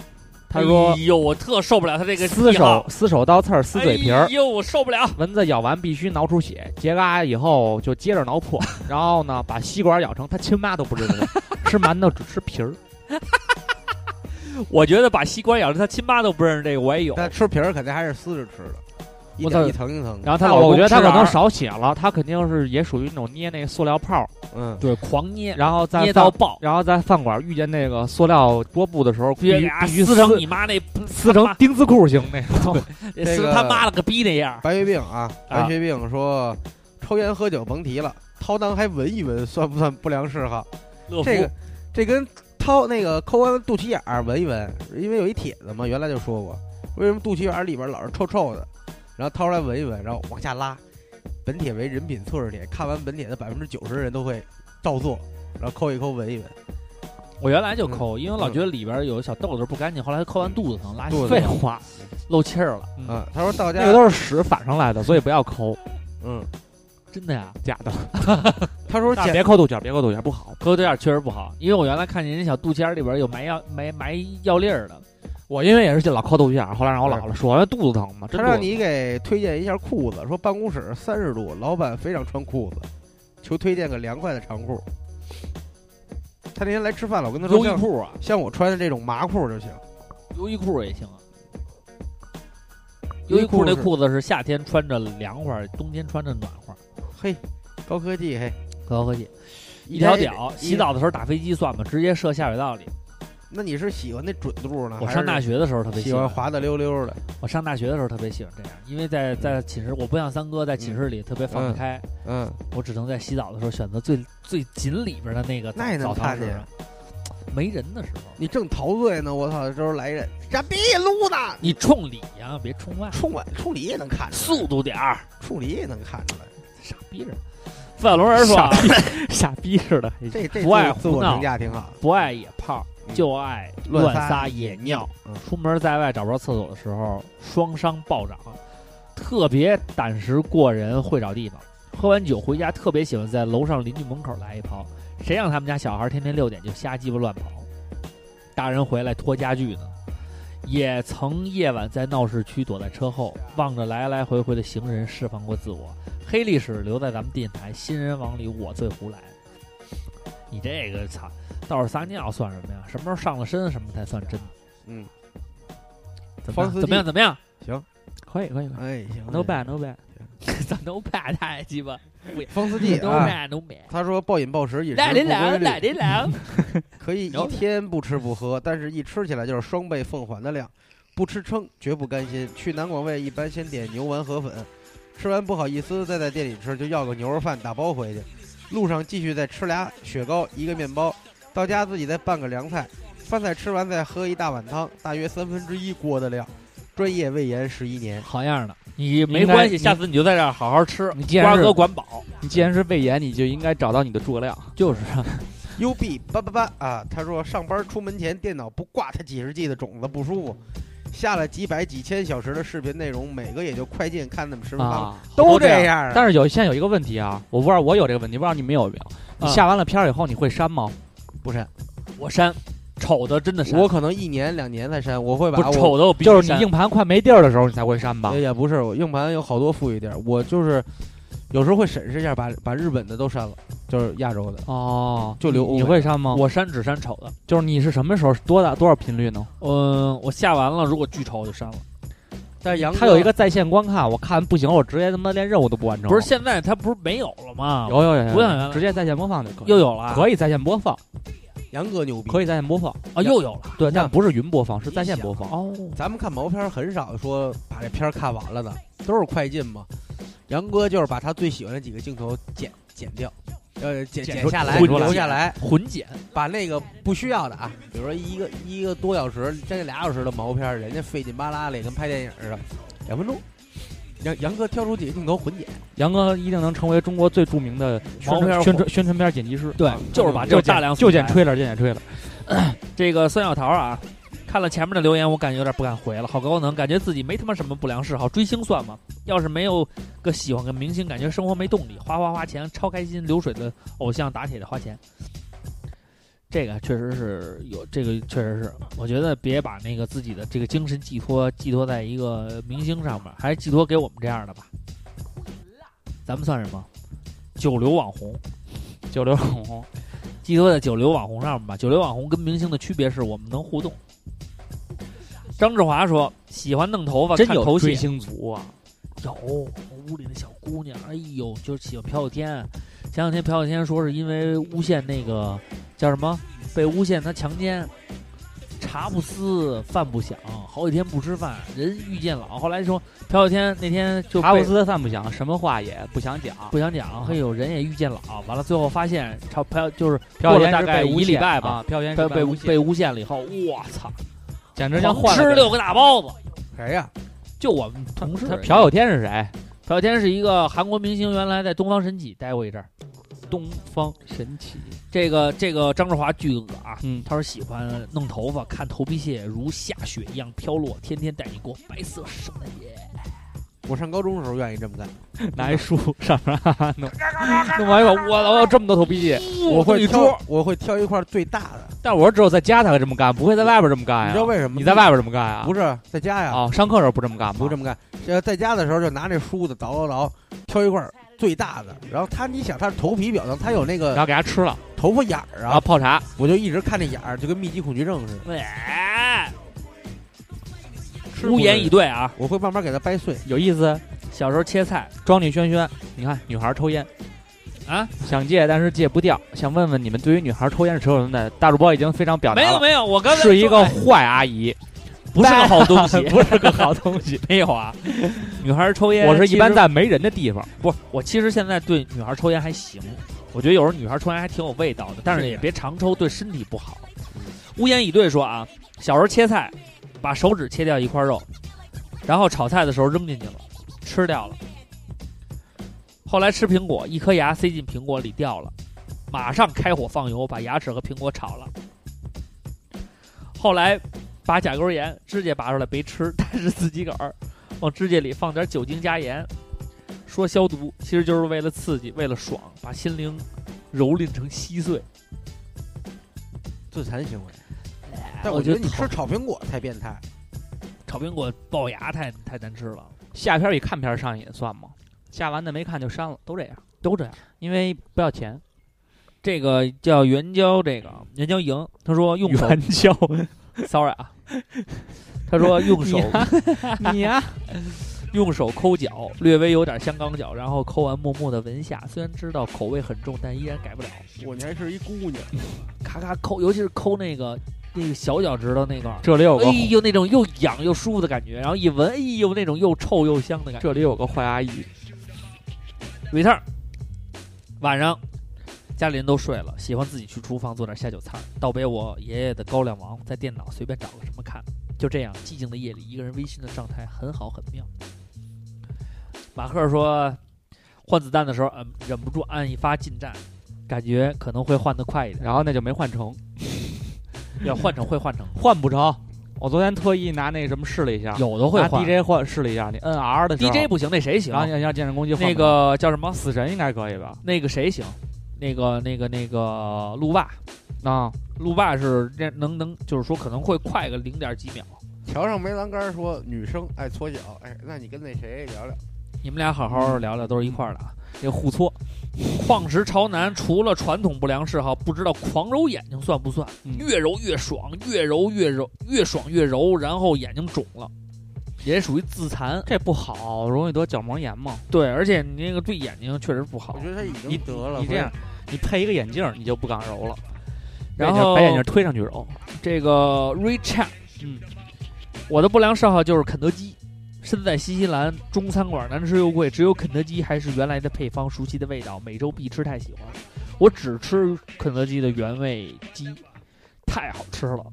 S5: 他
S3: 哎
S5: 说
S3: 呦，我特受不了他这个
S5: 撕
S3: 癖好
S5: 手撕手刀刺儿撕嘴皮
S3: 哎
S5: 儿，
S3: 呦，我受不了。
S5: 蚊子咬完必须挠出血，结痂以后就接着挠破， 然后呢把吸管咬成他亲妈都不知道的，吃馒头只吃皮 儿。
S3: 我觉得把吸管咬成他亲妈都不认识这个，我也有。
S2: 但吃皮儿肯定还是撕着吃的，一
S5: 我操
S2: 点一层一层的。
S5: 然后她
S3: 那
S5: 老
S3: 我
S5: 公，我
S3: 觉
S5: 觉
S3: 得她可
S5: 得她可
S3: 能
S5: 能少血了，她肯定是也属于那种捏那塑料泡，
S2: 嗯，
S3: 对，狂捏，
S5: 然后在
S3: 捏
S5: 饭
S3: 到爆，
S5: 然后在饭馆遇见那个塑料桌布的时候，
S3: 直
S5: 必
S3: 接
S5: 须
S3: 给他
S5: 必须
S3: 撕成你妈那
S5: 撕成丁字裤型那种。
S3: 撕成他妈了个逼那样。
S2: 白血病啊，
S5: 啊
S2: 白血病说抽烟喝酒甭提了，掏裆还闻一闻算不算不良嗜好？
S5: 哦
S3: 乐
S2: 这
S3: 福
S2: 个这跟掏那个抠完肚脐眼儿闻一闻，因为有一帖子嘛，原来就说过，为什么肚脐眼儿里边老是臭臭的，然后掏出来闻一闻，然后往下拉。本帖为人品测试帖，看完本帖的百分之九十人都会照做，然后抠一抠闻一闻。
S3: 我原来就抠，因为我老觉得里边有小豆子不干净，后来抠完嗯肚子疼，拉
S2: 肚子
S3: 废
S2: 疼
S3: 话，漏气儿了，
S2: 啊，他说到家
S5: 那个，都是屎反上来的，所以不要抠，
S2: 嗯，
S3: 真的呀。
S5: 假的。
S2: 他说
S5: 但
S2: 检
S5: 别抠肚角，别抠肚角不好。
S3: 抠这样确实不好，因为我原来看见人小肚脐眼里边有埋药埋埋药粒儿的，
S5: 我因为也是老抠肚角，啊后来让我姥姥说，因为哎肚子疼嘛，
S2: 他
S5: 真
S2: 让
S5: 的。
S2: 你给推荐一下裤子，说办公室三十度，老板非让穿裤子，求推荐个凉快的长裤。他那天来吃饭了，我跟他说
S3: 优衣
S2: 像
S3: 库啊，
S2: 像我穿的这种麻裤就行。
S3: 优衣库也行啊。
S2: 优
S3: 优
S2: 衣
S3: 衣
S2: 库
S3: 库
S2: 是
S3: 那裤子是夏天穿着凉快儿，冬天穿着暖和儿，
S2: 嘿，高科技嘿，
S3: 高科技。一
S2: 一
S3: 条
S2: 天
S3: 屌，洗。澡的时候打飞机算吗？直接射下水道里。
S2: 那你是喜欢那准度呢？
S3: 我
S2: 啊还
S3: 上大
S2: 是
S3: 学的时候特别
S2: 喜
S3: 欢
S2: 欢，滑的溜溜的，
S3: 我上大学的时候特别喜欢这样，因为在在寝室，我不像三哥在寝室里特别放得开，
S2: 嗯，
S3: 我只能在洗澡的时候选择最最紧里边的那个澡
S2: 那也能
S3: 澡堂
S2: 看
S3: 时
S2: 见啊
S3: 候，没人的时候，
S2: 你正陶醉呢，我操，这时候来人，傻逼撸呢，
S3: 你冲里呀、别冲外，
S2: 冲我冲你也能看出来，
S3: 速度点儿，
S2: 冲你也能看出来，
S3: 傻逼着。范龙人说啊，
S5: 傻逼 似的，
S2: 这这
S3: 不爱
S2: 自自
S3: 胡
S2: 我
S3: 闹
S2: 评价挺好，
S3: 不爱野炮，
S2: 嗯
S3: 就爱
S2: 乱
S3: 乱
S2: 撒
S3: 撒野尿。
S2: 嗯
S3: 出门在外找不着厕所的时候，双商暴涨，特别胆识过人，会找地方。喝完酒回家，特别喜欢在楼上邻居门口来一炮。谁让他们家小孩天天六点就瞎鸡巴乱跑？大人回来拖家具呢。也曾夜晚在闹市区躲在车后，望着来来回回的行人，释放过自我。黑历史留在咱们电台，新人王里我最胡来。你这个操，倒是撒尿算什么呀？什么时候上了身，什么才算真？
S2: 嗯，
S3: 怎么样？
S2: 方思
S3: 怎么样？
S2: 季
S3: 怎么样？
S2: 行，
S5: 可以可以可以
S2: 哎，行
S5: ，no bad no bad。
S3: no bad 太鸡 巴
S2: 方四季
S3: no
S2: 啊，
S3: bad no bad。
S2: 他说暴饮暴食，饮食
S3: 奶
S2: 不
S3: 的狼，
S2: 规律
S3: 奶，的狼。
S2: 可以一
S3: No
S2: 天不吃不喝，但是一吃起来就是双倍奉还的量，不吃撑绝不甘心。去南广味一般先点牛丸河粉，吃完不好意思再在店里吃，就要个牛肉饭打包回去，路上继续再吃俩雪糕一个面包，到家自己再拌个凉菜，饭菜吃完再喝一大碗汤，大约三分之一锅的量。专业胃炎十一年，
S5: 好样的！
S3: 你没
S5: 应该
S3: 关系，
S5: 你
S3: 下次你就在这儿好好吃，
S5: 你既然
S3: 瓜
S5: 是
S3: 哥管饱。
S5: 你既然是胃炎，你就应该找到你的诸葛亮。
S3: 就是
S2: 幽闭八八八啊！他说上班出门前电脑不挂他几十 G 的种子不舒服，下了几百几千小时的视频内容，每个也就快进看那么十分钟，
S5: 啊，
S2: 都
S5: 这
S2: 这。样啊！
S5: 但是有现在有一个问题啊，我不知道我有这个问题，不知道你们有没有？你
S3: 啊
S5: 下完了片儿以后你会删吗？
S2: 不删，
S3: 我删，丑的真的删，
S2: 我可能一年两年才删，我会
S3: 不
S2: 把我
S3: 丑的我必须
S5: 就是
S3: 删
S5: 你硬盘快没地儿的时候你才会删吧哦
S2: 呃？也不是，我硬盘有好多富裕点儿，我就是有时候会审视一下，把把日本的都删了，就是亚洲的。
S5: 哦，
S2: 就留欧美
S5: 你会删吗？
S3: 我删只删丑的。
S5: 就是你是什么时候多大多少频率呢？
S3: 嗯，我下完了，如果巨丑我就删了。
S2: 但是杨
S5: 它有一个在线观看，我看不行，我直接他妈连任务都不完成。
S3: 不是现在它不是没有了吗？
S5: 有有有有
S3: 啊不想原
S5: 有，
S3: 来
S5: 直接在线播放就可以，
S3: 又有了啊，
S5: 可以在线播放，
S2: 杨哥牛逼，
S5: 可以在线播放。
S3: 啊，又有了。
S5: 对，但
S2: 那
S5: 不是云播放，是在线播放。
S3: 哦，
S2: 咱们看毛片儿很少说把这片儿看完了的，都是快进嘛。杨哥就是把他最喜欢的几个镜头剪剪掉，呃，剪
S5: 剪
S2: 剪
S5: 出
S2: 下来，
S5: 混出来
S2: 留下来，
S3: 混剪
S2: 把那个不需要的啊，比如说一个一个多小时将近俩小时的毛片儿，人家费劲巴拉的，跟拍电影似的，两分钟。杨杨哥挑出几个镜头混剪，
S5: 杨哥一定能成为中国最著名的宣
S3: 毛片
S5: 传
S3: 儿
S5: 宣传宣传片剪辑师。啊
S3: 对，就是把这
S5: 就
S3: 种
S5: 剪
S3: 大量
S5: 就剪
S3: 素材
S5: 吹了，就剪吹了。
S3: 这个孙小桃啊，看了前面的留言，我感觉有点不敢回了，好高能，感觉自己没他妈什么不良嗜好，追星算吗？要是没有个喜欢个明星，感觉生活没动力，花花花钱，超开心，流水的偶像打铁的花钱。这个确实是有，这个确实是，我觉得别把那个自己的这个精神寄托寄托在一个明星上面，还是寄托给我们这样的吧。咱们算什么？九流网红，
S5: 九流网红，
S3: 寄托在九流网红上面吧。九流网红跟明星的区别是我们能互动。张志华说喜欢弄头发，
S5: 真
S3: 看
S5: 有
S3: 头
S5: 追
S3: 戏
S5: 星族啊！
S3: 有屋里的小姑娘，哎呦，就是喜欢朴有天。前两天朴有天说是因为诬陷那个叫什么，被诬陷他强奸，茶不思饭不想，好几天不吃饭，人遇见老。后来说朴有天那天就
S5: 查
S3: 被
S5: 布斯饭不想，什么话也不想讲。
S3: 不想讲，嘿呦，人也遇见老，完了最后发现超朴就是
S5: 票
S3: 过了
S5: 源
S3: 大
S5: 是
S3: 概
S5: 被诬
S3: 一礼
S5: 陷
S3: 拜吧，
S5: 啊，票源
S3: 被
S5: 是
S3: 被
S5: 诬
S3: 被
S5: 陷，
S3: 诬陷了以后，我操，
S5: 简直像
S3: 狂
S5: 换
S3: 吃
S5: 了个人。
S3: 六个大包子。
S2: 谁哎呀、
S3: 就我们同事
S5: 他，朴有天是谁？
S3: 朴有天是一个韩国明星，原来在东方神起待过一阵儿。
S5: 东方神起。
S3: 这个这个张志华巨恶啊，
S5: 嗯，
S3: 他说喜欢弄头发，看头皮屑如下雪一样飘落，天天带你过白色圣诞节。
S2: 我上高中的时候愿意这么干，
S5: 拿一书上面哈哈弄， 弄完以后，我老有这么多头皮屑。
S2: 我会
S5: 一
S2: 挑
S5: 桌，
S2: 我会挑一块最大的。
S5: 但我说只有在家才会这么干，不会在外边这么干呀。
S2: 你知道为什么吗？
S5: 你在外边这么干呀？
S2: 不是在家呀？
S5: 啊，上课时候不这么干吗？
S2: 不这么干。这在家的时候就拿这梳子倒倒倒，挑一块儿最大的。然后他，你想他是头皮表层，他有那
S5: 然
S2: 个
S5: 后给他吃了，
S2: 头发眼儿
S5: 然后
S2: 啊，
S5: 泡茶。
S2: 我就一直看那眼儿，就跟密集恐惧症似的。
S3: 哎，
S2: 吃不
S3: 无言以
S2: 了，
S3: 对啊！
S2: 我会慢慢给它掰碎。
S5: 有意思。
S3: 小时候切菜，
S5: 庄丽轩轩，你看女孩抽烟
S3: 啊，
S5: 想戒但是戒不掉，想问问你们对于女孩抽烟是持有什么的？大主播已经非常表达
S3: 没有
S5: 了，
S3: 没有，我刚才
S5: 是一个
S3: 说
S5: 坏阿姨，
S3: 不是个好东西，
S5: 不是个好东西。
S3: 没有啊。女孩抽烟，
S5: 我是一
S3: 其
S5: 般
S3: 实
S5: 在没人的地方，
S3: 不，我其实现在对女孩抽烟还行，我觉得有时候女孩抽烟还挺有味道的，但是啊嗯也别常抽，对身体不好。无言以对说啊，小时候切菜，把手指切掉一块肉，然后炒菜的时候扔进去了，吃掉了。后来吃苹果，一颗牙塞进苹果里掉了，马上开火放油，把牙齿和苹果炒了。后来把甲沟炎指甲拔出来没吃，但是自己个儿往指甲里放点酒精加盐，说消毒，其实就是为了刺激，为了爽，把心灵蹂躏成稀碎。
S2: 自残行为。但
S5: 哎
S3: 我
S2: 我觉得
S3: 觉
S2: 你
S3: 得
S2: 吃炒苹果才变态。
S3: 炒苹果龅牙太太难吃了，
S5: 下片比看片上瘾算吗？下完的没看就删了，都这样，
S3: 都这样。
S5: 因为不要钱。
S3: 这个叫援交，这个援交营，他说用手
S5: 交，
S3: ，sorry 啊，他说用手
S5: 你你啊呀，
S3: 用手抠脚，略微有点香港脚，然后抠完默默的闻下，虽然知道口味很重，但依然改不了。
S2: 我年是一姑娘，
S3: 咔咔抠，尤其是抠那个那个小脚趾头那块儿，
S5: 这里有个
S3: 哎呦那种又痒又舒服的感觉，然后一闻，哎呦那种又臭又香的感觉。
S5: 这里有个坏阿姨，
S3: 维特儿晚上家里人都睡了，喜欢自己去厨房做点下酒菜，倒杯我爷爷的高粱王，在电脑随便找个什么看。就这样，寂静的夜里，一个人微醺的状态很好很妙。马克说，换子弹的时候，嗯，忍不住按一发近战，感觉可能会换得快一 点。
S5: 然后那就没换成，
S3: 要换成会换成，
S5: 换不成。我昨天特意拿那什么试了一下，
S3: 有的会
S5: 啊拿
S3: 换。
S5: DJ 换试了一下，你摁 R 的时候
S3: DJ 不行，那谁行
S5: 然？后啊你让剑刃攻击换
S3: 那
S5: 不了
S3: 个叫什么？
S5: 死神应该可以吧？
S3: 那个谁行？那个那个那个路霸，
S5: 啊，
S3: 路霸是这能能，就是说可能会快个零点几秒。
S2: 桥上没栏杆说女生爱搓脚，哎，那你跟那谁聊聊？
S3: 你们俩好好聊聊，都是一块儿的啊，这个互搓。矿石朝南除了传统不良嗜好，不知道狂揉眼睛算不算？
S5: 嗯
S3: 越揉越爽，越揉越揉，越爽越揉，然后眼睛肿了，也属于自残。
S5: 这不好，容易得角膜炎嘛。
S3: 对，而且你那个对眼睛确实不好
S2: 我。觉得他已
S5: 你
S2: 经得了，
S5: 你这样，你配一个眼镜儿，你就不敢揉了，
S3: 然后
S5: 把眼镜儿推上去揉。
S3: 这个 Richard，
S5: 嗯，
S3: 我的不良嗜好就是肯德基。身在新西兰，中餐馆难吃又贵，只有肯德基还是原来的配方，熟悉的味道，每周必吃，太喜欢了。我只吃肯德基的原味鸡，太好吃了。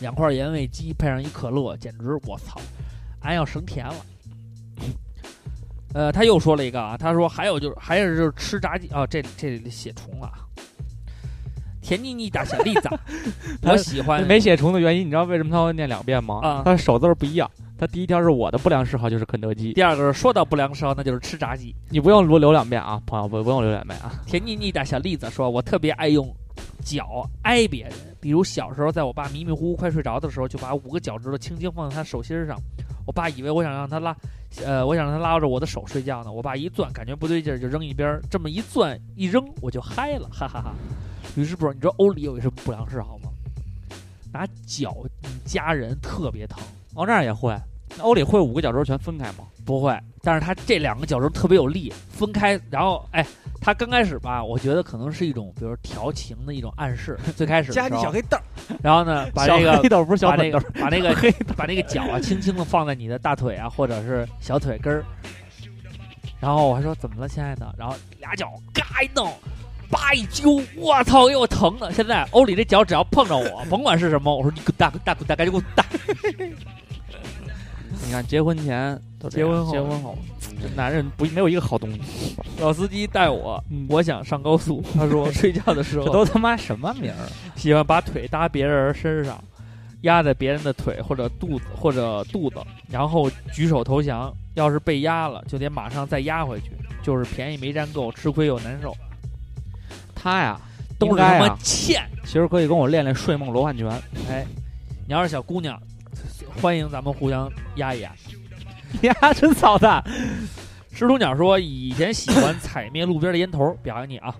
S3: 两块原味鸡配上一可乐，简直我操，俺要省甜了。呃，他又说了一个啊，他说还有就是还有就是吃炸鸡啊，这这里写重了啊。甜腻腻大小栗子，啊我喜欢
S5: 没写重的原因，你知道为什么他会念两遍吗？
S3: 啊
S5: 他手字儿不一样。他第一条是我的不良嗜好就是肯德基，
S3: 第二个是说到不良嗜好，那就是吃炸鸡。
S5: 你不用留留两遍啊，朋友不不用留两遍啊。
S3: 甜腻腻的小栗子说，我特别爱用脚挨别人，比如小时候在我爸迷迷糊糊快睡着的时候，就把五个脚趾头轻轻放在他手心上。我爸以为我想让他拉，呃，我想让他拉着我的手睡觉呢。我爸一攥，感觉不对劲儿，就扔一边儿。这么一攥一扔，我就嗨了，哈哈哈于是不是你知道欧里有一什么不良嗜好吗？拿脚夹人特别疼。
S5: 王战也会，那欧里会五个脚趾头全分开吗？
S3: 不会，但是他这两个脚趾特别有力，分开，然后哎，他刚开始吧，我觉得可能是一种，比如说调情的一种暗 示，最开始的
S2: 加
S3: 时
S2: 你
S3: 候
S2: 小黑豆儿，
S3: 然后呢，把这
S5: 小黑
S3: 个
S5: 豆不是小
S3: 把
S5: 粉
S3: 那
S5: 豆
S3: 个，把那个 把那个脚啊，轻轻的放在你的大腿啊，或者是小腿根儿，然后我还说怎么了，亲爱的，然后俩脚嘎一弄。叭一揪，我操，给我疼的！现在欧里这脚只要碰着我，甭管是什么，我说你滚蛋滚蛋滚蛋，赶紧给我滚蛋！
S5: 你看结婚前都这样
S3: 结婚后
S5: 结婚后，这男人不没有一个好东西，
S3: 老司机带我，
S5: 嗯
S3: 我想上高 速。他说睡觉的时
S5: 这
S3: 候
S5: 都他妈什么名儿？啊
S3: 喜欢把腿搭别人身上，压在别人的腿或者肚子或者肚子，然后举手投降。要是被压了，就得马上再压回去，就是便宜没占够，吃亏又难受，
S5: 他呀，
S3: 都是
S5: 应该
S3: 他
S5: 啊
S3: 妈欠。
S5: 其实可以跟我练练睡梦罗汉拳。
S3: 你要是小姑娘，欢迎咱们互相压一压。
S5: 呀，真操蛋！
S3: 师徒鸟说，以前喜欢踩灭路边的烟头，表扬你啊！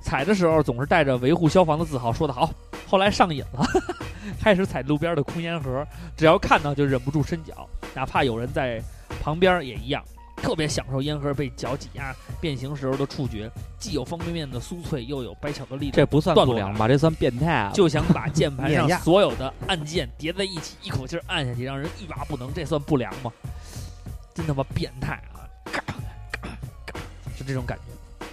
S3: 踩的时候总是带着维护消防的自豪，说得好。后来上瘾了， 开始踩路边的空烟盒，只要看到就忍不住伸脚，哪怕有人在旁边也一样。特别享受烟盒被脚挤压变形时候的触觉，既有方便面的酥脆，又有白巧克力的
S5: 这不算不良吧？这算变态啊！
S3: 就想把键盘上
S2: 碾压
S3: 所有的按键叠在一起，一口气儿按下去，让人欲罢不能，这算不良吗？真他妈变态啊！嘎嘎嘎，就这种感觉。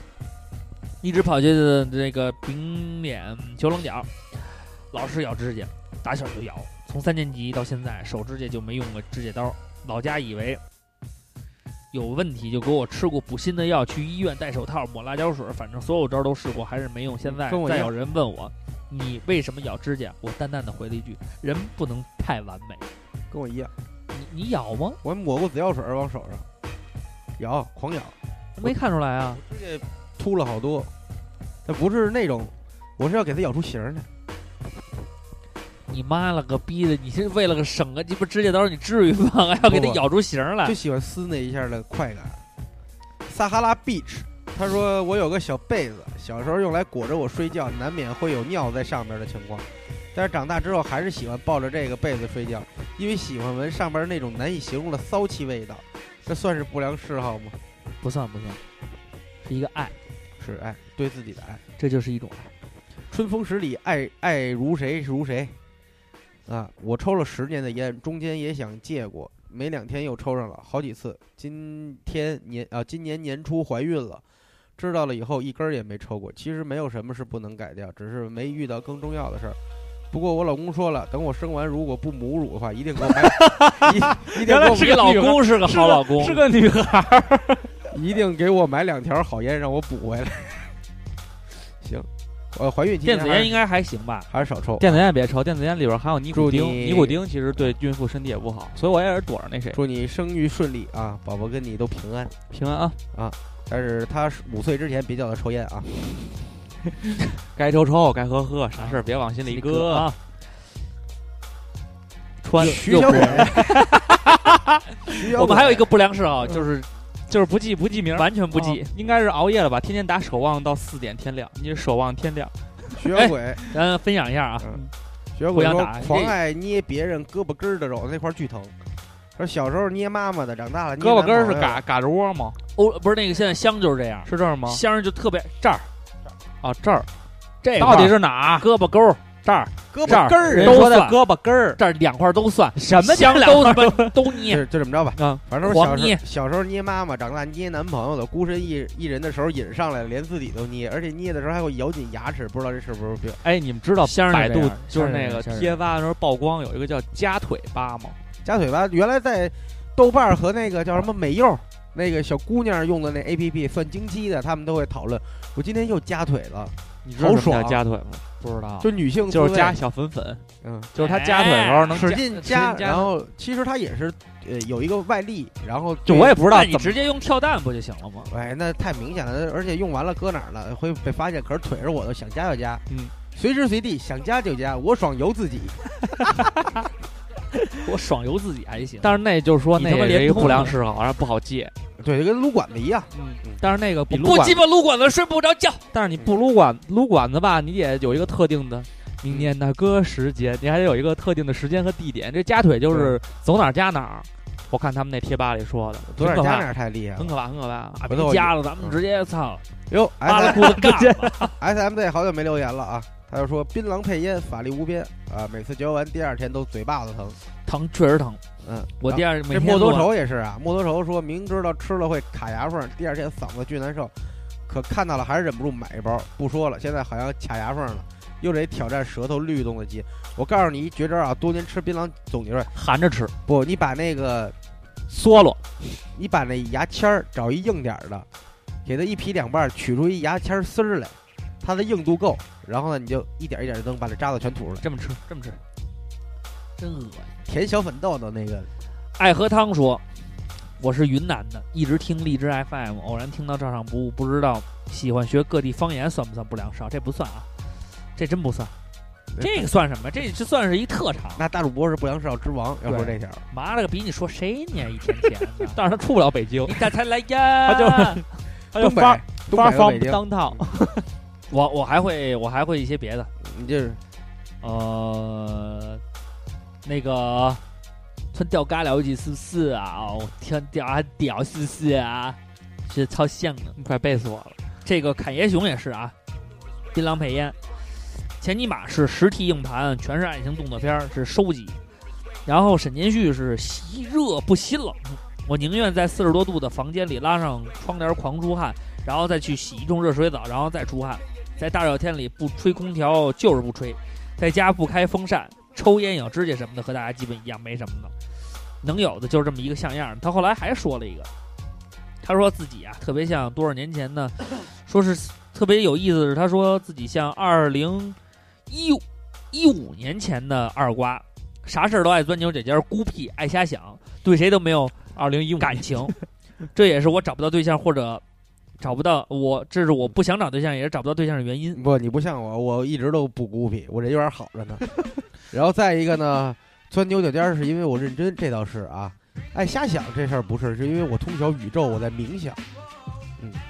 S3: 一直跑去的这个饼脸九棱角，老是咬指甲，打小就咬，从三年级到现在，手指甲就没用过指甲刀。老家以为有问题，就给我吃过补锌的药，去医院戴手套、抹辣椒水，反正所有招都试过，还是没用。现在
S2: 跟我一
S3: 再
S2: 样
S3: 有人问我你为什么咬指甲，我淡淡的回了一句：人不能太完美。
S2: 跟我一样，
S3: 你你咬吗？
S2: 我抹过紫药水儿往手上，咬，狂咬，
S3: 没看出来啊。
S2: 指甲秃了好多，但不是那种，我是要给它咬出形儿来。
S3: 你妈了个逼的！你是为了个省个鸡巴指甲刀，你至于吗？ 还要给它
S2: 不
S3: 咬出形 儿来
S2: 就？喜欢撕那一下的快感。撒哈拉 beach，他说我有个小被子，小时候用来裹着我睡觉，难免会有尿在上面的情况，但是长大之后还是喜欢抱着这个被子睡觉，因为喜欢闻上边那种难以形容的骚气味道。这算是不良嗜好吗？
S3: 不算不算，是一个爱，
S2: 是爱，对自己的爱。
S3: 这就是一种爱。
S2: 春风十里，爱爱如谁是如谁。啊，我抽了十年的烟，中间也想戒过，没两天又抽上了好几次。今天年啊，今年年初怀孕了，知道了以后一根儿也没抽过。其实没有什么是不能改掉，只是没遇到更重要的事儿。不过我老公说了，等我生完如果不母乳的话，一定给我买， 一一定
S3: 原
S2: 给
S3: 来
S2: 我
S3: 是个老
S4: 女
S3: 公，是个好老公，
S5: 是个女孩，
S2: 一定给我买两条好烟让我补回来。行，我怀孕期间
S3: 电子
S2: 还
S3: 烟
S2: 是
S3: 应该还行吧？
S2: 还是少抽。
S5: 电子烟也别抽，电子烟里边含有尼古丁，
S2: 祝你
S5: 尼古丁其实对孕妇身体也不好，所以我也是躲着那谁，
S2: 祝你生育顺利啊，宝宝跟你都平安。
S5: 平安啊，
S2: 但是他五岁之前别叫他抽烟啊。
S5: 该抽抽，该喝喝，啥事儿别往心里搁。
S3: 啊，
S5: 穿
S2: 徐
S5: 又
S2: 小
S5: 不
S2: 伟
S5: 是，
S2: 徐小
S3: 我
S2: 伟
S3: 们还有一啊个不良嗜好，就是
S5: 就是就是不记不记名儿，
S3: 完全不
S5: 不
S3: 记啊
S5: 记。，嗯应该是熬夜了吧？天天打守望到四点天亮，你是守望天亮，
S2: 徐小伟，
S3: 咱分享一下啊，
S2: 嗯，哎徐小
S3: 互
S2: 鬼
S3: 相
S2: 说
S3: 打
S2: 狂爱捏别人胳膊根儿的肉，那块儿巨疼。说小时候捏妈妈的，长大了捏
S5: 胳膊根儿
S2: 男
S5: 是
S2: 朋友的
S5: 嘎嘎着窝吗？
S3: 欧不是那个现在香就是这样，
S5: 是这儿吗？
S3: 香儿就特别这儿
S5: 啊，这儿
S3: 这
S5: 到底
S3: 是
S5: 是哪儿？
S3: 胳膊沟儿这儿
S2: 胳
S3: 这儿
S2: 膊根儿
S3: 人
S5: 都
S3: 都
S5: 说的
S3: 算
S5: 胳膊根儿，
S3: 这儿两块儿都算，
S5: 什么
S3: 香
S5: 两
S3: 都他
S5: 块儿
S3: 妈都捏，
S2: 就就这么着吧。
S5: 啊
S2: 反正我小
S3: 黄
S2: 时
S3: 捏
S2: 候小时候捏妈妈，长大捏男朋友的，孤身一一人的时候瘾上来了，连自己都捏，而且捏的时候还会咬紧牙齿，不知道这是不是病。
S5: 哎，你们知道
S3: 香是
S5: 百
S3: 这
S5: 度
S3: 样
S5: 就
S3: 香
S5: 是
S3: 是
S5: 那
S3: 这
S5: 个
S3: 样香是
S5: 贴吧的时候曝光有一个叫夹腿吧吗？
S2: 夹腿吧，原来在豆瓣儿和那个叫什么美柚。那个小姑娘用的那 A P P 算经期的，他们都会讨论。我今天又夹腿了，
S5: 你知道什么
S2: 好
S5: 叫
S2: 爽
S5: 夹腿吗？
S3: 不知道
S2: 就女性
S5: 就是
S2: 自慰
S5: 夹，小粉粉，
S2: 嗯，
S5: 就是他夹腿的时候能
S2: 使
S5: 夹
S2: 劲夹，
S5: 使劲
S2: 然后其实它也是呃有一个外力，然后
S5: 就我也不知道
S3: 那你
S5: 怎么
S3: 直接用跳蛋不就行了吗？
S2: 哎，那太明显了，而且用完了搁哪儿了会被发现。可是腿是我的，想夹就夹，
S5: 嗯，
S2: 随时随地想夹就夹，我爽由自己。
S3: 我爽游自己还行，
S5: 但是那就是说
S3: 你
S5: 那
S3: 他妈
S5: 也
S3: 连
S5: 是一个
S3: 碰
S5: 不良
S3: 都
S5: 嗜好，然后不好戒。
S2: 对，就跟撸管子一样，
S5: 但是那个比撸
S3: 不
S5: 管
S3: 鸡，巴撸管啊子睡不着觉，
S5: 但是你不撸管撸管子吧，你也有一个特定的。明年那个时间，你还得有一个特定的时间和地点。这夹腿就是走哪儿夹哪儿，我看他们那贴吧里说的，
S2: 有
S5: 很
S2: 点
S5: 可
S2: 夹
S5: 怕嗯
S2: 那，儿太厉害
S5: 很
S2: 了。
S5: 可怕，很可怕。
S2: 回头我
S3: 加了咱们直接 操
S2: 哟哎
S3: 扒拉
S2: ，S
S3: 裤子干了，
S2: S M Z 好久没留言了啊，他就说槟榔配烟，法力无边啊，每次嚼完第二天都嘴巴子疼。
S3: 疼确实疼。
S2: 嗯，
S3: 我第二每
S2: 这
S3: 天
S2: 莫
S3: 都
S2: 多愁也是啊，莫多愁说明知道吃了会卡牙缝，第二天嗓子巨难受，可看到了还是忍不住买一包。不说了，现在好像卡牙缝了，又得挑战舌头律动的肌。我告诉你一绝招啊，多年吃槟榔总结出来，
S5: 含着吃，
S2: 不，你把那个
S5: 嗦了，
S2: 你把那牙签儿找一硬点儿的，给它一劈两半儿，取出一牙签儿丝儿来，它的硬度够，然后呢你就一点一点的能把这渣子全吐出来，
S5: 这么吃，这么吃。
S3: 真恶心。
S2: 甜小粉豆的那个
S3: 爱喝汤说，我是云南的，一直听荔枝 FM，偶然听到照常不误，不知道喜欢学各地方言算不算不良嗜好？这不算啊，这真不算。这个算什么？这这算是一特长。
S2: 那大主播是不良嗜好之王，要说这条儿，
S3: 妈了个逼！你说谁呢？一天天的，
S5: 但是他出不了北京
S3: 你，咋才来呀？
S5: 他就他就
S2: 东北
S5: 哎发
S2: 东
S5: 发
S2: 北和北
S5: 方
S2: 京，
S5: 当套，
S3: 我我还会我还会一些别的，
S2: 你这是
S3: 呃，那个穿吊嘎了解是不是啊？哦，穿吊啊屌是不是啊？是超像的。
S5: 你快背死我了。
S3: 这个侃爷熊也是啊，槟榔配烟，前尼玛是实体硬盘，全是爱情动作片儿，是收集。然后沈金旭是吸热不吸冷，我宁愿在四十多度的房间里拉上窗帘狂出汗，然后再去洗一冲热水澡，然后再出汗。在大热天里不吹空调就是不吹，在家不开风扇，抽烟咬指甲什么的和大家基本一样，没什么的，能有的就是这么一个像样儿。他后来还说了一个，他说自己啊特别像多少年前呢， 说是特别有意思的是，他说自己像二零一一五年前的二瓜，啥事儿都爱钻牛角尖儿，孤僻，爱瞎想，对谁都没有
S5: 二零一五
S3: 感情。这也是我找不到对象或者找不到我，这是我不想找对象，也是找不到对象的原因。
S2: 不，你不像我，我一直都不孤僻，我人缘好着 呢。然后再一个呢，钻牛角尖儿是因为我认真，这倒是啊。爱瞎想这事儿不是，是因为我通晓宇宙，我在冥想。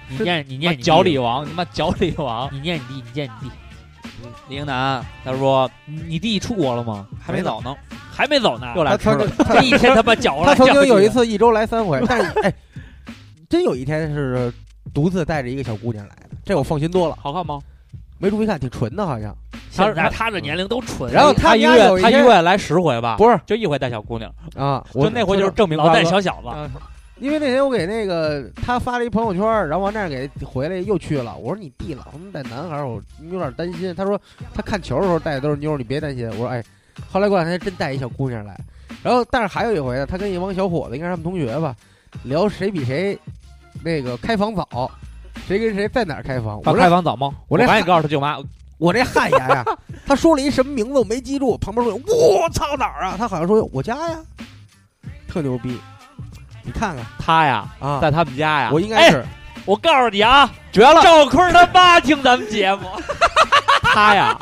S3: 你念，你
S5: 妈
S3: 念你弟
S5: 嗯脚里，王，你妈脚里王。
S3: 你念你弟，你念你弟，
S5: 李英男他说
S3: 你弟出国了吗？
S5: 还没走呢，
S3: 还没走呢，
S5: 又来
S2: 他
S5: 吃
S2: 曾
S5: 了
S2: 经，。
S3: 这
S2: 他
S3: 一天他妈搅和
S2: 他
S3: 来搅
S2: 曾
S3: 和去
S2: 经
S3: 的
S2: 有一，次一周来三回，但是哎，真有一天是独自带着一个小姑娘来的，这我放心多了。
S5: 好看吗？
S2: 没注意看，挺纯的，好像
S5: 啊
S3: 现在他这年龄都纯，
S2: 然后他
S5: 他一
S2: 们家有
S5: 月
S2: 一
S5: 他一
S2: 天
S5: 月来十回吧，
S2: 不是
S5: 就一回带小姑娘，
S2: 啊，我
S5: 就那回就是证明
S3: 老带
S5: 瓜哥
S3: 小小子，
S5: 嗯
S2: 因为那天我给那个他发了一朋友圈，然后王战给回来又去了。我说你弟老他妈带男孩儿，我有点担心。他说他看球的时候带的都是妞儿，你别担心。我说哎，后来过两天真带一小姑娘来，然后但是还有一回呢，他跟一帮小伙子，应该是他们同学吧，聊谁比谁那个开房早，谁跟谁在哪儿开房。我
S5: 他
S2: 说
S5: 开房早吗？
S2: 我
S5: 我
S2: 这
S5: 赶紧告诉他舅妈，
S2: 我这汗牙呀， 他说了一什么名字我没记住，旁边说我操哪儿啊？他好像说我家呀，特牛逼，你看看
S5: 他呀，
S2: 啊，
S5: 在他们家呀，哎
S2: 我应该是、
S3: 我告诉你啊，
S5: 绝了，
S3: 赵坤他爸听咱们节 目，
S5: 他呀，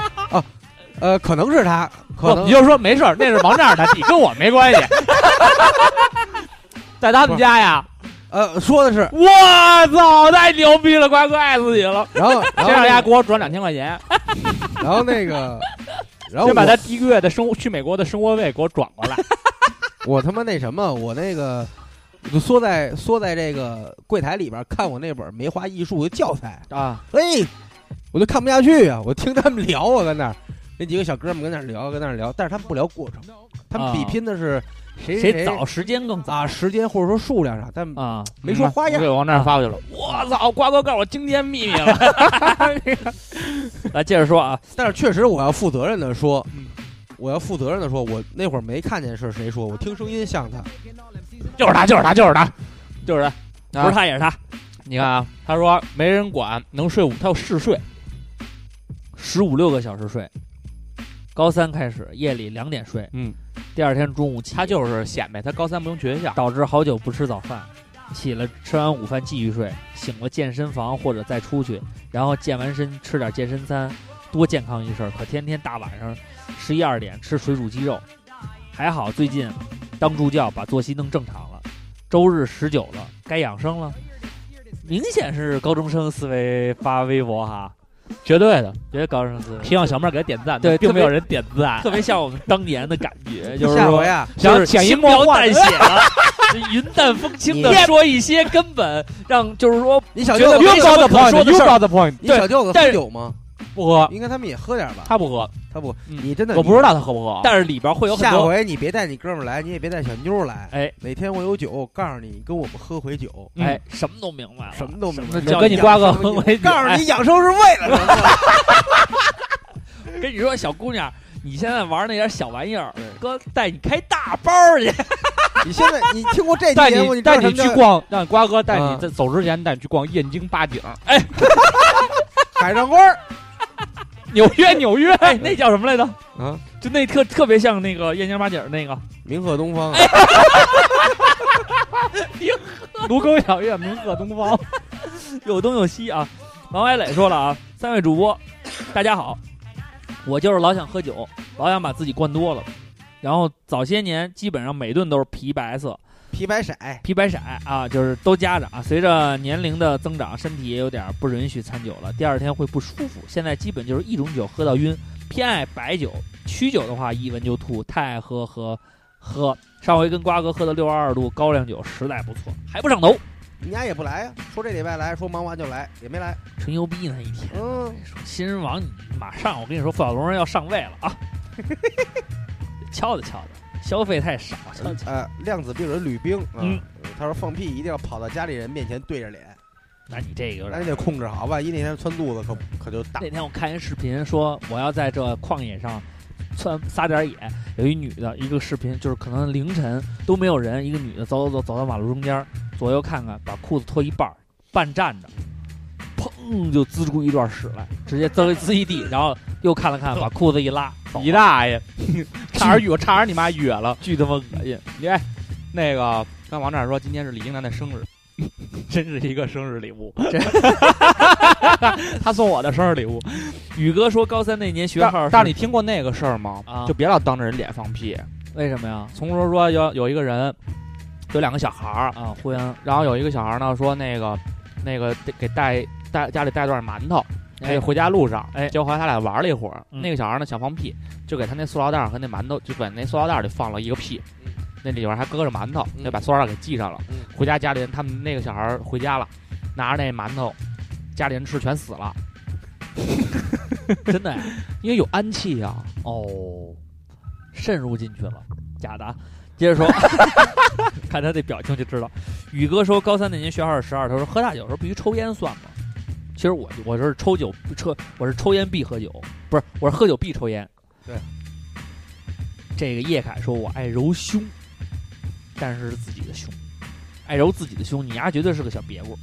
S2: 呃，可能是他，可
S5: 不，
S2: 能
S5: 你就说没事儿，那是王战他弟，跟我没关 系。在他们家呀，
S2: 呃说的是，
S5: 我操，太牛逼了，快快爱死你了！
S2: 然 后然
S5: 先让
S2: 后
S5: 人家给我转两千块钱，
S2: 然后那个，然后
S5: 先把
S2: 我
S5: 他第一个月的生去美国的生活费给我转过来。
S2: 我他妈那什么，我那个我就缩在缩在这个柜台里边看我那本梅花艺术的教材
S5: 啊，
S2: 哎，我就看不下去啊！我听他们聊啊，跟那儿那几个小哥们跟那儿聊，跟那儿聊，但是他们不聊过程，他们比
S5: 啊
S2: 拼的是谁
S3: 谁早时间更早
S2: 啊时间或者说数量上，但
S5: 啊，
S2: 哎没说花样啊
S5: 我给王战发过去了。我操，瓜哥告诉我惊天秘密 了。
S3: 来接着说啊，
S2: 但是确实我要负责任的说
S5: 嗯，
S2: 我要负责任的说，我那会儿没看见是谁说，我听声音像他，
S5: 就是他，就是他，就是他，就是他。
S3: 不是他也是他，
S5: 你看啊，他说没人管，能睡午，他要嗜睡。
S3: 十五六个小时睡，高三开始夜里两点睡，
S5: 嗯，
S3: 第二天中午起，
S5: 他就是显摆，他高三不用去学校。
S3: 导致好久不吃早饭，起了吃完午饭继续睡，醒了健身房或者再出去，然后健完身吃点健身餐，多健康一事儿。可天天大晚上十一二点吃水煮鸡肉，还好最近当助教把作息弄正常了，周日十九了，该养生了。明显是高中生思维发微博哈，
S5: 绝对的，
S3: 觉得高中生思维
S5: 希望小妹儿给他点赞，
S3: 对
S5: 并没有
S3: 特别
S5: 人点赞。
S3: 特别像我们当年的感觉，就是
S2: 下
S3: 说
S2: 回啊，
S5: 想潜移
S3: 轻
S5: 默
S3: 描
S5: 化
S3: 淡写 了，云淡风轻的
S2: 你
S3: 说一些根本让就是说
S2: 你小
S3: 觉
S2: 舅
S3: 得
S2: 子，
S3: 没
S5: You
S3: 什么
S5: got the
S3: 可说
S5: point.
S3: 的
S5: You
S3: 事儿
S5: got the point.
S2: 你小舅子
S3: 但
S2: 喝
S3: 是
S2: 酒吗？
S5: 不喝，
S2: 应该他们也喝点吧？
S5: 嗯他不喝，
S2: 他不，
S5: 嗯
S2: 你真的
S5: 我不知。道他喝不啊喝。
S3: 但是里边会有很
S2: 下
S3: 多
S2: 回你别带你哥们儿来，你也别带小妞儿来。
S3: 哎
S2: 哪天我有酒，我告诉你，你跟我们喝回酒，
S5: 嗯
S3: 哎，什么都明白了，
S2: 什么都明白。
S3: 什么叫
S5: 我跟你
S2: 养
S5: 瓜哥
S2: 生
S5: 回酒
S2: 告诉
S3: 哎
S2: 你养生是为了什么？
S3: 跟你说，小姑娘，你现在玩那点小玩意儿
S2: 对，
S3: 哥带你开大包去，
S2: 你现在你听过这期
S5: 带
S2: 节目，哎你
S5: 你
S2: 知道什
S5: 带你
S2: 么叫
S5: 去逛，让瓜哥带你
S2: 嗯
S5: 在走之前带你去逛燕京八景，
S2: 海上花儿
S5: 纽约纽约。
S3: 哎，那叫什么来着？
S2: 啊？
S3: 就那特特别像那个燕京八景儿那个，
S2: 明鹤东
S3: 哎
S2: 方，
S5: 卢沟晓月，明鹤东方。
S3: 有东有西啊。王歪磊说了啊，三位主播，大家好，我就是老想喝酒，老想把自己灌多了，然后早些年基本上每顿都是啤白色，
S2: 皮白色，
S3: 皮白色啊，就是都夹着啊。随着年龄的增长，身体也有点不允许掺酒了，第二天会不舒服。现在基本就是一种酒喝到晕，偏爱白酒，曲酒的话一闻就吐，太爱喝喝喝。上回跟瓜哥喝的六二二度高粱酒实在不错，还不上头，
S2: 你家也不来呀？啊说这礼拜来，说忙完就来，也没来。
S3: 吹牛逼呢一天。
S2: 嗯，
S3: 新人王，你马上我跟你说，傅小龙要上位了啊！ 敲的敲的，消费太少，敲的敲的。
S2: 呃，量子病人吕冰，啊
S3: 嗯，
S2: 他说放屁一定要跑到家里人面前对着脸，
S3: 那你这个有点
S2: 那你得控制好，万一那天窜肚子可可就大
S3: 那。天我看一视频，说我要在这旷野上窜撒点野，有一女的，一个视频就是可能凌晨都没有人，一个女的走走走走到马路中间，左右看看，把裤子脱一半儿，半站着，砰就滋出一段屎来，直接滋滋一地，然后又看了看，把裤子一拉，走
S5: 你 大爷，差点哕，差点你妈哕了，巨他妈恶 心！你哎，那个刚王战说今天是李英男的生日，真是一个生日礼物，他送我的生日礼物。
S3: 宇哥说高三那年学号
S5: 但但是你听过那个事儿吗？
S3: 啊
S5: 就别老当着人脸放屁。
S3: 为什么呀？
S5: 从头说有有一个人，有两个小孩儿，
S3: 啊，胡杨，
S5: 然后有一个小孩儿呢说那个那个得给带带家里带段馒头，
S3: 哎
S5: 那个回家路上，
S3: 哎
S5: 结果后来他俩玩了一会儿，
S3: 嗯
S5: 那个小孩儿呢想放屁，就给他那塑料袋儿和那馒头，就把那塑料袋儿里放了一个屁，
S2: 嗯
S5: 那里边儿还搁着馒头，
S2: 嗯
S5: 就把塑料袋儿给系上了。
S2: 嗯
S5: 回家家里人，他们那个小孩儿回家了，拿着那馒头，家里人吃全死了，
S3: 真的呀、
S5: 因为有氨气呀、
S3: 哦，渗入进去了，假的啊。接着说， 看他这表情就知道。宇哥说，高三那年学号是十二，他说喝大酒的时候必须抽烟算吗？其实我我是抽酒抽，我是抽烟必喝酒，不是我是喝酒必抽烟。
S2: 对，
S3: 这个叶凯说，我爱揉胸，但是是自己的胸，爱揉自己的胸，你丫绝对是个小别过。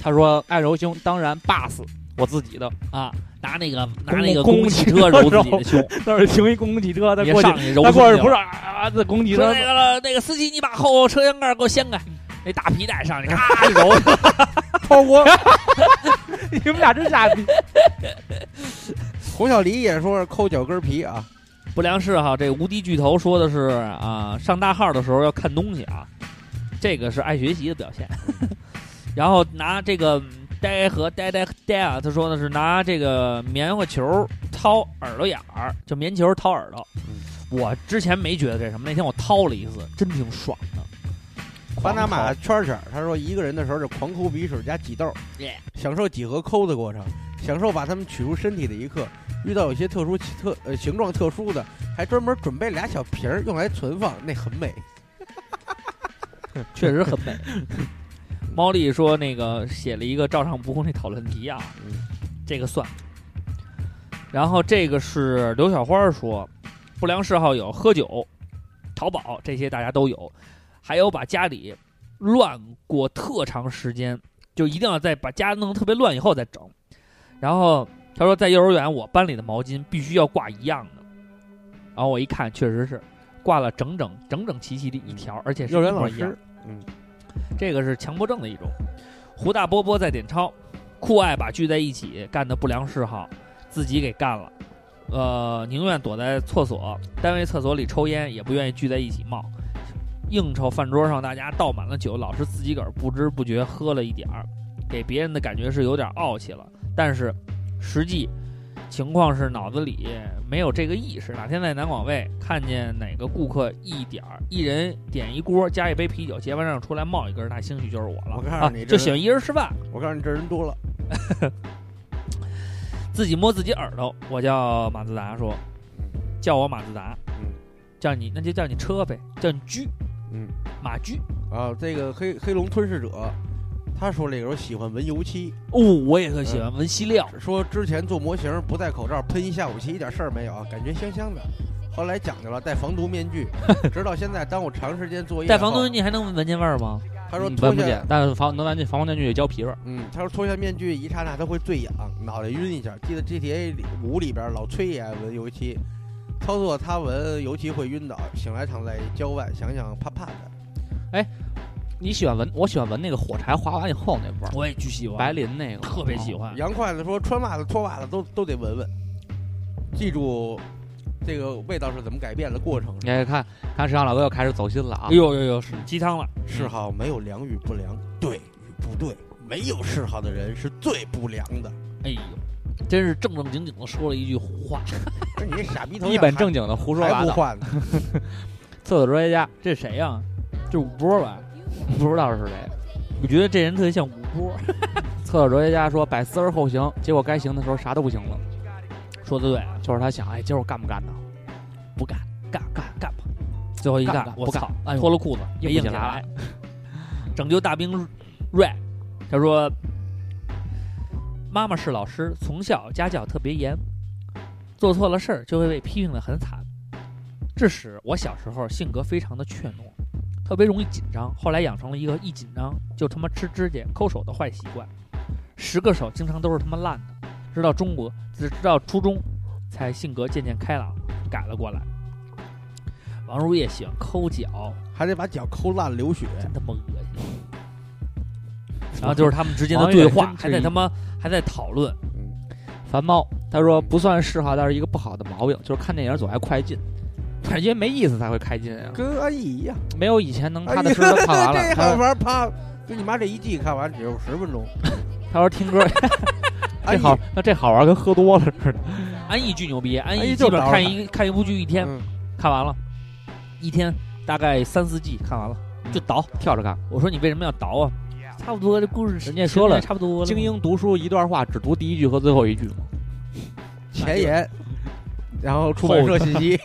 S3: 他说爱揉胸，当然 bus 我自己的啊，拿那个拿那个公
S5: 公公
S3: 共
S5: 汽
S3: 汽车揉自己 的胸，
S5: 那是停一公共汽车，他
S3: 别
S5: 过去
S3: 上，去揉
S5: 他
S3: 胸
S5: 过去
S3: 去
S5: 不
S3: 了
S5: 是啊，这公共汽
S3: 说
S5: 车
S3: 那个那个司机，你把后车厢盖给我掀开，那大皮带上去， 咔一揉，
S2: 包 括
S5: 你们俩真傻逼。
S2: 侯小黎也说是抠脚跟皮啊，
S3: 不良嗜好，这个无敌巨头说的是啊，上大号的时候要看东西啊，这个是爱学习的表现。 然后拿这个嗯呆和呆呆呆啊，他说的是拿这个棉花球掏耳朵眼儿，就棉球掏耳朵。
S5: 嗯
S3: 我之前没觉得这什么，那天我掏了一次，真挺爽的。
S2: 巴拿
S3: 狂
S2: 马
S3: 掏
S2: 圈圈，他说一个人的时候是狂抠鼻屎加挤痘
S3: Yeah，
S2: 享受几何抠的过程，享受把它们取出身体的一刻。遇到有些特殊其特呃形状特殊的，还专门准备俩小瓶儿用来存放，那很美。
S3: 确实很 美。猫丽说那个写了一个照常不误那讨论题啊，
S2: 嗯
S3: 这个算。然后这个是刘小花说，不良嗜好有喝酒、淘宝这些大家都有，还有把家里乱过特长时间，就一定要在把家弄得特别乱以后再整。然后他说在幼儿园我班里的毛巾必须要挂一样的，然后我一看确实是挂了整整整整齐齐的一条，而且是
S2: 幼儿
S3: 一
S2: 园
S3: 模
S2: 老
S3: 一样
S2: 师，
S3: 这个是强迫症的一种。胡大波波在点钞，酷爱把聚在一起干的不良嗜好自己给干了，呃，宁愿躲在厕所、单位厕所里抽烟，也不愿意聚在一起冒。应酬饭桌上，大家倒满了酒，老是自己个儿不知不觉喝了一点儿，给别人的感觉是有点傲气了，但是实际情况是脑子里没有这个意识。哪天在南广卫看见哪个顾客一点儿一人点一锅加一杯啤酒，结完账出来冒一根儿，那兴许就是我了。
S2: 我告诉
S3: 啊
S2: 你这
S3: 就喜欢一人吃饭，
S2: 我告诉你，这人多了。
S3: 自己摸自己耳朵。我叫马自达说，叫我马自达，
S2: 嗯
S3: 叫你那就叫你车呗，叫你车，
S2: 嗯
S3: 马驹。
S2: 啊，这个黑黑龙吞噬者，他说了一个说喜欢闻油漆，
S3: 哦，我也特喜欢闻西料。
S2: 说之前做模型不戴口罩喷一下午漆一点事儿没有，感觉香香的。后来讲究了戴防毒面具，直到现在，当我长时间作业
S3: 戴防毒面
S2: 具，
S3: 具还能闻见味儿吗？
S2: 他说
S5: 嗯
S2: 脱
S5: 闻不
S2: 下
S5: 见，，但是防能闻见防风面具有胶皮味儿。
S2: 嗯，他说脱下面具一刹那他会最痒，脑袋晕一下。记得 GTA 五里边老崔也爱闻油漆，操作他闻油漆会晕倒，醒来躺在郊外，想想怕怕的。
S5: 你喜欢闻？我喜欢闻那个火柴划完以后那味儿，
S3: 我也巨喜欢，
S5: 白哦磷那个
S3: 特别喜。欢。
S2: 杨筷子说穿袜子脱袜子都都得闻闻，记住这个味道是怎么改变的过程。
S5: 你哎看看石阳老哥又开始走心了啊
S3: 哎！呦呦呦，是鸡汤了。
S2: 嗜好没有良与不良，嗯对与不对，没有嗜好的人是最不良的。
S3: 哎呦，真是正正经经的说了一句胡话。
S2: 那你这傻逼头像
S5: 一本
S2: 还
S5: 正经的胡说
S2: 还
S5: 八
S2: 不
S5: 道。
S2: 换呢？
S5: 厕所专家
S3: 哎这是谁呀、这是五波吧？
S5: 不知道是谁。
S3: 我觉得这人特别像五波，
S5: 厕所哲学家说摆四而后行，结果该行的时候啥都不行了。
S3: 说的对，
S5: 就是他想，哎，今儿我干不干呢？
S3: 不干，干干干吧。最后一
S5: 干
S3: 干
S5: 干，
S3: 我
S5: 不干
S3: 操，
S5: 哎呦
S3: 脱了裤子，
S5: 硬
S3: 没
S5: 不
S3: 硬
S5: 起
S3: 起
S5: 来
S3: 来。 拯救大兵瑞，他说：“妈妈是老师，从小家教特别严，做错了事儿就会被批评的很惨。致使我小时候性格非常的怯懦，特别容易紧张。后来养成了一个一紧张就他妈吃指甲、抠手的坏习惯，十个手经常都是他妈烂的。直到中国，直到初中，才性格渐渐开朗，改了过来。”王如也喜欢抠脚，
S2: 还得把脚抠烂流血。
S3: 真他妈恶心。然后就是他们之间的对话，还在他妈还在讨论。
S5: 樊猫他说不算嗜好，但是一个不好的毛病，就是看电影总爱 快进，感觉没意思才会开进啊，
S2: 跟阿姨一样，
S5: 没有以前能
S2: 阿
S3: 哎
S5: 踏
S2: 姨
S5: 踏实实的看 完了。
S2: 哎这好
S5: 他说
S2: 玩，啪，就你妈这一季看完只有十分钟。哎
S5: 他说听歌，
S2: 阿姨
S5: 这
S3: 哎
S5: 好，那这好玩跟喝多了似的。
S3: 安逸巨牛逼，安
S2: 安
S3: 逸
S2: 逸
S3: 基本
S2: 就
S3: 上
S2: 倒
S3: 看
S2: 了
S3: 一看一部剧一天，
S2: 嗯
S3: 看完了，一天大概三四季看完了就倒。
S5: 跳着看，
S3: 我说你为什么要倒啊？差不多这故事
S5: 人家说了
S3: 差不多了。
S5: 精英读书一段话只读第一句和最后一句嘛，
S2: 嗯前言，然后出版社信息。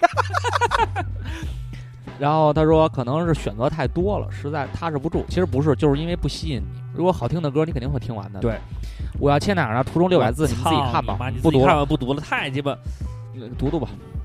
S5: 然后他说可能是选择太多了，实在踏实不住。其实不是，就是因为不吸引你。如果好听的歌，你肯定会听完的。
S6: 对，
S5: 我要切哪儿呢？图中六百字，你们自己
S6: 操
S5: 看吧
S6: 妈你，
S5: 不
S6: 自己
S5: 读
S6: 看
S5: 了，
S6: 吧，不读了，太鸡巴，
S3: 呃
S5: 读读吧。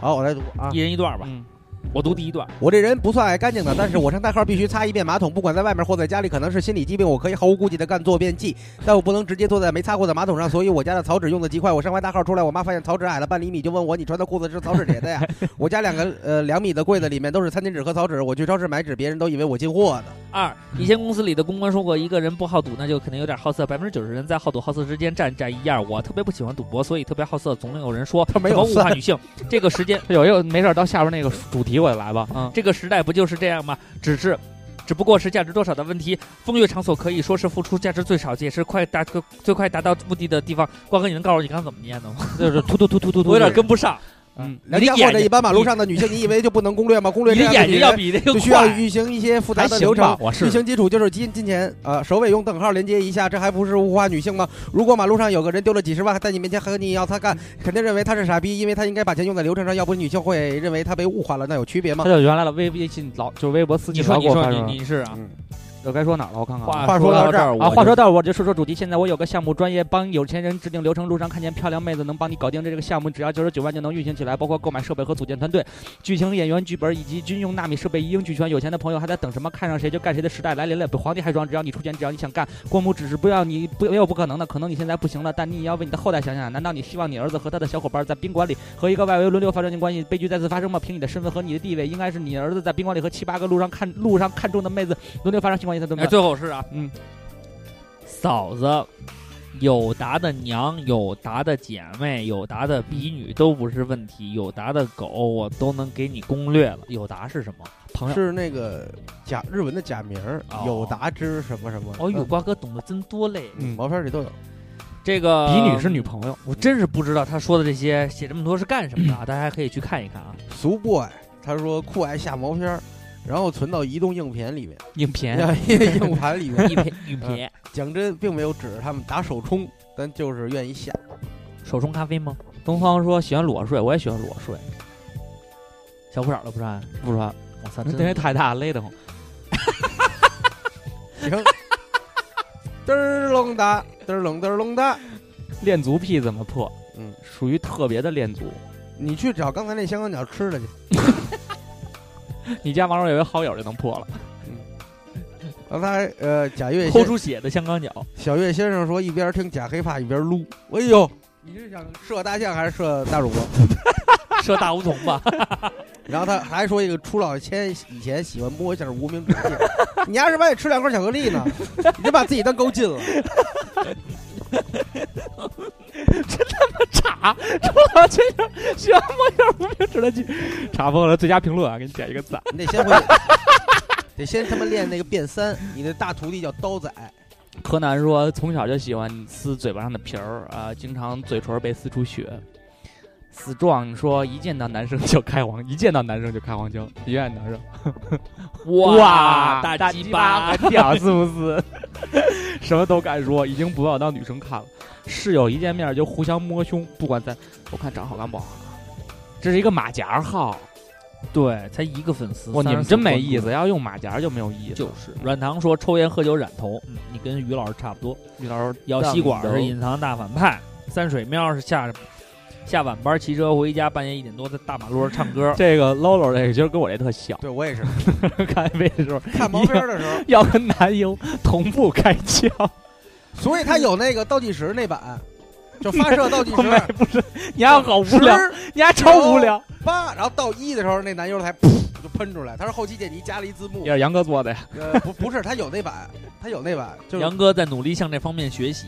S2: 好，我来读啊。
S6: 一人一段吧
S5: 嗯。
S6: 我读第一段，
S2: 我这人不算爱干净的，但是我上大号必须擦一遍马桶，不管在外面或在家里，可能是心理疾病，我可以毫无顾忌的干坐便计，但我不能直接坐在没擦过的马桶上，所以我家的草纸用的极快。我上完大号出来，我妈发现草纸矮了半厘米，就问我你穿的裤子是草纸叠的呀？ 我家两个呃两米的柜子里面都是餐巾纸和草纸，我去超市买纸，别人都以为我进货呢。
S3: 二，以前公司里的公关说过，一个人不好赌，那就肯定有点好色。百分之九十人在好赌好色之间站站一样。我特别不喜欢赌博，所以特别好色。总有人说
S2: 他没
S3: 什
S2: 有
S3: 么物
S2: 算
S3: 化女性，这个时间
S5: 有有没事儿到下边那个主题我也来吧。嗯，
S3: 这个时代不就是这样吗？只是，只不过是价值多少的问题。风月场所可以说是付出价值最少，也是快达最快达到目的的地方。瓜哥，你能告诉我你刚刚怎么念的吗？
S5: 就是突突突突突突，
S3: 我有点跟不上。
S5: 嗯，
S2: 梁
S3: 你
S2: 家
S3: 的
S2: 或
S3: 眼
S2: 者一
S3: 睛，
S2: 般马路上的女性，你以为就不能攻略吗？攻略
S3: 你
S2: 这
S3: 的
S2: 样
S3: 眼
S2: 女
S3: 睛
S2: 人
S3: 要比那个
S2: 就需要
S3: 快。
S2: 运行一些复杂
S5: 还
S2: 的
S5: 行
S2: 流程
S5: 吧，。我是
S2: 运行基础就是金金钱，呃，首尾用等号连接一下，这还不是物化女性吗？如果马路上有个人丢了几十万，在你面前和你要他干，肯定认为他是傻逼，因为他应该把钱用在流程上，要不女性会认为他被物化了，那有区别
S5: 他
S2: 吗？
S5: 就原来的微微信老就是微博私
S3: 你
S5: 信
S3: 说，
S5: 老给
S3: 你
S5: 我
S3: 说，
S5: 发说
S3: 你你是啊？
S5: 我该说哪儿了？我看看啊。
S2: 话说
S3: 说
S2: 到
S3: 这
S2: 这儿
S5: 啊，
S3: 我
S5: 话
S3: 就
S5: 说到我就说说主题。现在我有个项目，专业帮有钱人制定流程。路上看见漂亮妹子，能帮你搞定这个项目，只要九十九万就能运行起来，包括购买设备和组建团队、剧情、演员、剧本以及军用纳米设备一应俱全。有钱的朋友还在等什么？看上谁就干谁的时代来临了，比皇帝还爽！只要你出钱，只要你想干，光母只是不要你不没有不可能的，可能你现在不行了，但你也要为你的后代想啊想。难道你希望你儿子和他的小伙伴在宾馆里和一个外围轮流发生性关系，悲剧再次发生吗？凭你的身份和你的地位，应该是你儿子在宾馆里和七八个路上看路上看中的妹子轮流发生性关系才对不
S3: 哎，
S5: 对？
S3: 最后是啊，
S5: 嗯，
S3: 嫂子，有达的娘，有达的姐妹，有达的比女都不是问题，有达的狗我都能给你攻略了。有达是什么？朋友。
S2: 是那个假日文的假名儿
S3: 哦，
S2: 有达之什么什么。
S3: 哦呦，瓜哥懂得真多嘞！
S2: 嗯，毛片里都有。
S3: 这个
S5: 比女是女朋友。
S3: 我真是不知道他说的这些写这么多是干什么 的啊，大家可以去看一看啊。
S2: 俗 boy 他说酷爱下毛片儿，然后存到移动硬盘里面，
S5: 影片
S2: 硬盘里面。
S3: 一 撇一撇，
S2: 讲真，并没有指着他们打手冲，但就是愿意下。
S3: 手冲咖啡吗？
S5: 东方说喜欢裸睡，我也喜欢裸睡，
S3: 小裤衩都不啊嗯穿，
S5: 不穿，
S3: 我操，
S5: 那
S3: 真
S5: 那也太大，勒得慌。
S2: 行，嘚儿隆哒，嘚儿隆嘚儿隆哒。
S5: 练足癖怎么破？
S2: 嗯，
S5: 属于特别的练足。
S2: 你去找刚才那香港脚吃的去。
S5: 你加王若为好友就能破了。
S2: 刚才呃，贾跃
S3: 抠
S2: 先
S3: 出血的香港 脚，
S2: 小岳先生说，一边听假黑怕一边撸。哎呦，你是想射大象还是射大主 播？
S3: 射大梧桐吧。
S2: 然后他还说一个出老千以前喜欢摸一下无名指戒， 你丫是把也吃两块巧克力 呢？你这把自己当勾进了。
S5: 查，出了这个需要摸点无名指的剧，查封了最佳评论啊，给你点一个赞。
S2: 你得先会， 得先他妈练那个变三。你的大徒弟叫刀仔，
S5: 柯南说从小就喜欢撕嘴巴上的皮儿啊、经常嘴唇被撕出血。死壮说一见到男生就开黄，一见到男生就开黄腔，一见到男生。 哇，
S3: 大
S5: 鸡
S3: 鸡巴！
S5: 很屌，是不是？什么都敢说，已经不把我当女生看了。室友一见面就互相摸胸，不管在我看长好看不好看。这是一个马甲号，
S3: 对，才一个粉丝，
S5: 哇，你们真没意
S3: 34
S5: 思，要用马甲就没有意思。
S3: 就是软糖说抽烟喝酒染头，嗯，你跟于老师差不多。
S5: 于老师
S3: 咬吸管
S5: 让
S3: 是
S5: 你。
S3: 隐藏大反派，三水喵是下下晚班骑车回家，半夜一点多在大马路上唱歌
S5: 这个 Lolo 这个其实跟我这特像，
S2: 对我也是
S5: 开飞的时候
S2: 看毛片儿的时 候，
S5: 要跟男友同步开枪，
S2: 所以他有那个倒计时那版，就发射倒计
S5: 我没
S2: 时。
S5: 不是，你还好无
S2: 十
S5: 聊，你还超无聊。
S2: 八，然后到一的时候，那男优才噗就喷出来。他是后期剪辑加了一字幕
S5: 也，是杨哥做的呀，
S2: 呃，不不是，他有那版，他有那版，就是
S3: 杨哥在努力向这方面学习。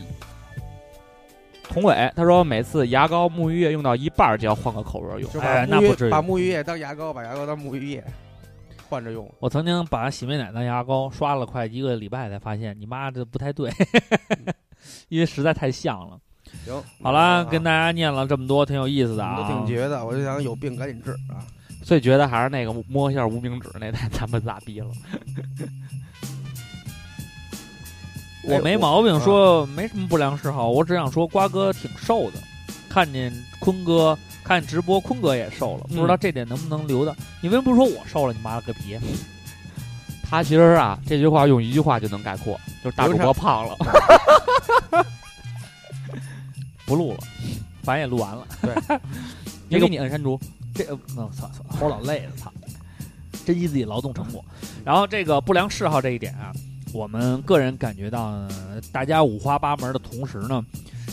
S5: 童伟他说每次牙膏、沐浴液用到一半儿就要换个口味儿用。
S2: 就把
S3: 哎那
S2: 沐
S3: 不至
S2: 浴
S3: 于
S2: 把沐浴液当牙膏，把牙膏当沐浴液换着用。
S3: 我曾经把洗面奶当牙膏刷了快一个礼拜，才发现你妈这不太对，
S5: 嗯
S3: 因为实在太像了。
S2: 行，啊
S3: 好
S5: 啊
S3: 啦，跟大家念了这么多，挺有意思的
S2: 我
S3: 啊。
S2: 都挺绝的，我就想有病赶紧治啊。
S5: 最觉得还是那个摸一下无名指那太他妈傻逼了。
S3: 我没毛
S2: 哎
S3: 病，
S2: 我哎
S3: 说没什么不良嗜好，我只想说瓜哥挺瘦的，看见坤哥看直播，坤哥也瘦了，不知道这点能不能留的？你为什么不说我瘦了？你妈了个逼！
S5: 他其实啊，这句话用一句话就能概括，就是大主播胖了。
S3: 不录了， 反正也录完了。
S5: 也给你摁删除。
S3: 这呃那我操操，我老累了，操！珍惜自己劳动成果。然后这个不良嗜好这一点啊，我们个人感觉到，呃大家五花八门的同时呢，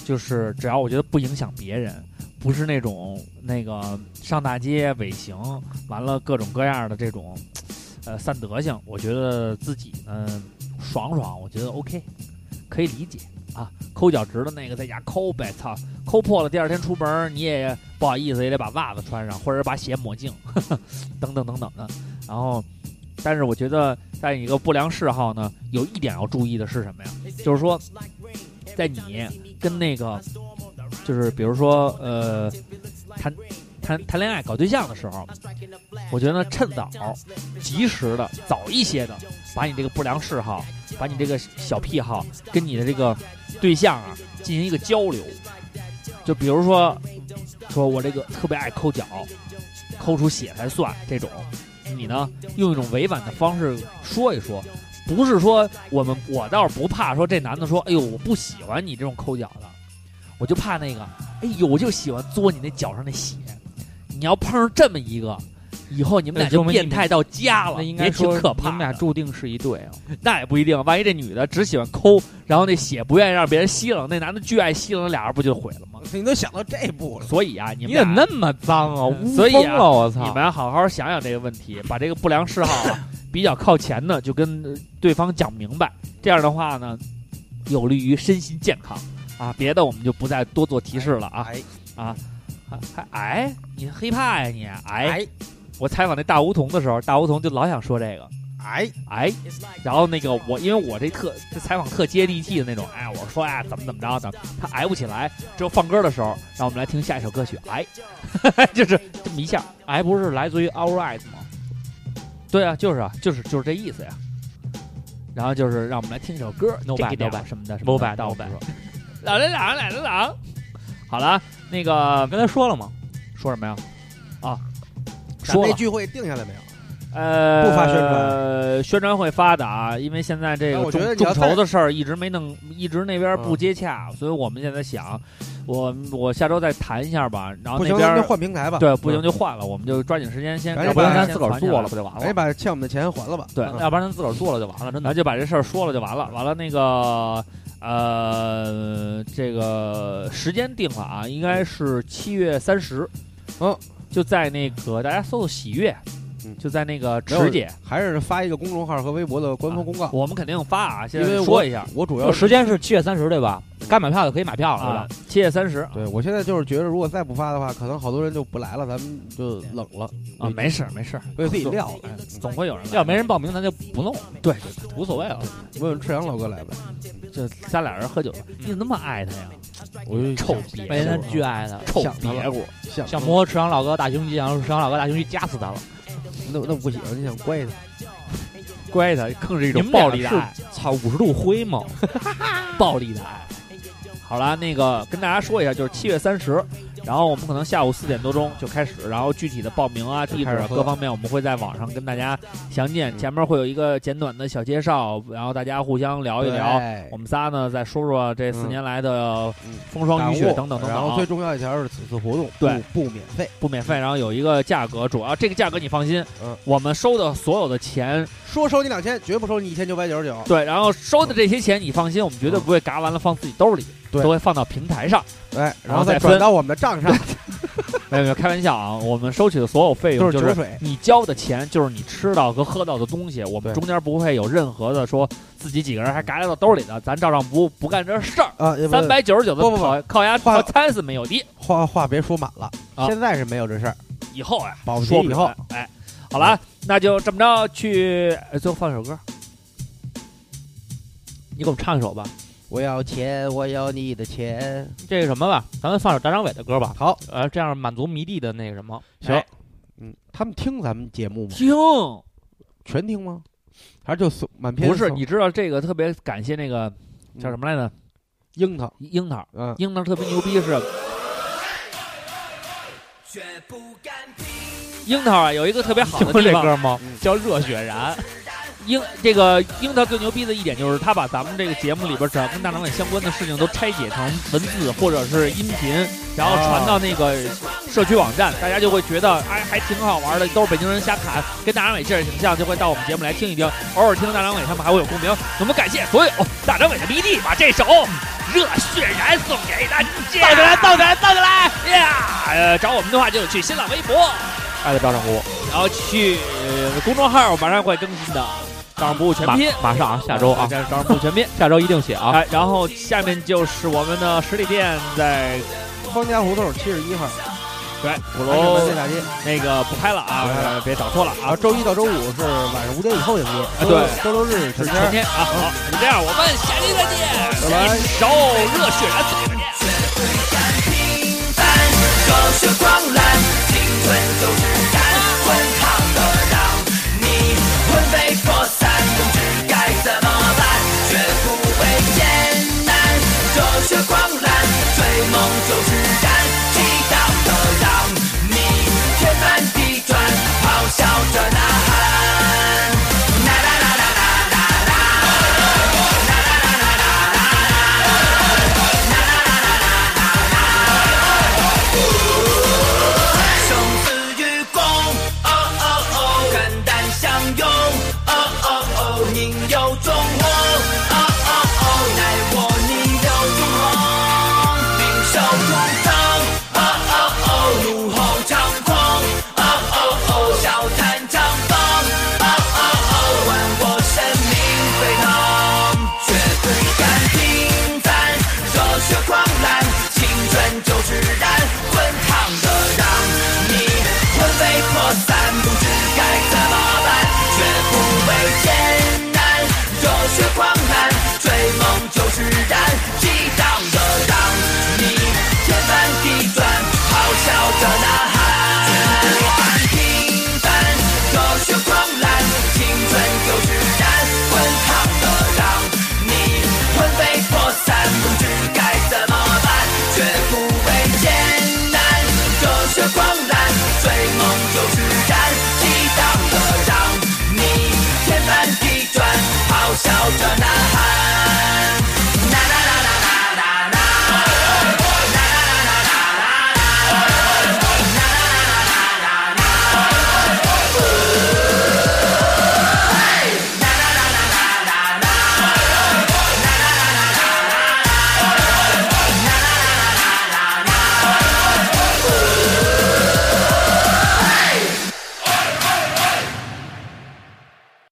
S3: 就是只要我觉得不影响别人，不是那种那个上大街尾行，完了各种各样的这种，呃，散德性，我觉得自己呢爽爽，我觉得 OK，可以理解啊。抠脚趾的那个在家抠呗，操，抠破了第二天出门儿你也不好意思，也得把袜子穿上，或者是把鞋抹净， 呵呵等等等等的。然后，但是我觉得在一个不良嗜好呢，有一点要注意的是什么呀？就是说，在你跟那个，就是比如说呃，谈谈谈恋爱、搞对象的时候，我觉得趁早、及时的、早一些的，把你这个不良嗜好、把你这个小癖好跟你的这个对象啊进行一个交流。就比如说，说我这个特别爱抠脚，抠出血才算这种，你呢用一种委婉的方式说一说，不是说我们我倒是不怕说这男的说，哎呦我不喜欢你这种抠脚的，我就怕那个，哎呦我就喜欢嘬你那脚上那血，你要碰上这么一个，以后你们俩
S5: 那就
S3: 就
S5: 没
S3: 变态到家了，
S5: 那
S3: 也
S5: 应该
S3: 挺
S5: 说
S3: 可
S5: 你
S3: 怕的。
S5: 们俩注定是一对啊。
S3: 那也不一定，万一这女的只喜欢抠，然后那血不愿意让别人吸冷，那男的巨爱吸冷，俩人不就毁了吗？
S2: 你都想到这步了，
S3: 所以啊，你们
S5: 你
S3: 俩
S5: 怎么那么脏啊？污
S3: 所以
S5: 疯
S3: 啊
S5: 了，我
S3: 你
S5: 操！
S3: 们好好想想这个问题，把这个不良嗜好 啊比较靠前的就跟呃对方讲明白，这样的话呢，有利于身心健康啊。别的我们就不再多做提示了啊
S2: 哎
S3: 啊，还还哎，你黑怕呀你哎？我采访那大梧桐的时候，大梧桐就老想说这个，
S2: 哎，
S3: 哎，然后那个我，因为我这特这采访特接地气的那种，哎，我说呀、怎么怎么着的，他挨不起来。只有放歌的时候，让我们来听下一首歌曲，哎， 就是这么一下，
S5: 哎，不是来自于 All Right 吗？
S3: 对啊，就是啊，就是就是这意思呀。然后就是让我们来听一首歌
S5: No
S3: 这
S5: bad,
S3: 个调
S5: no bad
S3: 什么的什
S5: 不
S3: 么
S5: 白
S3: 的，
S5: 到
S3: 到
S5: 白，
S3: 老人郎，老人郎。好了，那个
S5: 刚才说了吗？
S3: 说什么呀？啊，
S2: 咱
S3: 说
S2: 那
S3: 了，
S2: 聚会定下来没有？
S3: 呃，
S2: 不发宣传
S3: 传，宣传会发的啊，因为现在这
S2: 但
S3: 个
S2: 我觉
S3: 众
S2: 得你
S3: 众
S2: 要
S3: 筹
S2: 再
S3: 的事儿一直没弄，一直那边不
S2: 嗯
S3: 接洽，所以我们现在想，我我下周再谈一下吧，然后
S2: 不
S3: 啊那
S2: 行，
S3: 边
S2: 咱就
S3: 儿
S2: 换平台吧。
S3: 对不行就换了，我们就抓紧时间先，
S2: 赶紧
S3: 要
S5: 要
S3: 不
S5: 不
S2: 把
S5: 然
S3: 然
S5: 咱
S3: 咱
S5: 自个儿做了，不就完
S2: 赶紧
S5: 了？
S2: 哎把欠我们的钱还了吧。
S3: 对
S2: 嗯
S5: 要不然咱自个儿做了就完了，真
S3: 然后
S5: 的。
S3: 就把这事儿说了就完了，完了那个呃，这个时间定了啊，应该是七月三十，
S2: 嗯，
S3: 就在那个大家搜搜喜悦
S2: 嗯，
S3: 就在那个
S2: 没有
S3: 池姐，
S2: 还是发一个公众号和微博的官方公告。
S3: 我们肯定发啊，现
S2: 因为
S3: 在
S2: 我
S3: 说一下。
S2: 我主要
S5: 就是时间是七月三十对吧？该买票的可以买票了，对
S3: 啊
S5: 吧？，
S3: 七月三十
S2: 对我现在就是觉得，如果再不发的话，可能好多人就不来了，咱们就冷了
S3: 啊，没事儿没事儿，
S2: 为 自己撂了。
S3: 哎总会有人来。
S5: 要没人报名，咱就不弄，
S3: 对，
S5: 无所谓了。
S2: 问问赤阳老哥来吧，
S3: 就咱俩人喝酒吧，你怎么那么爱他呀？
S2: 嗯我就
S3: 臭鳖，
S5: 每天巨爱他，
S3: 臭
S2: 想他了
S3: 别果，
S2: 想
S5: 想摸池塘老哥大胸肌，想让池塘老哥大胸肌夹死他了。
S2: 那那不行，你想怪他，
S3: 乖他，更是一
S5: 你
S3: 种
S5: 们
S3: 暴
S5: 俩
S3: 力的
S5: 是
S3: 爱。
S5: 操，五十度灰 吗？
S3: 暴力的爱。好啦，那个跟大家说一下，就是七月三十，然后我们可能下午四点多钟就开始，然后具体的报名啊、地址
S2: 开始
S3: 啊
S2: 喝嗯
S3: 各方面，我们会在网上跟大家详见。前面会有一个简短的小介绍，然后大家互相聊一聊。
S2: 对
S3: 我们仨呢再说说这四
S2: 嗯
S3: 年来的
S2: 嗯
S3: 风霜雨雪
S2: 感悟
S3: 等等等等啊。
S2: 然后最重要一条是此次活动
S3: 对
S2: 不不免费，
S3: 不免费，然后有一个价格，主要这个价格你放心，
S2: 嗯
S3: 我们收的所有的钱，
S2: 说收你两千，绝不收你一千九百九十九。
S3: 对，然后收的这些钱你放心，我们绝对
S2: 嗯
S3: 不会嘎完了放自己兜里，
S2: 对
S3: 都会放到平台上。
S2: 哎，
S3: 然
S2: 然
S3: 后
S2: 后
S3: 再
S2: 再
S3: 分
S2: 转到我们的账上，
S3: 没有没有，开玩笑啊，我们收取的所有费用
S2: 就是酒
S3: 就是
S2: 水。
S3: 你交的钱，就是你吃到和喝到的东西，我们
S2: 对
S3: 中间不会有任何的说自己几个人还嘎到兜里的，咱照账不误不干这事儿。
S2: 啊，也不
S3: 三百九十九的
S2: 不不不
S3: 烤烤鸭
S2: 话
S3: 套餐是没有的，
S2: 话话别说满了
S3: 啊，
S2: 现在是没有这事儿，
S3: 以后啊，
S2: 保不齐
S3: 说
S2: 以后嗯
S3: 准哎，好了，那就这么着去，哎最后放首歌，你给我们唱一首吧。
S2: 我要钱，我要你的钱。
S5: 这个什么吧，咱们放首大张伟的歌吧。
S2: 好，
S5: 呃，这样满足迷弟的那个什么。
S2: 行
S5: 哎
S2: 嗯，他们听咱们节目吗？
S3: 听，
S2: 全听吗？还是就搜满篇搜？
S3: 不是，你知道这个特别感谢那个叫什么来着？
S2: 樱桃，
S3: 樱桃，
S2: 嗯，
S3: 樱桃特别牛逼是，樱桃啊，有一个特别好的地
S5: 这
S3: 方，
S5: 歌吗？叫热血燃，
S3: 樱这个樱桃最牛逼的一点就是，他把咱们这个节目里边只要跟大长腿相关的事情都拆解成文字或者是音频，然后传到那个社区网站，大家就会觉得哎还挺好玩的，都是北京人瞎侃，跟大长腿劲儿挺像，就会到我们节目来听一听，偶尔听大长腿他们还会有共鸣。我们感谢所有大长腿的迷弟，把这首热血燃送给大家，倒着来，倒着来，倒着来呀！呃，找我们的话就去新浪微博。
S5: 爱的标上锅，
S3: 然后去呃公众号，马上会更新的《掌不误全
S5: 马
S3: 拼》，
S5: 马上啊，下周啊，
S3: 掌不误全拼
S5: 下周一定写啊。
S3: 哎，然后下面就是我们的实体店在
S2: 康家胡同七十一号，
S3: 对鼓
S2: 安定
S3: 楼
S2: 门街大街。
S3: 那个不开了啊，
S2: 不开了
S3: 呃别找错了
S2: 啊，
S3: 啊，
S2: 周一到周五是晚上五点以后营业，周六
S3: 对
S2: 周六日是
S3: 全天啊，好，就这样，我们下期再见，
S2: 拜拜
S3: 一首热血燃送给大家。